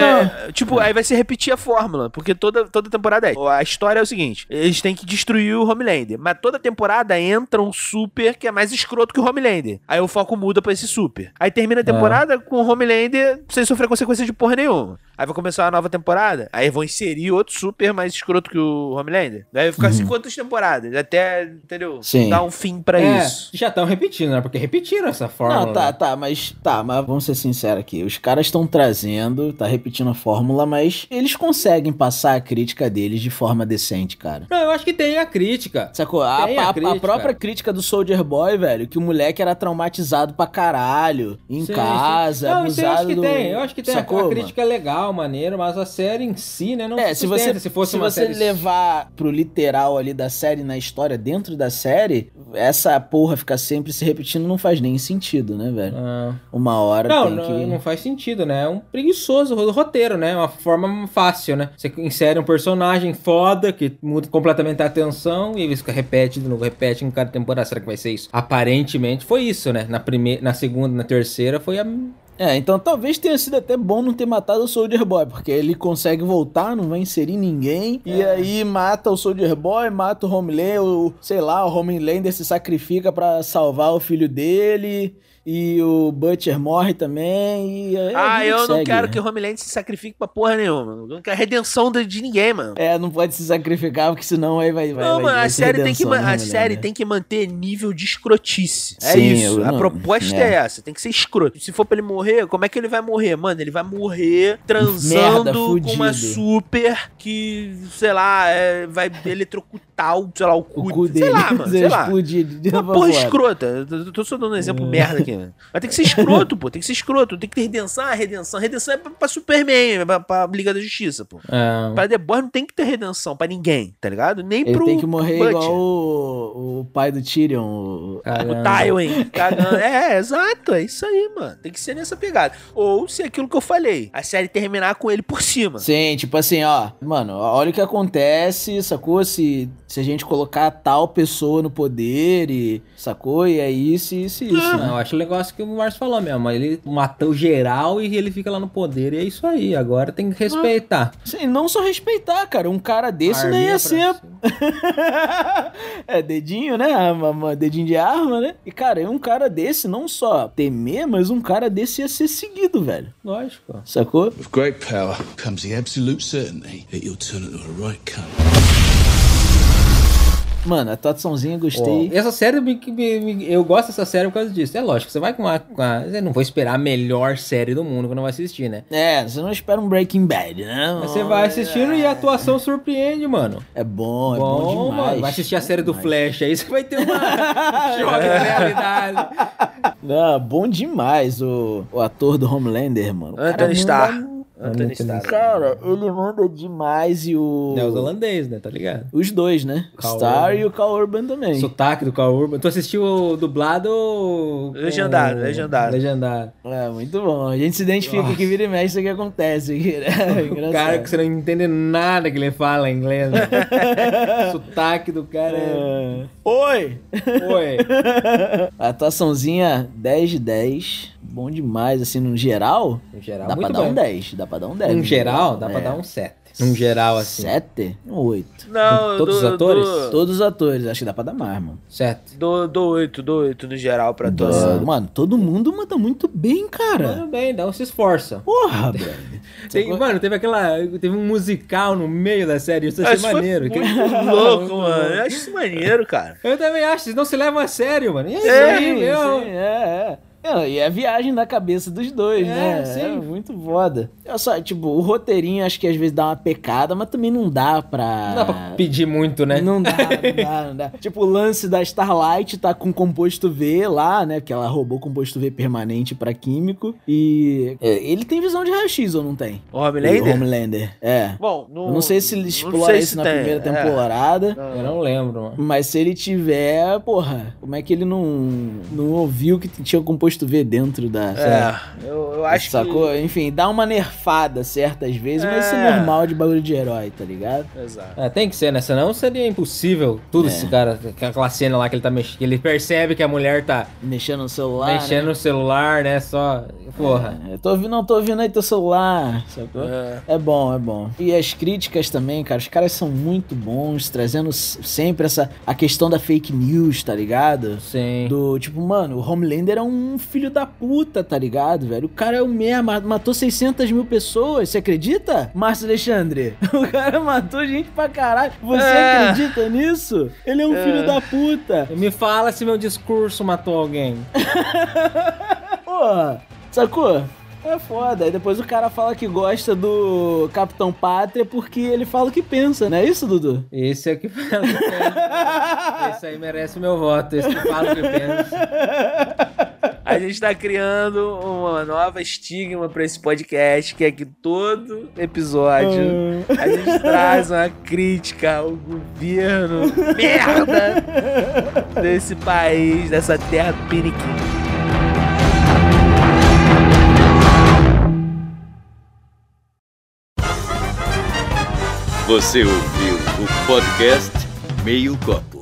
[SPEAKER 5] é, tipo, aí vai se repetir a fórmula, porque toda, toda temporada é. A história é o seguinte: eles têm que destruir o Homelander, mas toda temporada entra um super que é mais escroto que o Homelander. Aí o foco muda pra esse super. Aí
[SPEAKER 2] É.
[SPEAKER 5] termina a temporada com o Homelander sem sofrer consequência de porra nenhuma. Aí vai começar a nova temporada, aí vão inserir outro super mais escroto que o Homelander. Daí vai ficar assim quantas temporadas? Até, entendeu?
[SPEAKER 2] Uhum. Sim.
[SPEAKER 5] Dar um fim pra
[SPEAKER 4] É,
[SPEAKER 5] isso.
[SPEAKER 4] já estão repetindo, né? Porque repetiram essa fórmula.
[SPEAKER 2] Não, tá,
[SPEAKER 4] né?
[SPEAKER 2] tá, mas tá, mas vamos ser sinceros aqui. Os caras estão trazendo, tá repetindo a fórmula, mas eles conseguem passar a crítica deles de forma decente, cara.
[SPEAKER 4] Não, eu acho que tem a crítica.
[SPEAKER 2] Sacou? A,
[SPEAKER 4] Tem a
[SPEAKER 2] a- a
[SPEAKER 4] crítica.
[SPEAKER 2] própria crítica do Soldier Boy, velho, que o moleque era traumatizado pra caralho, em
[SPEAKER 4] Sim, sim.
[SPEAKER 2] casa,
[SPEAKER 4] Não,
[SPEAKER 2] abusado
[SPEAKER 4] isso eu acho que
[SPEAKER 2] do-
[SPEAKER 4] tem. Eu acho que tem a-
[SPEAKER 2] Sacou,
[SPEAKER 4] a,
[SPEAKER 2] mano?
[SPEAKER 4] crítica é legal, maneiro, mas a série em si, né? Não
[SPEAKER 2] É, se
[SPEAKER 4] sustenta.
[SPEAKER 2] você,
[SPEAKER 4] se fosse
[SPEAKER 2] se
[SPEAKER 4] uma
[SPEAKER 2] você
[SPEAKER 4] série
[SPEAKER 2] levar pro literal ali da série, na história, dentro da série, essa porra ficar sempre se repetindo não faz nem sentido, né, velho?
[SPEAKER 4] Ah.
[SPEAKER 2] Uma hora
[SPEAKER 4] Não,
[SPEAKER 2] tem
[SPEAKER 4] não,
[SPEAKER 2] que...
[SPEAKER 4] não faz sentido, né? É um preguiçoso ro- roteiro, né? É Uma forma fácil, né? Você insere um personagem foda que muda completamente a atenção e eles repete de novo, repete em cada temporada. Será que vai ser isso? Aparentemente foi isso, né? Na primeira, na segunda, na terceira foi a.
[SPEAKER 2] É, então talvez tenha sido até bom não ter matado o Soldier Boy, porque ele consegue voltar, não vai inserir ninguém, e
[SPEAKER 5] É.
[SPEAKER 2] aí mata o Soldier Boy, mata o Homelander, o- sei lá, o Homelander se sacrifica pra salvar o filho dele, E o Butcher morre também. E é a
[SPEAKER 5] Ah,
[SPEAKER 2] vida
[SPEAKER 5] eu
[SPEAKER 2] que
[SPEAKER 5] não
[SPEAKER 2] segue,
[SPEAKER 5] quero
[SPEAKER 2] né?
[SPEAKER 5] que o Homeland se sacrifique pra porra nenhuma. Eu não quero redenção de, de ninguém, mano.
[SPEAKER 2] É, não pode se sacrificar, porque senão aí vai. vai
[SPEAKER 5] Não,
[SPEAKER 2] vai-
[SPEAKER 5] mano,
[SPEAKER 2] vai
[SPEAKER 5] a
[SPEAKER 2] ter
[SPEAKER 5] série, tem que,
[SPEAKER 2] redenção,
[SPEAKER 5] ma-
[SPEAKER 2] né,
[SPEAKER 5] a
[SPEAKER 2] mulher,
[SPEAKER 5] série
[SPEAKER 2] né?
[SPEAKER 5] tem que manter nível de escrotice. é
[SPEAKER 2] Sim,
[SPEAKER 5] isso.
[SPEAKER 2] eu
[SPEAKER 5] A
[SPEAKER 2] não-
[SPEAKER 5] proposta é.
[SPEAKER 2] é.
[SPEAKER 5] essa. Tem que ser escroto. Se for pra ele morrer, como é que ele vai morrer? Mano, ele vai morrer transando
[SPEAKER 2] Merda,
[SPEAKER 5] com uma
[SPEAKER 2] fudido.
[SPEAKER 5] super que, sei lá, é, vai eletrocutar o, sei lá, o cu,
[SPEAKER 2] O cu dele.
[SPEAKER 5] sei
[SPEAKER 2] [LAUGHS]
[SPEAKER 5] lá, mano, sei lá.
[SPEAKER 2] Explodir de
[SPEAKER 5] Uma
[SPEAKER 2] novo
[SPEAKER 5] porra
[SPEAKER 2] agora.
[SPEAKER 5] escrota. Eu tô- tô só dando um
[SPEAKER 2] É.
[SPEAKER 5] exemplo merda aqui. né? Mas tem que ser escroto, pô. Tem que ser escroto. Tem que ter redenção, ah, redenção. Redenção é pra, pra Superman, é pra, pra Liga da Justiça, pô.
[SPEAKER 4] É,
[SPEAKER 5] Pra The Boys não tem que ter redenção pra ninguém, tá ligado? Nem
[SPEAKER 2] Uhum. Ele
[SPEAKER 5] pro
[SPEAKER 2] tem que morrer
[SPEAKER 5] Butcher.
[SPEAKER 2] igual né? o, o pai do Tyrion. o-
[SPEAKER 5] O
[SPEAKER 4] caramba.
[SPEAKER 5] Tywin cagando. É, exato, é isso aí, mano. Tem que ser nessa pegada. Ou se é aquilo que eu falei, a série terminar com ele por cima.
[SPEAKER 2] Sim, tipo assim, ó. Mano, olha o que acontece, sacou? Se, se a gente colocar tal pessoa no poder e. Sacou? E é isso, isso e isso.
[SPEAKER 4] Não,
[SPEAKER 2] né?
[SPEAKER 4] eu acho o negócio que o Márcio falou mesmo. Ele matou geral e ele fica lá no poder. E é isso aí. Agora tem que respeitar.
[SPEAKER 2] Sim, Assim, não só respeitar, cara. Um cara desse daí
[SPEAKER 4] Arminha
[SPEAKER 2] ia
[SPEAKER 4] pra
[SPEAKER 2] ser
[SPEAKER 4] cima.
[SPEAKER 2] [LAUGHS] é, dedinho, né? Arma, ma- dedinho de arma, né? E, cara, um cara desse não só temer, mas um cara desse ia ser seguido, velho.
[SPEAKER 4] Lógico.
[SPEAKER 2] Sacou?
[SPEAKER 3] With great power comes the absolute certainty that you'll turn into a right cunt.
[SPEAKER 2] Mano, a atuaçãozinha gostei.
[SPEAKER 4] Ó, essa série, me- que me- me- eu gosto dessa série por causa disso. É lógico, você vai com a. Com a eu não vou esperar a melhor série do mundo quando eu vou assistir, né?
[SPEAKER 2] É, você não espera um Breaking Bad, né?
[SPEAKER 4] Mas você vai assistindo e a atuação surpreende, mano.
[SPEAKER 2] É bom, é bom, demais.
[SPEAKER 4] Vai assistir a
[SPEAKER 2] Bom
[SPEAKER 4] série do
[SPEAKER 2] demais.
[SPEAKER 4] Flash, aí você vai
[SPEAKER 2] [LAUGHS]
[SPEAKER 4] ter uma choque de realidade.
[SPEAKER 2] Não, bom demais o, o ator do Homelander, mano. O cara
[SPEAKER 5] Anthony
[SPEAKER 2] manda-
[SPEAKER 5] Starr. Anthony
[SPEAKER 4] Anthony
[SPEAKER 5] Starr.
[SPEAKER 2] Cara, ele manda demais e o...
[SPEAKER 4] É os holandês, né? Tá ligado?
[SPEAKER 2] Os dois, né? O
[SPEAKER 4] Carl
[SPEAKER 2] Star
[SPEAKER 4] Urban.
[SPEAKER 2] e o Cal Urban também.
[SPEAKER 4] Sotaque do Carl Urban. Tu assistiu o dublado ou... com-
[SPEAKER 5] Legendado, legendado.
[SPEAKER 4] Legendado.
[SPEAKER 2] É, muito bom. A gente se identifica que vira e mexe isso aqui acontece. aqui, né? [LAUGHS] É
[SPEAKER 4] [LAUGHS] O
[SPEAKER 2] engraçado.
[SPEAKER 4] cara que você não entende nada que ele fala em inglês. Né? Sotaque do cara é...
[SPEAKER 2] É. Oi!
[SPEAKER 4] Oi.
[SPEAKER 2] A atuaçãozinha 10 de 10. Bom demais, assim, no geral.
[SPEAKER 4] No geral,
[SPEAKER 2] dá
[SPEAKER 4] Tá muito
[SPEAKER 2] pra dar
[SPEAKER 4] bom.
[SPEAKER 2] um 10. Dá pra dar um 10.
[SPEAKER 4] Num geral, dá pra dar um 7. Num geral, assim.
[SPEAKER 2] 7? Um 8.
[SPEAKER 5] Não,
[SPEAKER 4] Todos os
[SPEAKER 5] eu dou-
[SPEAKER 4] atores?
[SPEAKER 5] dou-
[SPEAKER 2] Todos os atores, acho que dá pra dar mais, mano.
[SPEAKER 4] 7.
[SPEAKER 5] Dou dou oito, dou oito no geral pra todos.
[SPEAKER 2] Todo- Mano, todo mundo manda muito bem, cara.
[SPEAKER 4] Tudo bem, dá um se esforça.
[SPEAKER 2] Porra, brother.
[SPEAKER 4] Tem- mano, teve aquela... Teve um musical no meio da série. Isso eu achei
[SPEAKER 5] Acho
[SPEAKER 4] maneiro.
[SPEAKER 5] Ah, Foi
[SPEAKER 4] Que-
[SPEAKER 2] [LAUGHS]
[SPEAKER 5] muito
[SPEAKER 4] [LAUGHS]
[SPEAKER 5] louco, mano. Eu acho isso maneiro, cara.
[SPEAKER 4] Eu também acho, vocês não se levam a sério, mano. E É,
[SPEAKER 5] É,
[SPEAKER 4] isso aí, meu.
[SPEAKER 2] Sim, é, é. Não, e é a viagem da cabeça dos dois,
[SPEAKER 4] É,
[SPEAKER 2] né?
[SPEAKER 4] sim.
[SPEAKER 2] É muito foda. Eu só, tipo, o roteirinho acho que às vezes dá uma pecada, mas também não dá pra.
[SPEAKER 4] Não dá pra pedir muito, né?
[SPEAKER 2] Não dá, não dá, não dá. [LAUGHS] Tipo, o lance da Starlight tá com composto V lá, né? Porque ela roubou composto V permanente pra químico. E. é, ele tem visão de raio-x ou não tem?
[SPEAKER 5] O
[SPEAKER 2] O
[SPEAKER 5] Homelander?
[SPEAKER 2] Homelander. É.
[SPEAKER 5] Bom,
[SPEAKER 2] Eu não sei se ele
[SPEAKER 5] não
[SPEAKER 2] explora
[SPEAKER 5] sei
[SPEAKER 2] isso
[SPEAKER 5] se
[SPEAKER 2] na
[SPEAKER 5] tem,
[SPEAKER 2] primeira
[SPEAKER 5] é.
[SPEAKER 2] temporada.
[SPEAKER 4] Eu não lembro, mano.
[SPEAKER 2] Mas se ele tiver, porra, como é que ele não, não ouviu que tinha composto V dentro da.
[SPEAKER 5] É, eu, eu acho
[SPEAKER 2] Sacou? Enfim, dá uma nerfada certas vezes, mas isso
[SPEAKER 5] É.
[SPEAKER 2] é normal de bagulho de herói, tá ligado?
[SPEAKER 5] que... Exato.
[SPEAKER 4] É, tem que ser, né? Senão seria impossível tudo
[SPEAKER 2] É.
[SPEAKER 4] esse cara, aquela cena lá que ele tá mexendo, que ele percebe que a mulher tá
[SPEAKER 2] Mexendo no celular.
[SPEAKER 4] mexendo no celular, né? Só. Porra.
[SPEAKER 2] Né? Eu tô ouvindo, não tô ouvindo aí teu celular, sacou?
[SPEAKER 5] É.
[SPEAKER 2] É bom, é bom. E as críticas também, cara, os caras são muito bons, trazendo s- sempre essa a questão da fake news, tá ligado?
[SPEAKER 4] Sim.
[SPEAKER 2] Do tipo, mano, o Homelander é um filho da puta, tá ligado, velho? O cara é o mesmo, matou 600 mil pessoas, você acredita, Márcio Alexandre? [LAUGHS] O cara matou gente pra caralho. Você
[SPEAKER 5] É.
[SPEAKER 2] acredita nisso? Ele é um filho da puta.
[SPEAKER 4] Me fala se meu discurso matou alguém.
[SPEAKER 2] Porra, sacou? É foda. Aí depois o cara fala que gosta do Capitão Pátria porque ele fala o que pensa, não é isso, Dudu?
[SPEAKER 4] Esse é o que fala. Esse aí merece o meu voto. Esse que fala o que pensa.
[SPEAKER 5] A gente tá criando uma nova estigma pra esse podcast, que é que todo episódio a gente traz uma crítica ao governo merda desse país, dessa terra piniquinha.
[SPEAKER 1] Você ouviu o podcast Meio Copo.